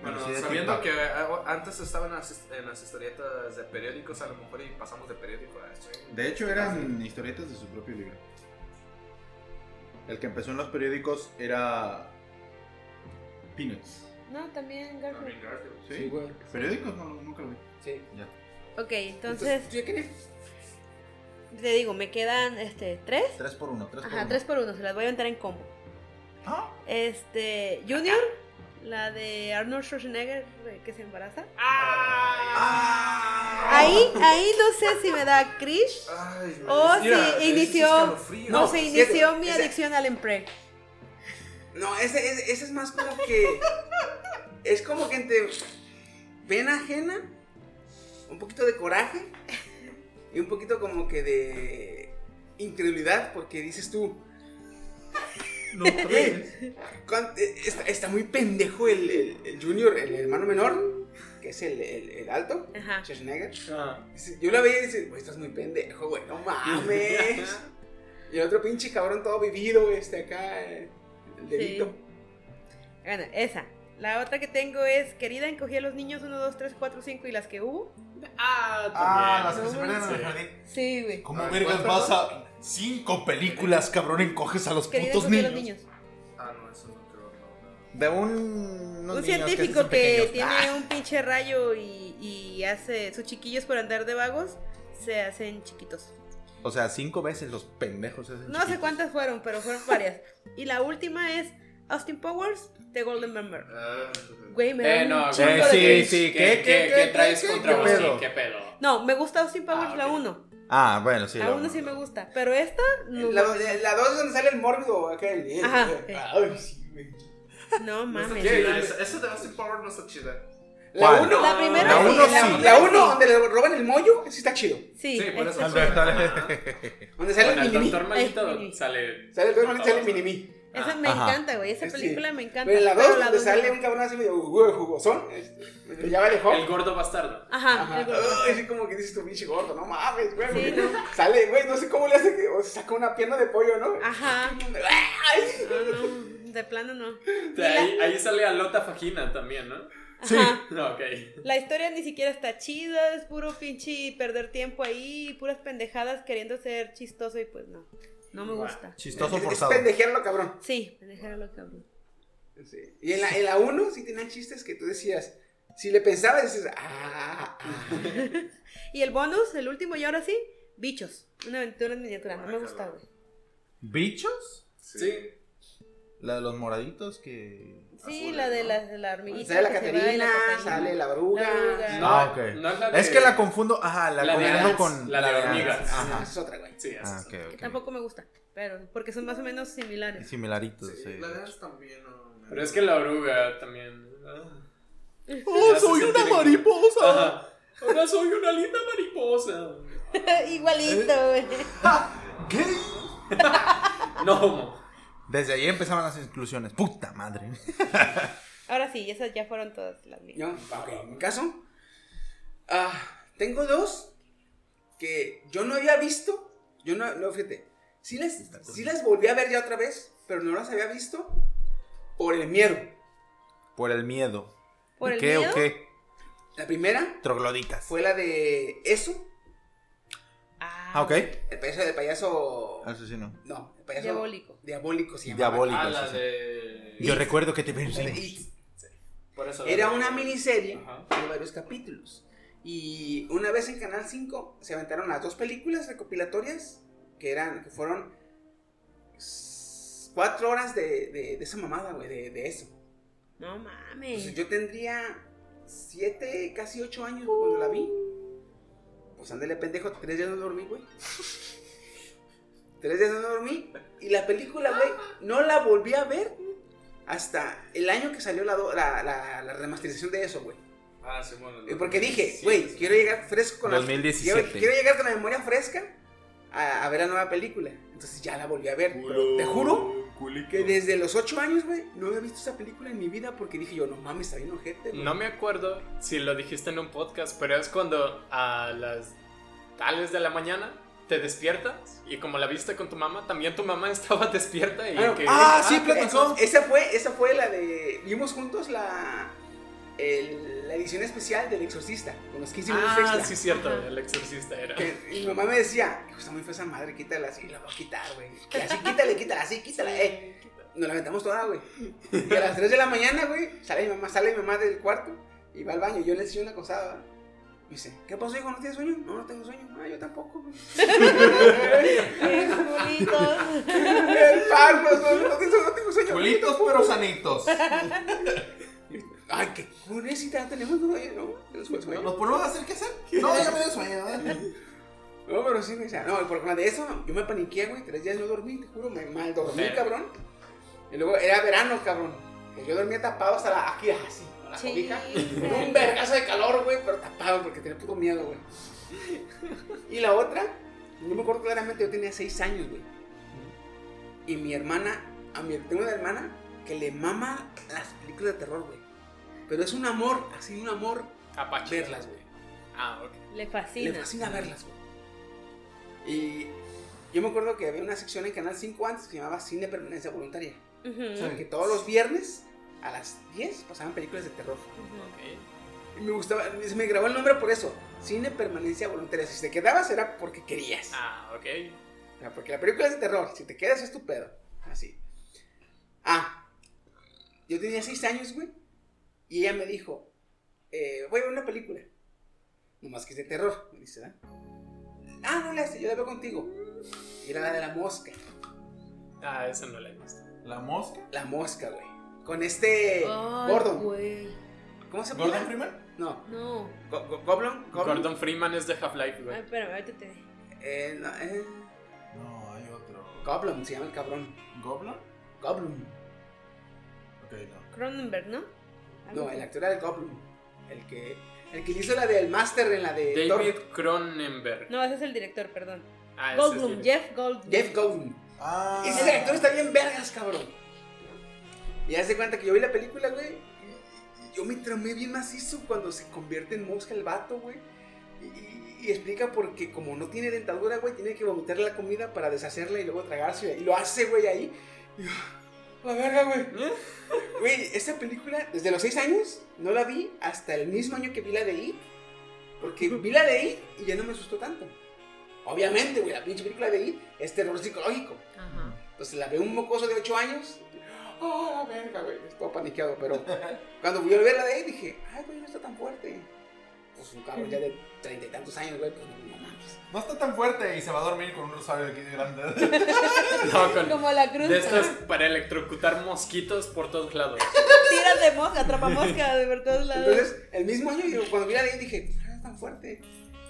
Bueno,
Sí, de
sabiendo
TikTok.
que eh, antes estaban en las, en las historietas de periódicos, a lo mejor y pasamos de periódico a esto. ¿eh?
De hecho, eran historietas de su propio libro. El que empezó en los periódicos era. Peanuts.
No, también
Ah.
Garfield.
¿Sí? ¿Periódicos? No, nunca lo vi.
Sí.
Ya.
Ok, entonces
¿Tú ya querías?
te digo, me quedan este tres.
3 por 1, 3 por
Ajá,
1.
tres por uno, se las voy a aventar en combo.
Ah.
Este, Junior, la de Arnold Schwarzenegger eh, que se embaraza.
Ah.
Ah.
Ahí, ahí no sé si me da cringe
Ay,
o
mira, es-
si
es
inició,
escalofrío.
no, se inició
siete,
mi
ese-
adicción al empleo.
No, ese, ese- ese es más como que. es como que entre pena ajena, un poquito de coraje y un poquito como que de incredulidad, porque dices tú. "Ey, cuán- eh, está, está muy pendejo el, el- el Junior, el hermano menor, que es el, el- el alto,
Ajá.
Schwarzenegger.
Ah,
Dice- Yo la veía y dice, güey, estás muy pendejo, güey, no
*laughs*
mames. y el otro pinche cabrón todo vivido, güey, este acá, eh, el dedito.
Bueno, esa. La otra que tengo es Querida, encogí a los niños 1, 2, 3, 4, 5 y las que hubo.
Ah, las
también.
que se pelean en el
Sí.
jardín. Ah,
Sí, güey.
¿Cómo vergas vas a cinco películas, cabrón, encoges a los
Querida,
putos
encogí a los
niños?
niños.
Ah, no, eso no creo. no, no.
De un. unos
un
niños que
científico
son
que,
pequeños.
tiene
Ah,
un pinche rayo y, y hace sus chiquillos por andar de vagos se hacen chiquitos.
Ah, O sea, cinco veces los pendejos. se hacen
No sé
chiquitos.
cuántas fueron, pero fueron varias. Y la última es Austin Powers, The Golden Member. Güey, me da
Eh,
un
no,
chingo
güey,
de
sí,
¿qué-
cringe.
sí,
¿Qué,
¿qué- qué-
qué, qué
qué-
traes
qué-
contra
qué
vos?
pedo?
¿Qué pedo?
No, me gusta Austin Powers la 1.
Ah, bueno, sí.
La
la-
1 sí me gusta, pero esta no.
*laughs* La, la dos es donde sale el mórbido, aquel.
Ajá.
Ay, sí, güey.
No mames.
¿Qué? Esa esa de Austin Power no está chida.
La
¿Cuál?
uno.
La primera
La
sí,
uno sí.
La
primera
uno
sí.
donde le roban el mollo, sí está chido.
Sí,
Sí, por eso
esta-
es una mamada.
*laughs*
Donde sale
Bueno, el
el mini
doctor
Ay,
maldito
mini.
sale.
Sale el doctor maldito, sale el mini
esa me
Ajá.
encanta, güey. Esa
Sí.
película me encanta.
Pero en la
pero
2 donde
dos
sale
no.
un cabrón así medio uh, jugosón, este, ya vale
El
Hulk.
gordo bastardo.
Ajá,
Ajá.
el gordo.
Ay, sí, como que dices tu pinche gordo, no mames, güey.
Sí,
porque Sale, güey, no sé cómo le hace que o se saca una pierna de pollo, ¿no?
Ajá.
Ay,
No, no, de plano no.
De ahí, ahí sale a Lota Fagina también, *laughs* ¿no?
Ajá.
No, ok.
La historia ni siquiera está chida, es puro pinche perder tiempo ahí, puras pendejadas queriendo ser chistoso y pues no. No me gusta.
Chistoso
es-
forzado.
Es pendejearlo, cabrón.
Sí, pendejarlo cabrón.
Sí. Y en la, en la 1 sí tenían chistes que tú decías, si le pensabas, dices, ah, ah.
Y el bonus, el último y ahora sí, bichos. Una aventura en miniatura, no me gusta, güey.
Ah,
¿Bichos?
Sí.
La de los moraditos que.
Sí, la de la, de la hormiguita.
sale la
que se va y
Caterina,
Catarina.
sale la
La
bruja.
oruga.
No,
ah, ok.
no es la
Es
de-
que la confundo. Ajá, la,
La de
confundo
ants,
con.
la de
ants.
hormigas.
Ah, no,
Ajá.
esa es otra, güey.
Sí, esa
Ah,
es
ok,
otra.
ok.
Tampoco me gusta, pero porque son más o menos *laughs* similares.
Similaritos, sí.
también. Pero es que la oruga también.
¡Oh,
Ya se
soy una
sentir-
mariposa!
Ah. Ahora soy una linda mariposa.
*laughs*
*laughs*
Igualito, güey.
¿Qué?
*laughs* No, mo.
Desde ahí empezaban las inclusiones. ¡Puta madre! *laughs*
Ahora sí, esas ya fueron todas las mías.
Yo, ok, en mi caso, ah, tengo dos que yo no había visto. Yo no, no fíjate, sí las, sí las volví a ver ya otra vez, pero no las había visto por el miedo.
Por el miedo.
¿Por el
¿Qué
miedo?
o qué?
La primera
Trogloditas.
fue la de eso,
Ah, ok.
el payaso del payaso.
Asesino.
No, el payaso.
Diabólico.
Diabólico se llamaba.
Ah, Diabólico.
Ah, la
sí, sí.
de.
Yo recuerdo que te
Era
pensé.
It.
Por eso la
Era
de-
una miniserie
Ajá.
de varios capítulos. Y una vez en Canal 5 se aventaron las dos películas recopilatorias que eran, que fueron s- cuatro horas de, de- de esa mamada, güey, de, de eso.
No
Entonces,
mames.
Pues yo tendría siete, casi ocho años güey, cuando la vi. Pues ándale, pendejo, tres días no dormí, güey. tres días no dormí. Y la película, güey, no la volví a ver hasta el año que salió la, do- la- la- la remasterización de eso, güey.
Ah, sí, bueno.
Eh, Porque dije, güey, quiero llegar fresco con la-
2017.
quiero- Quiero llegar con la memoria fresca a, a ver la nueva película. Entonces ya la volví a ver. Pero te juro que desde los 8 años, güey, no había visto esa película en mi vida porque dije yo, no mames, está bien ojete, güey. Ah,
No me acuerdo si lo dijiste en un podcast, pero es cuando a las tales de la mañana te despiertas y como la viste con tu mamá, también tu mamá *laughs* estaba despierta y
Ah, no.
que...
Ah, sí,
eh,
platicó.
Esa fue, esa fue la de. Vimos juntos la. el- la edición especial del Exorcista, con los 15 minutos
Ah,
extra.
sí, cierto,
Ajá.
el exorcista era.
Que- y mi mamá me decía, "Hijo, está muy fea esa madre, quítala así, la voy a quitar, güey. Que Así, quítale, quítala, así, quítala, eh. Nos la aventamos toda, güey. Y a las 3 de la mañana, güey, sale mi mamá, sale mi mamá del cuarto y va al baño. Yo le enseño una cosa, ¿verdad? Me dice, ¿qué pasó, hijo? ¿No tienes sueño? No, no tengo sueño. Ah, yo tampoco, güey. *laughs*
Bien, culitos.
El parlo, no, no, tengo- no tengo sueño.
Chulitos pero *laughs* sanitos.
Ay, qué curiosidad tenemos, ¿no? Oye, No, tenemos sueño.
ponemos a hacer qué hacer? No, ya me dio sueño.
No, pero sí, o sea, no, por la de eso, yo me paniqué, güey, tres días no dormí, te juro, me mal dormí,
Verga.
cabrón. Y luego era verano, cabrón. que Yo dormía tapado hasta la, aquí, así, con la
Sí,
cobija.
sí.
Con un vergazo de calor, güey, pero tapado porque tenía puto miedo, güey. Y la otra, yo me acuerdo claramente, yo tenía seis años, güey. Y mi hermana, a mi, tengo una hermana que le mama las películas de terror, güey. Pero es un amor, así un amor
Apache.
verlas, güey.
Ah, ok.
Le
Le
fascina.
fascina verlas, güey. Y yo me acuerdo que había una sección en Canal 5 antes que se llamaba Cine Permanencia Voluntaria.
Ujú,
O sea, que todos los viernes a las 10 pasaban películas de terror.
ujú.
Y me gustaba, se me grabó el nombre por eso. Cine Permanencia Voluntaria. Si te quedabas era porque querías.
Ah, ok.
O sea, porque la película es de terror. Si te quedas es tu pedo. Así. Ah. Yo tenía seis años, güey. Y ella me dijo, eh, voy a ver una película. Nomás que es de terror, me dice, ¿verdad? Ah, no le hace, yo la veo contigo. Y era la de la mosca.
Ah, esa no la he visto.
¿La mosca?
La mosca, güey. Con este Gordon.
güey.
¿Cómo se
¿Gordon
llama?
Freeman?
No.
No.
Go- go- ¿Goblin? ¿Goblin?
Gordon Freeman es de Half-Life,
Ay,
güey.
espérame, ahorita te
Eh, no, eh,
No, hay otro.
Goblin se llama el cabrón.
¿Goblin?
Goblin.
Ok, no.
Cronenberg, ¿no? Algo
No,
así.
el actor era el Goblin. El que, el que hizo la del Master en la de
David
Thor.
Cronenberg.
No, ese es el director, perdón.
Ah, ese es
Goldblum,
director.
Jeff Goldblum.
Jeff Goblin.
Ah.
Ese actor está bien vergas, cabrón. Y hace cuenta que yo vi la película, güey. y Yo me tramé bien macizo cuando se convierte en mosca el vato, güey. Y, y- y explica porque como no tiene dentadura, güey, tiene que vomitar la comida para deshacerla y luego tragarse. Y lo hace, güey, ahí. Y yo, La verga, güey. Güey, esta película, desde los 6 años, no la vi hasta el mismo año que vi la de It. Porque vi la de It y ya no me asustó tanto. Obviamente, güey, la pinche película de It es terror psicológico.
Ajá.
Entonces la ve un mocoso de 8 años. ¡Ah, la verga, güey! Estoy paniqueado, pero cuando fui a verla de ahí dije, ¡ay, güey, no está tan fuerte! Pues un cabrón ya de treinta y tantos años, güey, pues no, no mames.
No está tan fuerte y se va a dormir con un rosario aquí
*laughs*
de grande.
No, con-
Como la cruz.
de estas
*laughs*
para electrocutar mosquitos por todos lados.
Tiras de mosca, atrapa mosca de por todos lados.
Entonces, el mismo año, yo cuando vi la de ahí dije, ¡ah, no es tan fuerte!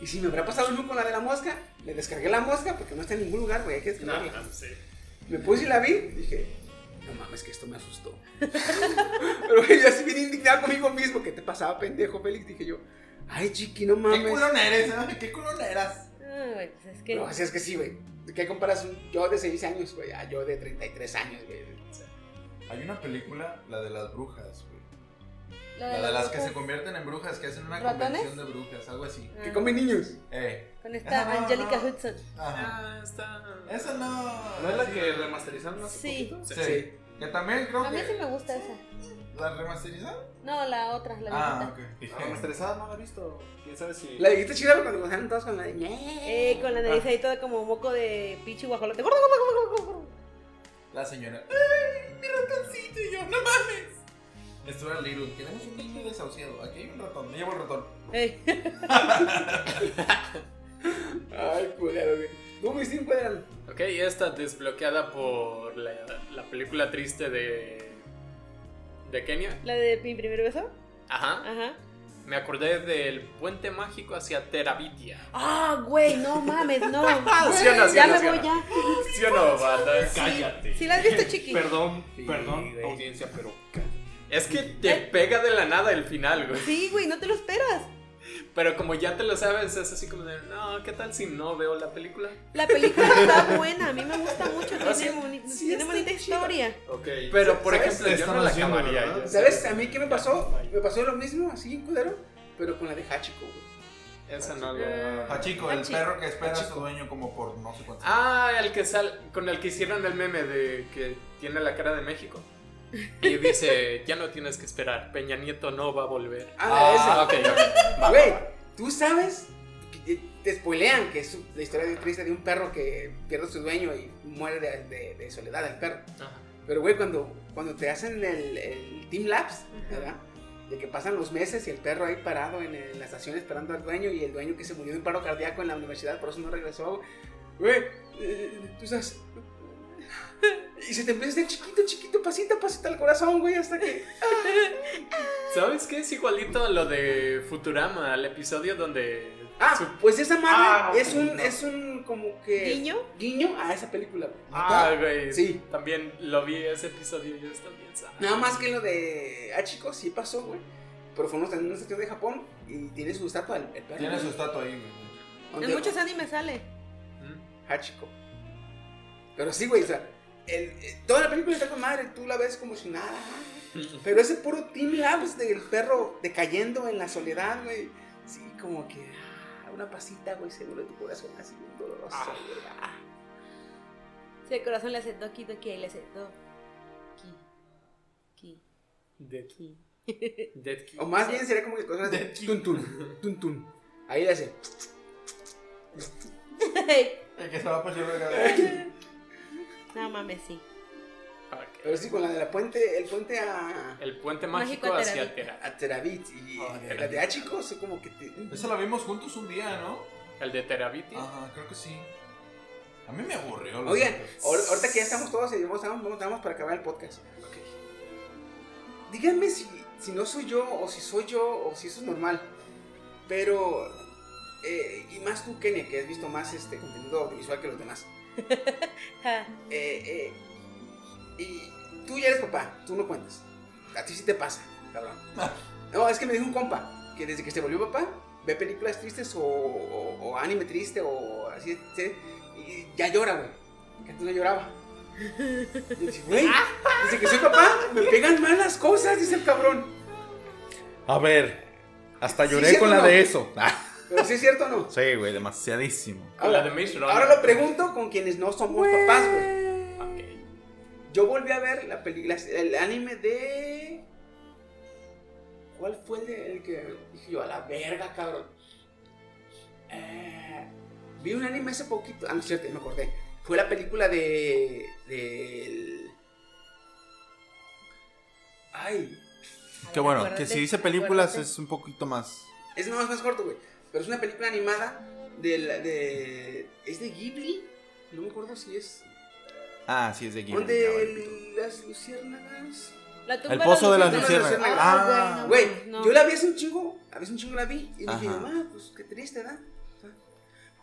Y si me habrá pasado lo mismo con la de la mosca, le descargué la mosca porque no está en ningún lugar, güey, hay que
No,
descargarla.
no, Ah, sí.
Me puse y la vi, dije, no mames, que esto me asustó. *laughs* Pero güey, yo así bien indignado conmigo mismo, ¿qué te pasaba, pendejo, Félix? Dije yo, ay, chiqui, no mames.
¿Qué culón eres? eh? ¿Qué culón eras?
Ah, güey, pues es que.
No, así es que sí, güey. ¿De qué comparas un yo de 6 años, güey, a yo de 33 años, güey? O sea,
Hay una película, la de las brujas, güey.
Lo
La de las que
brujas.
se convierten en brujas, que hacen una
¿Ratones?
convención de brujas, algo así.
Ah,
Que comen niños.
Eh.
Con esta
Ah,
Angelica
no.
Hudson.
Ajá.
Ah, está.
Esa no.
¿No es la que remasterizaron hace
Sí.
poquito?
Sí. Que también creo
A mí sí
que.
me gusta esa.
¿La remasterizaron?
No, la otra, la
Ah,
viejita.
ok.
La remasterizada no la he visto. ¿Quién sabe si...?
La dijiste chida güey, cuando comenzaron todos con la de ñe.
Eh, con la
Ah.
nariz ahí toda como moco de pichi guajolote. Gordo, gordo, gordo, gordo, gordo.
La señora. ¡Ay, mi ratoncito! Y yo, no mames. Stuart Little, queremos un niño desahuciado. Aquí hay un ratón, me llevo el ratón.
Ey,
Ay, culero, güey. ¿Tú, mis cinco eran?
Ok, esta desbloqueada por la, la película triste de. de Kenia.
*laughs* la de mi primer beso.
Ajá.
Ajá.
Me acordé del puente mágico hacia Terabitia.
Ah, güey, no mames, no.
*laughs* Sí o no, sí o
ya
no,
me
sí o
voy
no.
ya.
¿Sí o no, banda?
Sí, sí la has visto, chiqui.
Perdón,
Sí,
perdón,
güey.
audiencia, pero...
Es que te pega de la nada el final, güey.
Sí, güey, no te lo esperas.
Pero como ya te lo sabes, es así como de, no, ¿qué tal si no veo la película?
La película
*laughs*
está buena, a mí me gusta mucho, tiene,
sí,
boni-
Ah, sí
tiene
está
bonita
chida.
historia.
Ok.
Pero, por
¿Sabes?
ejemplo, yo no
Estamos
la
haciendo,
acabaría.
¿verdad?
yo sé.
¿Sabes a mí qué me pasó? Me pasó lo mismo, así, bien culero, pero con la de Hachiko, güey.
Esa no la...
Ah,
Pachico, el
Pachico.
perro que espera a su dueño como por no sé cuánto.
Ah, el que sal... con el que hicieron el meme de que tiene la cara de México. Y dice, *laughs* ya no tienes que esperar, Peña Nieto no va a volver.
Ah,
ok, ok.
esa. Güey, ¿tú sabes? Que te- Te spoilean que es su- la historia de triste de un perro que pierde a su dueño y muere de, de- de soledad el perro.
Ajá.
Pero, güey, cuando, cuando te hacen el, el Team Labs, ¿verdad? De que pasan los meses y el perro ahí parado en, en la estación esperando al dueño y el dueño que se murió de un paro cardíaco en la universidad, por eso no regresó. Güey, eh, tú sabes. *laughs* Y se te empieza a hacer chiquito, chiquito, pasita, pasita al corazón, güey, hasta que.
¿Sabes qué? Es igualito a lo de Futurama, al episodio donde...
Ah,
su-
pues esa madre
Ah,
es un,
no.
es un como que.
¿Guiño?
Guiño a esa película, güey.
Ah, güey.
Sí.
También lo vi ese episodio y yo también ¿sabes?
Nada más que lo de Hachiko sí pasó, güey. Pero fuimos en una estación de Japón y tiene su estatua el, el perro.
Tiene
güey.
su estatua ahí, güey.
En muchos animes sale.
Mm.
Hachiko. Pero sí, güey, o sea, el- eh, toda la película está con madre, tú la ves como si nada. Pero ese puro Team Labs del perro decayendo en la soledad, güey. Sí, como que ah, una pasita, güey, seguro tu corazón así bien doloroso.
Ah.
güey, ah.
Si el corazón le hace doki doki, ahí le hace doki. Ki.
*laughs* Dead Key. Dead Key.
O más bien sería como que cosas de tun tun, tun tun. Ahí le hacen.
El que se va a poner
*laughs*
*laughs*
no mames, sí.
Ah, Ok.
Ahora sí, con la de la puente, el puente a.
El puente
Mágico
mágico,
a Teravit.
hacia Tera.
a Oh, Teravit. Y
Ah,
la
Teravit.
de Hachiko, o sea, como que te.
Esa la vimos juntos un día, ¿no?
El de Teraviti.
Ah,
Ajá, creo que sí. A mí me aburrió. lo
Oigan,
siento.
ahor- ahorita que ya estamos todos y vamos, vamos, vamos para acabar el podcast. Díganme si, si no soy yo, o si soy yo, o si eso es normal. Pero. eh, y más tú, Kenia, que has visto más este contenido audiovisual que los demás.
Ja.
Eh, eh, y tú ya eres papá, tú no cuentas. A ti sí te pasa, cabrón. No, es que me dijo un compa que desde que se volvió papá ve películas tristes o, o- o anime triste o así, ¿sí? y ya llora, güey. Que antes no lloraba. Y yo dije, güey, desde que soy papá me pegan malas cosas, dice el cabrón.
A ver, hasta
Sí,
lloré
¿cierto
con la
o no?
de eso. *laughs* Ah,
Pero si es cierto o no.
sí, güey, demasiadísimo.
Con la de Maze Runner.
Ahora lo pregunto con quienes no somos papás, güey.
Ok.
Yo volví a ver la película, el anime de. ¿Cuál fue el, de- el que dije yo a la verga, cabrón? Eh, vi un anime hace poquito. Ah, no es cierto, ya me acordé. Fue la película de. del. Ay,
Que bueno,
Acuérdate,
que si dice películas
acuérdate.
es un poquito más.
es no, es más corto, güey. Pero es una película animada de, la- de. ¿Es de Ghibli? No me acuerdo si es.
Ah, sí, es de Ghibli. ya, vale, pito.
Donde las luciérnagas.
La
El
tumba
pozo de las
luciérnagas.
luciérnagas.
Ah,
Ah,
Güey,
No.
yo la vi hace un chingo, a veces un chingo la vi y dije,
Ajá.
mamá, pues qué triste, ¿verdad?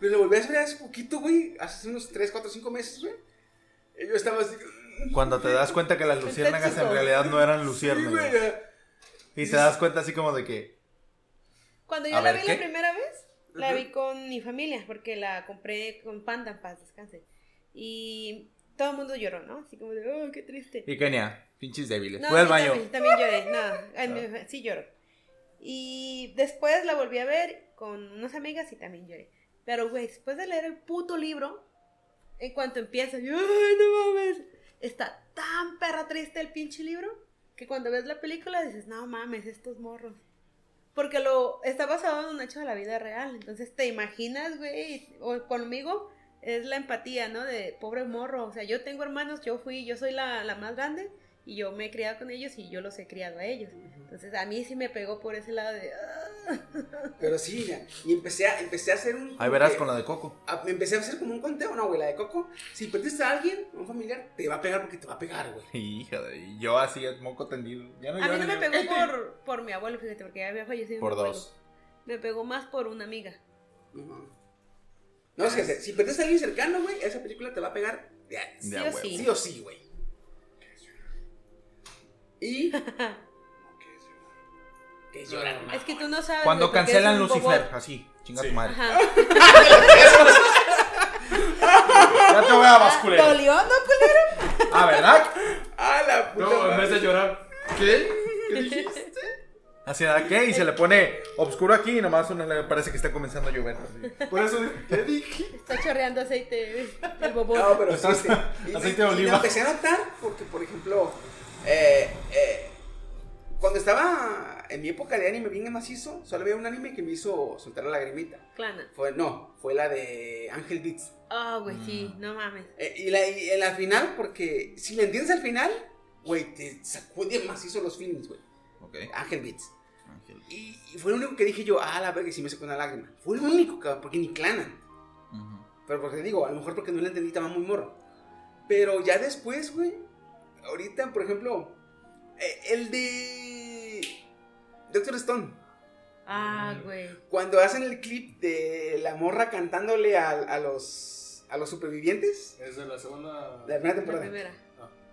Pero la volví a ver hace poquito, güey, hace unos 3, 4, 5 meses, güey. Y yo estaba así.
Cuando te das cuenta que las luciérnagas en
chico.
realidad no eran
Sí, güey,
luciérnagas. Y te das cuenta así como de que.
Cuando yo
A
la
ver,
vi
¿qué?
la primera vez, la
Ajá.
vi con mi familia, porque la compré con Panda, en paz, descanse. Y todo el mundo lloró, ¿no? Así como de, oh, qué triste.
Y Kenia, pinches débiles.
No,
Voy al
yo
baño.
También, también lloré,
*laughs*
no, ay, me- sí lloro. Y después la volví a ver con unas amigas y también lloré. Pero, güey, después de leer el puto libro, en cuanto empieza, yo, ay, no mames, está tan perra triste el pinche libro que cuando ves la película dices, no mames, estos morros. Porque lo está basado en un hecho de la vida real. Entonces te imaginas, güey, o conmigo es la empatía, ¿no? De pobre morro. O sea, yo tengo hermanos, yo fui, yo soy la, la más grande y yo me he criado con ellos y yo los he criado a ellos. Entonces a mí sí me pegó por ese lado de... "Ah".
Pero sí, ya. Y empecé a, empecé a hacer un.
Ahí verás con la de Coco. *laughs*
a- me empecé a hacer como un conteo, no, güey, la de Coco. Si perdiste a alguien, a un familiar, te va a pegar porque te va a pegar, güey.
Hija de. y Yo así, moco tendido. Ya no
A mí
lloro
no me
yo.
pegó
*laughs*
por, por mi abuelo, fíjate, porque ya había fallecido.
Por
mi abuelo.
dos.
Me pegó más por una amiga.
No, no es que
Ah.
se- si perdiste a alguien cercano, güey, esa película te va a pegar. de-
Sí
Ya,
o
huevo.
sí.
Sí o sí, güey. Y. que es llorar.
Es que tú no sabes...
Cuando
güey, porque
cancelan
eres un bobo.
Lucifer, así, chinga tu madre.
Ajá.
Ya te voy a bascular.
¿Dolió, no, culero?
Ah, ¿verdad?
¡Ah, la puta!
No, en
madre!
vez de llorar.
Así da qué y se le pone oscuro aquí y nomás uno le parece que está comenzando a llover. así.
Por eso dije, ¿qué dije?
Está chorreando aceite güey, el bobo.
No, pero sí, sí.
*laughs*
Y-
Aceite de
y- y
oliva.
la empecé a notar porque, por ejemplo, eh, eh, cuando estaba en mi época de anime bien macizo, solo había un anime que me hizo soltar la lagrimita.
Clana.
Fue, no, fue la de Angel Beats.
Ah, güey, sí, no mames.
Eh, y, la, y en la final, porque si le entiendes al final, güey, te sacude macizo los feelings, güey.
Ok.
Angel Beats.
Ángel.
Y, y fue el único que dije yo, ah, la verga, y sí me sacó una lágrima. Fue el único, cabrón, porque ni clanan.
Ujú.
Pero porque digo, a lo mejor porque no la entendí, estaba muy morro. Pero ya después, güey, ahorita, por ejemplo, eh, el de Doctor Stone,
Ah, güey.
cuando hacen el clip de la morra cantándole a, a los, a los supervivientes,
Es de la segunda.
la primera
La
temporada,
primera.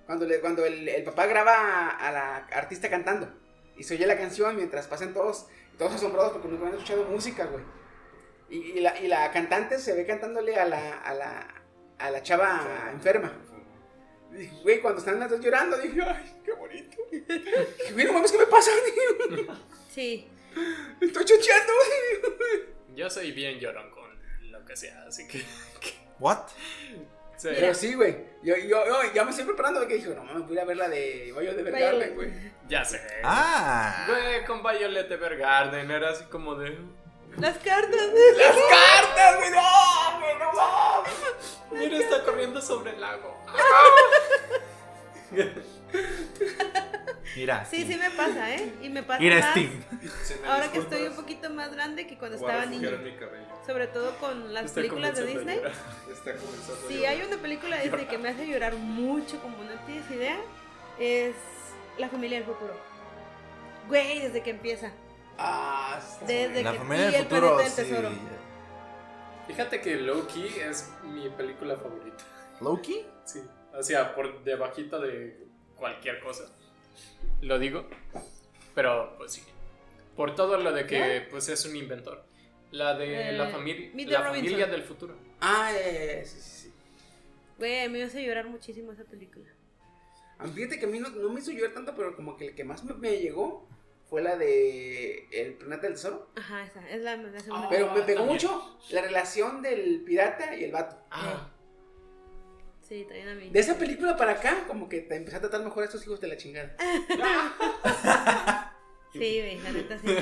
cuando, le, cuando el, el papá graba a, a la artista cantando y se oye la canción mientras pasan todos, todos asombrados porque nunca habían escuchado música, güey. Y, y la, y la cantante se ve cantándole a la, a la, a la chava enferma. Dije, güey, cuando están las dos llorando, dije, ay, qué bonito. *laughs* Dije, güey, no mames, ¿qué me pasa? *laughs*
Sí.
Estoy chocheando.
Yo soy bien llorón con lo que sea, así que. *laughs*
What?
Sí.
Pero sí, güey. Yo, yo, yo ya me estoy preparando porque dije, no mames, voy a ir a ver la de Bayo de Vergarden,
Violet.
güey.
Ya sé.
Ah.
Güey, con Violet Evergarden era así como de.
Las cartas.
¡Las cartas, güey! ¡No, güey, no mames!
Mira, está corriendo sobre el lago.
Mira.
Sí, sí me pasa, ¿eh? Y me pasa
Mira,
más
Steam.
ahora que estoy un poquito más grande que cuando estaba niño. Sobre todo con las películas de Disney.
Está comenzando a
Si
llorar.
hay una película de Disney que me hace llorar mucho, como no tienes idea, es La familia del futuro. Güey, desde que empieza.
Ah,
Desde
La
que
familia
y
del
el
futuro.
planeta del
sí.
tesoro.
Fíjate que Loki es mi película favorita.
¿Loki?
Sí. O sea, por debajito de cualquier cosa. Lo digo. Pero, pues sí. Por todo lo de que pues es un inventor. La de
Eh,
la, familia
Meet the
la
Robinson.
familia del futuro.
Ah, ya, ya, ya, sí, sí, sí.
Güey, me hace llorar muchísimo esa película.
Ah, Fíjate que a mí no, no me hizo llorar tanto, pero como que el que más me, me llegó fue la de El Planeta del Tesoro.
Ajá, esa es la, la segunda.
Pero me pegó
también.
mucho la relación del pirata y el vato.
Ah,
Sí, también a mí.
De esa película para acá, como que te empecé a tratar mejor a estos hijos de la chingada.
Sí, güey, la neta
*laughs*
sí.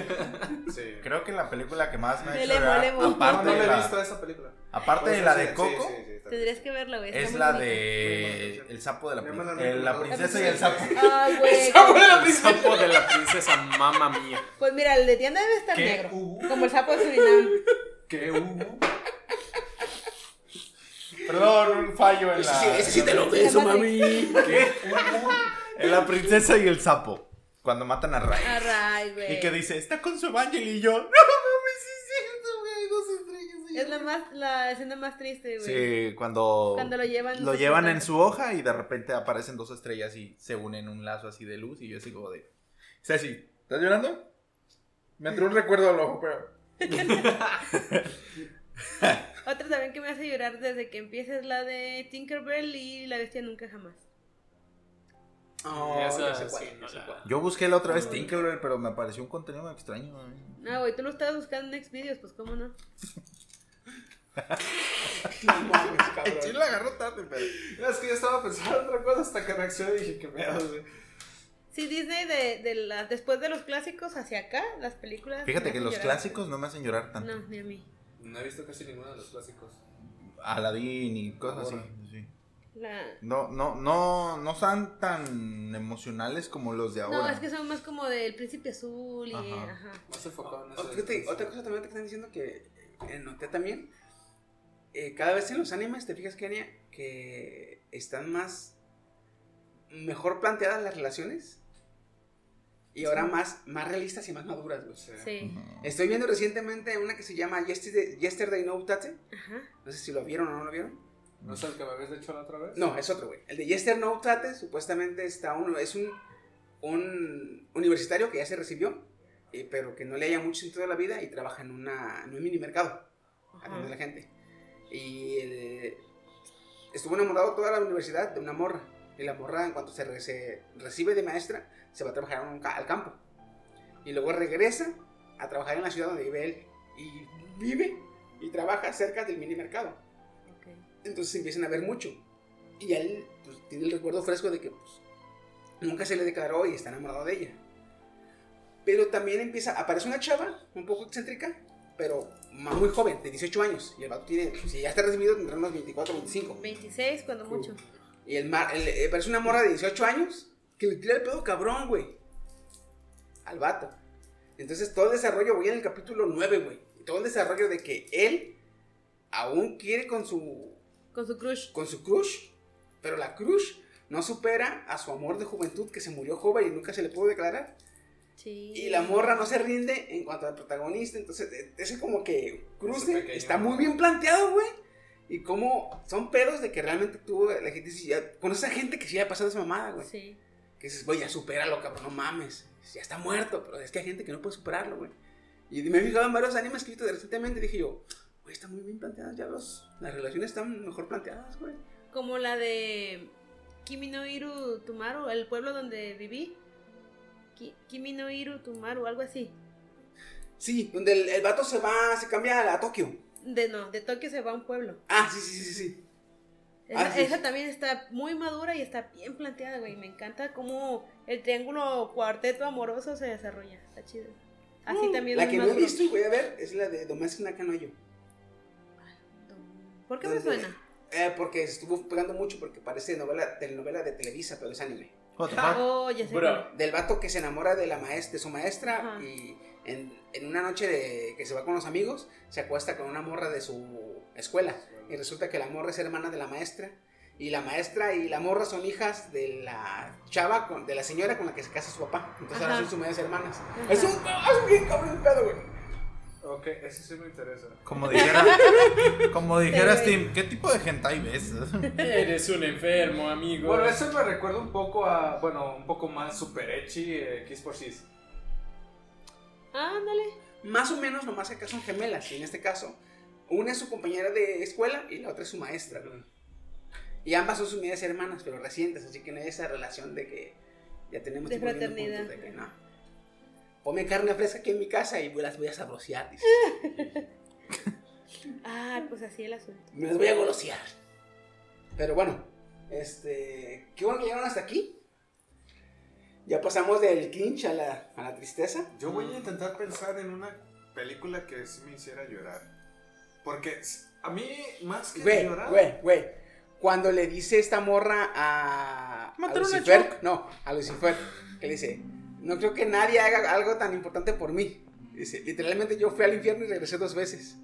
sí.
Creo que la película que más me ha hecho
Lemo,
llorar,
Lemo.
aparte,
no, no
de
he visto
la,
esa película.
aparte de
Pues,
la
sí,
de
sí,
Coco,
sí, sí, está bien.
Tendrías que verla, güey. está
es
muy
la
bonita.
de El sapo de la,
Nada más
princesa.
la han
la
recomendado.
princesa y *laughs* el sapo.
Ay, *laughs* güey.
El sapo de la princesa, mamá mía.
Pues mira, el de tienda debe estar
¿Qué
negro.
Uh.
hubo?
Como el sapo de Surinam.
*laughs*
¿Qué hubo?
Perdón, un fallo en la.
Sí, ese sí te lo beso, mami.
En la princesa y el sapo. Cuando matan a Ray.
Ah, Array, güey.
Y que dice, está con su Evangel y yo. No mames, sí es cierto, güey. Dos estrellas. y
Es
yo".
la, más, la escena más triste, güey.
Sí, cuando.
Cuando lo llevan en
Lo
su
llevan en
hoja.
su hoja y de repente aparecen dos estrellas y se unen un lazo así de luz. Y yo así como de. Ceci, ¿estás llorando? Me entró un recuerdo al ojo, pero.
Otra también que me hace llorar desde que empieza es la de Tinkerbell y la bestia nunca jamás.
Oh,
Esa,
ya sé cuál,
sí,
ya sé
no la-
cuál.
Yo busqué la otra vez Tinkerbell, pero me apareció un contenido extraño. güey.
No, güey, tú lo estabas buscando en Next Videos, pues cómo no.
No mames, cabrón.
Sí, la agarró tarde, pero.
Es que yo estaba pensando en otra cosa hasta que reaccioné y dije, qué pedo, güey.
Sí, Disney de, de la- después de los clásicos hacia acá, las películas. me
Fíjate que
hacen
los
llorar.
clásicos no me hacen llorar tanto.
No, ni a mí.
No he visto casi ninguno de los clásicos.
Aladdin y cosas así.
Ahora.
sí.
La-
No, no, no, no están tan emocionales como los de ahora.
No, es que son más como del Príncipe Azul y.
Ajá.
Ajá.
Más enfocado en
Ah,
Oh,
eso.
fíjate,
este
otra cosa también que están diciendo que eh, noté también. eh, cada vez en los animes, te fijas, Kenia, que están más. mejor planteadas las relaciones. Y ahora más, más realistas y más maduras, güey.
Sí.
Estoy viendo recientemente una que se llama Yesterday, Yesterday No Tate.
Ajá.
No sé si lo vieron o no lo vieron.
¿No es el que me habías hecho la otra vez?
No, es otro, güey. El de Yester No Tate, supuestamente está uno, es un, un universitario que ya se recibió, eh, pero que no le haya mucho sentido a la vida y trabaja en, una, en un mini mercado, atendiendo a la gente. Y el- estuvo enamorado toda la universidad de una morra. Y la morra, en cuanto se, re- se recibe de maestra, se va a trabajar a un ca- al campo. Y luego regresa a trabajar en la ciudad donde vive él. Y vive y trabaja cerca del mini mercado.
Ok.
Entonces se empiezan a ver mucho. Y él pues, tiene el recuerdo fresco de que pues, nunca se le declaró y está enamorado de ella. Pero también empieza, aparece una chava un poco excéntrica, pero más muy joven, de 18 años. Y el vato tiene, si ya está recibido, tendrá unos 24, 25.
26, cuando mucho.
Y el mar, el- eh, parece una morra de 18 años que le tira el pedo cabrón, güey. Al vato. Entonces todo el desarrollo, voy en el capítulo 9, güey. Todo el desarrollo de que él aún quiere con su
Con su crush.
con su crush, pero la crush no supera a su amor de juventud que se murió joven y nunca se le pudo declarar.
Sí.
Y la morra no se rinde en cuanto al protagonista, entonces e- ese como que
Ese
cruce
pequeño-
está muy bien planteado, güey. Y como son pedos de que realmente tú, la gente dice, ya, con esa gente que sí le ha pasado esa mamada, güey.
Sí.
Que dices, güey, ya supéralo, cabrón, no mames. Ya está muerto, pero es que hay gente que no puede superarlo, güey. Y me he fijado en varios animes que he visto recientemente y dije yo, güey, están muy bien planteadas ya los... Las relaciones están mejor planteadas, güey.
Como la de Kimi no Iru Tumaru, el pueblo donde viví. Ki- Kimi no Iru Tumaru, algo así.
Sí, donde el, el vato se va, se cambia a, la- a Tokio.
De no, de Tokio se va a un pueblo.
Ah, sí, sí, sí, sí.
Esa,
Ah, sí.
esa también está muy madura y está bien planteada, güey. Me encanta cómo el triángulo cuarteto amoroso se desarrolla. Está chido. Así también
La
es
que no he
maduro.
visto y voy a ver es la de Domestic Nakanoyo.
¿Por qué me
¿Dónde?
suena?
Eh, porque estuvo pegando mucho porque parece novela, telenovela de Televisa, pero es anime.
What the
ah,
fuck?
Oh, ya sé.
Bro.
Del vato que se enamora de la maestra, de su maestra
Ajá.
y en, en una noche de, que se va con los amigos, se acuesta con una morra de su escuela y resulta que la morra es hermana de la maestra y la maestra y la morra son hijas de la chava, con, de la señora con la que se casa su papá. Entonces ahora
Ajá.
son sus medias hermanas.
Ajá.
Es un, es un bien cabrón el pedo, güey.
Ok, ese sí me interesa.
*laughs* Como dijera, como dijera Steam, ¿qué tipo de hentai ves?
Eres un enfermo, amigo.
Bueno, eso me recuerda un poco a, bueno, un poco más super echi, eh, Kiss por Kiss.
Ándale.
Más o menos, nomás que acá son gemelas. Y en este caso, una es su compañera de escuela y la otra es su maestra. güey. Y ambas son sus medias hermanas, pero recientes. Así que no hay esa relación de que ya tenemos
De
tiempo viviendo
fraternidad.
juntos, de que no. Ponme carne fresca aquí en mi casa y las voy a sabrosear. dice.
Ah, pues así el asunto.
Me las voy a golosear. Pero bueno, este. Qué bueno que llegaron hasta aquí. Ya pasamos del cringe a la, a la tristeza.
Yo voy a intentar pensar en una película que sí me hiciera llorar. Porque s- a mí, más que
Güey,
llorar.
güey, güey. Cuando le dice esta morra a, a
Mataron a
Lucifer, no, a Lucifer, que le dice, no creo que nadie haga algo tan importante por mí. Dice, literalmente yo fui al infierno y regresé dos veces.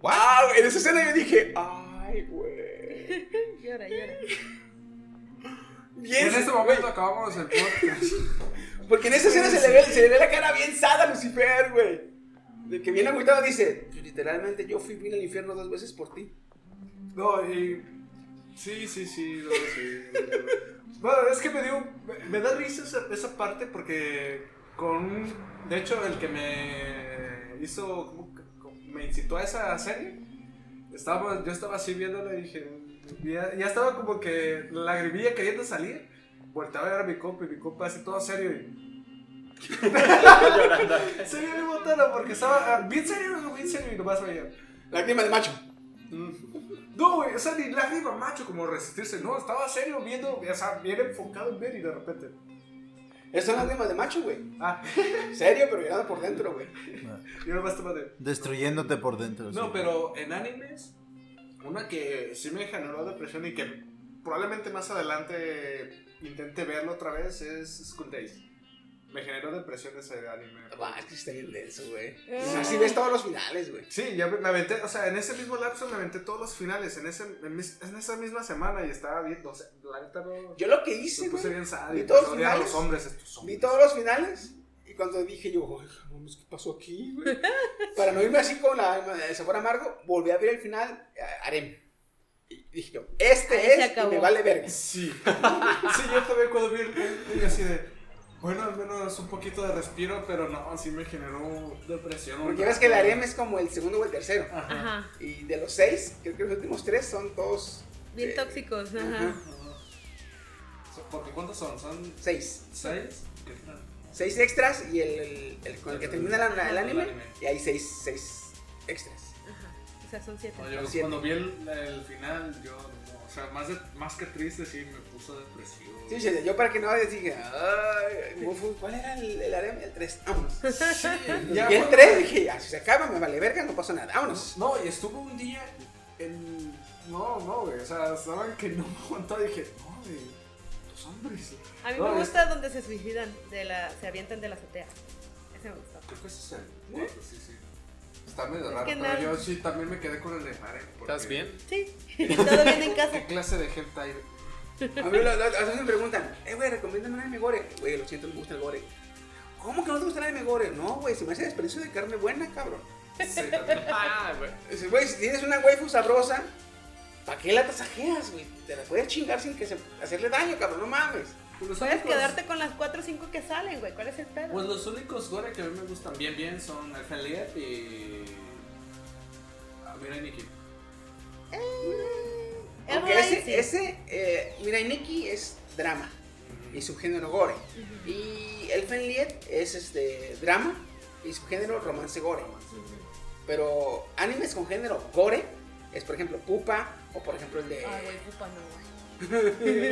¡Wow! En esa escena yo dije, ay, güey.
Llora, llora.
Bien,
en este momento acabamos el podcast.
Porque en esa escena se le, ve, se le ve la cara bien sada a Lucifer, güey. De que bien agüitado dice, literalmente yo fui bien al infierno dos veces por ti.
No, y. Sí, sí, sí, no, sí. bueno, es que me dio. me- Me da risa esa, esa parte porque. Con. un- De hecho, el que me hizo. ¿cómo que- cómo- me incitó a esa serie. Estaba, yo estaba así viéndola y dije. Ya, ya estaba como que la lagrimilla queriendo salir. Voltaba a ver a mi compa y mi compa así todo serio y. *laughs* Se vio mi botana porque estaba ah, bien serio, bien serio y nomás veía.
Lágrima de macho.
Mm. No, güey, o sea, ni lágrima macho como resistirse, no, estaba serio viendo, o sea, bien enfocado en ver y de repente.
Esas son lágrimas de macho, güey.
Ah,
Serio, pero llorando por dentro, güey.
yo nomás estaba de.
*laughs* Destruyéndote por dentro.
Pues
sí.
No, pero en animes, una que sí me generó depresión y que probablemente más adelante intente verlo otra vez es School Days. Me generó depresión ese anime.
Va, es que está bien denso, güey.
Eh.
Así ves todos los finales, güey.
Sí, ya me me aventé, o sea, en ese mismo lapso me aventé todos los finales, en, ese, en, mis- en esa misma semana y estaba viendo, o sea, la neta no.
Yo lo que
me
hice,
puse
güey.
bien sad
vi
y
todos
pues, odiaba a
finales.
los hombres, estos hombres.
Vi todos los finales. Y cuando dije yo, ay, mames, ¿qué pasó aquí,
*laughs*
güey? Para no irme así con la, el sabor amargo, volví a ver el final, eh, harem. Y dije yo, este
Ahí se
es y
acabó.
me vale verga.
Sí. sí, yo también cuando vi el y así de. Bueno, al menos un poquito de respiro, pero no, sí me generó depresión.
Porque ves que el harem es como el segundo o el tercero.
Ajá.
Ajá.
Y de los seis, creo que los últimos tres son todos
Bien
eh,
tóxicos,
ajá.
ajá.
So- Porque ¿cuántos son? ¿Son
Seis.
seis? ¿Qué
Seis extras y el, el- el con el que termina la- la- el anime. Y hay seis, seis extras.
O sea, son siete.
No, yo
Pues Siete.
cuando vi el, el final, yo, no, o sea, más, de- más que triste, sí me puso depresivo.
Sí, yo- yo para que no dije, ay, ¿cuál era el, el harem? El 3, vámonos.
Sí,
y el 3 dije, ya, si se acaba, me vale verga, no pasó nada, vámonos.
No, y estuvo un día en. No, no, güey. O sea, estaban que no *laughs* me aguantaba. Dije, no, güey. Los hombres.
*laughs* A mí
No,
me
es-
gusta donde se suicidan, de la, se avientan de la azotea. Ese me gustó.
Creo que ese es el cuatro, sí, sí. Está medio raro,
que
pero
nada.
yo sí también me quedé con el de Mare. porque-
¿Estás bien?
Sí, todo bien en casa.
*laughs*
¿Qué clase de gente hay?
A mí lo- lo- a veces me preguntan, eh, güey, recomiéndame un anime gore. Güey, lo siento, no me gusta el gore. ¿Cómo que no te gusta el anime gore? No, güey, se me hace desperdicio de carne buena, cabrón.
Sí, también.
Ah, güey.
Dice, Güey, si tienes una waifu sabrosa, ¿para qué la tasajeas, güey? Te la puedes chingar sin que se, hacerle daño, cabrón, no mames.
Los
Puedes
únicos-
quedarte con las cuatro o cinco que salen, güey. ¿Cuál es el pedo?
Pues los únicos gore que a mí me gustan bien, bien son Elfen Lied y. Ah, mira, Nikki.
El
Aunque
Moonlight,
ese,
Eh, sí.
ese eh, mira, Nikki es drama y subgénero gore. Y el Lied es este drama y subgénero romance gore. Pero animes con género gore es, por ejemplo, Pupa o, por ejemplo, el de.
Ah,
Ay, güey, pupa, no,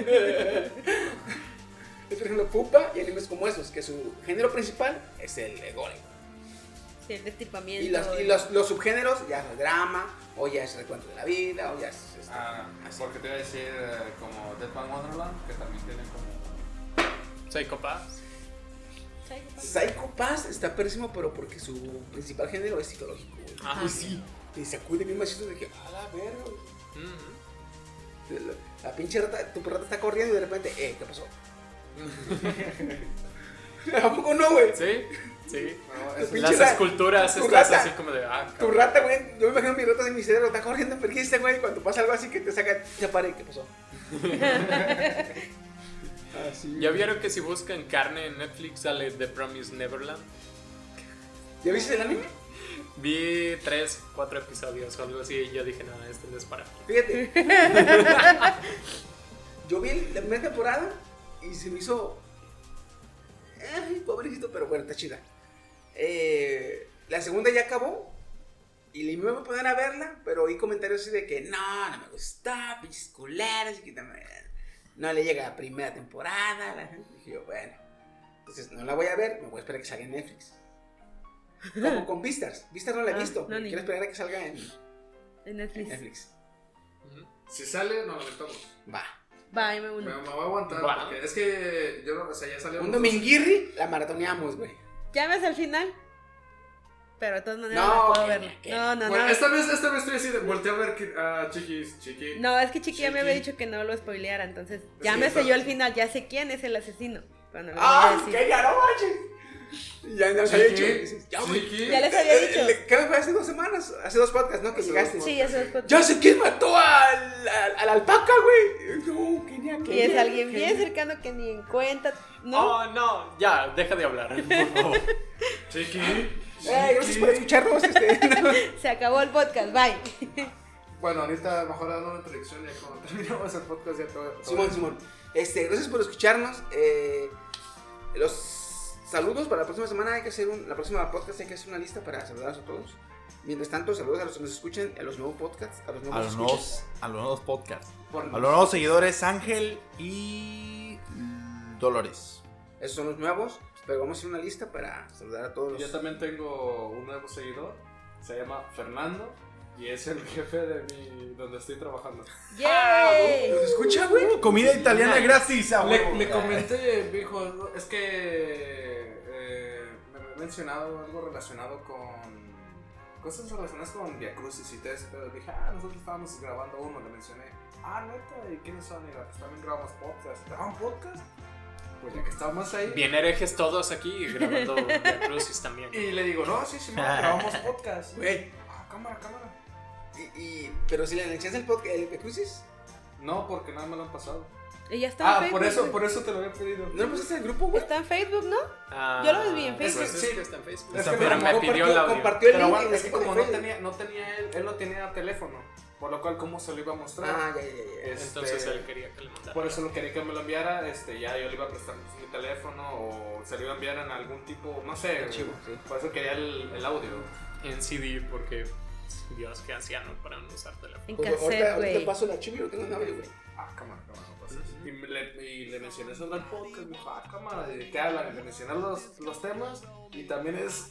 güey.
es, por ejemplo, Pupa y animes como esos, que su género principal es el eh, gore.
Sí, el destripamiento.
Y los, y los, los subgéneros, ya es drama, o ya es recuento de la vida, o ya es. este,
Ah, porque te iba a decir eh, como Dead Man Wonderland, que también tiene como.
Psychopath.
Psycho Pass está pésimo, pero porque su principal género es psicológico, güey.
Ah,
Pues sí. Te sacude bien machito de que, a la verga, güey".
Mm.
De la- La pinche rata, tu rata está corriendo y de repente, eh, ¿qué pasó? ¿A poco no, güey?
Sí, sí.
*laughs* No,
Tu
es-
pinche
Las
rata-
esculturas
tu
estas
rata-
así como de. Ah,
Tu
cabrón.
rata, güey, yo me imagino mi rata en mi cerebro, está corriendo, pero este güey, cuando pasa algo así que te saca, se para y ¿qué pasó? Así.
¿Ya vieron que si buscan carne en Netflix sale The Promise Neverland?
¿Ya viste el anime?
Vi tres, cuatro episodios o algo así y yo dije, no, este no es para mí.
*laughs*
Fíjate. Yo vi la primera temporada y se me hizo. Ay, pobrecito, pero bueno, está chida. Eh, la segunda ya acabó. Y le iba a poner a verla, pero oí comentarios así de que no, no me gustó, pinches culeros, y que no, me- no le llega la primera temporada. La gente. Dije yo, bueno, entonces no la voy a ver, me voy a esperar a que salga en Netflix.
*laughs*
Como con Vistas, Vistas no la he
Ah,
visto,
no,
pero
ni
quiero
yo.
esperar a que salga en
En
en
Netflix.
Netflix.
Si sale, nos lo metamos.
Va.
Va, M1.
Me, me voy a aguantar
Va.
porque es que yo no, o sea, ya salió.
Un dominguirri la maratoneamos, güey.
Ya ves al final. Pero de todas maneras
No,
no, puedo
que-
verla.
que-
No, no,
Bueno,
no.
esta vez, esta vez estoy así de volteé a ver que- a Chiquis, Chiqui.
No, es que Chiqui ya me había
Chiqui.
dicho que no lo spoileara, entonces ya
Sí,
me
está-
sé yo al final, ya sé quién es el asesino. Pero no lo voy a
¡Ah!
decir.
¡Que ya no manches! Y Ya nos había dicho. y dices, Ya, güey.
Chiqui.
Ya les había
Eh,
dicho.
eh, ¿Qué fue hace dos semanas? Hace dos podcasts, ¿no? Que
Hace
llegaste.
dos
Sí, eso es
Ya sé quién mató al, al, a la alpaca, güey. No, que ni a
Y es
aquella,
alguien
que-
bien cercano que ni en cuenta. No,
No, Oh, no, ya, deja de hablar, por favor.
Chiqui.
Eh, gracias por
*laughs*
escucharnos. Este, no.
se acabó el podcast, bye.
Bueno, ahorita mejor dando una introducción y ya cuando *laughs* terminamos el podcast ya todo. todo-
Simón, Simón. Este, gracias por escucharnos. Eh, los saludos para la próxima semana. Hay que hacer un, la próxima podcast hay que hacer una lista para saludarlos a todos. Mientras tanto, saludos a los que nos escuchan, a los nuevos podcasts, a los
A
nuevos
los
escuchas.
nuevos, a los nuevos podcasts.
Por-
A los nuevos seguidores, Ángel y mm, Dolores.
Esos son los nuevos, pero vamos a hacer una lista para saludar a todos los.
Yo también tengo un nuevo seguidor, se llama Fernando y es el jefe de mi donde estoy trabajando.
¡Yay!
escucha, güey? Uh, Comida italiana gratis,
Ah,
a
Ah, Le,
huevo.
le comenté, me dijo, "No, es que eh, me había mencionado algo relacionado con cosas relacionadas con Via Crucis y todo eso, pero dije, ah, nosotros estábamos grabando uno, le mencioné, ah, neta, ¿y quiénes son? Y digo, pues también grabamos podcast, ¿graban podcast? Pues ya que estábamos ahí,
Bien herejes todos aquí grabando Via Crucis también.
y le digo, no, sí, sí, no, grabamos podcast.
Güey,
Ah, cámara, cámara.
y, y- pero si le enganchas el podcast, el crucis,
No, porque nada me lo han pasado.
Y ya está en
Ah,
Facebook.
por eso, por eso te lo había pedido.
¿no lo pusiste al grupo, güey?
Está en Facebook, ¿no?
Ah,
Yo lo vi en
pues
Facebook.
es que está en Facebook.
Es que
pero
me
me
compartió-
pidió el audio.
Compartió el
Pero
link
aguanta,
en
es que
el
como
grupo
no
de Facebook.
tenía, no tenía él, él no tenía teléfono, por lo cual cómo se lo iba a mostrar.
Ah, ya, ya, ya.
Este,
Entonces él quería que le mandara.
por eso lo quería que me lo enviara, este, ya yo le iba a prestar mi teléfono o se lo iba a enviar en algún tipo, no sé,
Archivo, sí.
por eso quería el, el audio.
En CD, porque Dios, qué anciano para no usar teléfono.
En
Pues, ahorita,
cassette,
ahorita
güey.
paso el archivo y no tengo nada, güey.
Ah, cámara, cámara, no pasa eso. Y me- le, y le mencioné sobre el podcast, me dijo, ah, cámara, ¿de qué hablan? Le mencioné los, los temas y también es...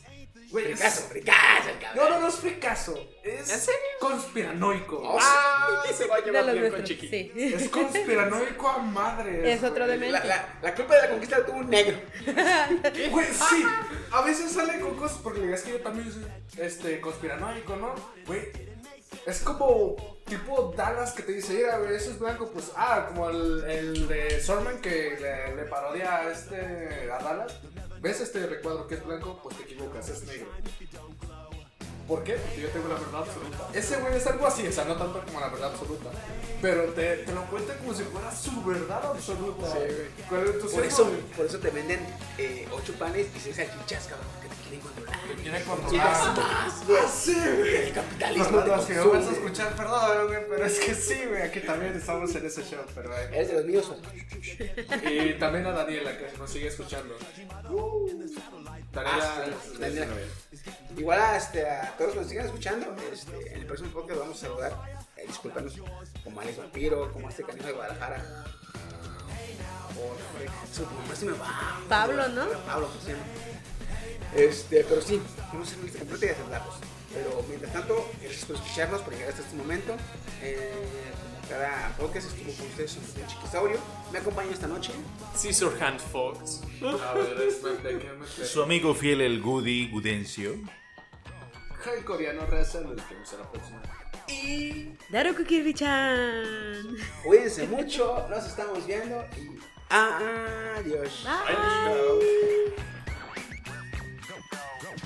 Güey, es-
Fricazo, fricazo, el cabrón.
No, no, no es fricazo, es
¿En serio?
conspiranoico.
Ah, se va a
*laughs* De
llevar
los
bien con
nuestros.
Chiqui.
Sí.
Es conspiranoico a
*laughs*
madre.
Es otro de
La, la- la culpa de la conquista la tuvo un negro.
Güey, sí. A veces sale con cosas porque le digas que yo también soy este, conspiranoico, ¿no? Güey. Es como tipo Dallas que te dice, mira, güey, eso es blanco, pues, ah, como el, el de Sorman que le, le parodia a este, a Dallas. ¿Ves este recuadro que es blanco? Pues te equivocas, es negro. ¿Por qué? Porque yo tengo la verdad absoluta. Ese güey es algo así, o sea, no tanto como la verdad absoluta. Pero te, te lo cuenta como si fuera su verdad absoluta.
Sí, güey.
Con entusiasmo,
Por eso,
güey.
por eso te venden eh, ocho panes y seis salchichas, cabrón, porque te quieren controlar.
Te
güey.
quiere
Quieres
controlar. Ah,
más, güey.
Sí, güey.
El capitalismo te
Fernando, si no vas a
consume.
escuchar, perdón, güey, pero es que sí, güey, aquí también estamos en ese show, pero eh.
Eres de los míos, güey.
Y también a Daniela, que nos sigue escuchando. Daniela,
sí, Daniela. Igual a, este, a todos los que nos sigan escuchando, este, en el próximo podcast vamos a saludar, eh, disculparnos, como Alex Vampiro, como a este canijo de Guadalajara. Por, su nombre se me va.
Pablo, ¿no?
Pablo, ¿cómo se llama? Este, pero sí, vamos a hacer una lista completa y a saludarlos. Pero mientras tanto, gracias por escucharnos, por llegar hasta este momento. Eh, como cada podcast estuvo con ustedes en Chiquisaurio. Me acompaño esta noche.
Scissorhand Fox.
A ver, es- ¿de qué me quedé?
Su amigo fiel, el Goody Gudencio.
El coreano raza, nos vemos a la próxima.
Y
Daruku Kirby-chan.
cuídense mucho, nos estamos viendo y ah, adiós.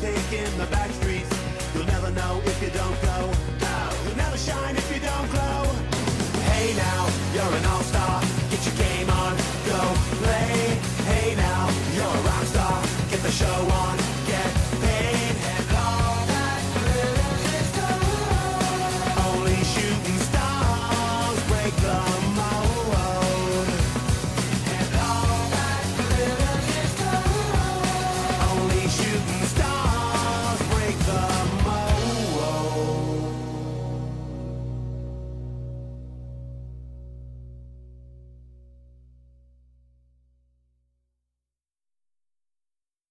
Taking the back.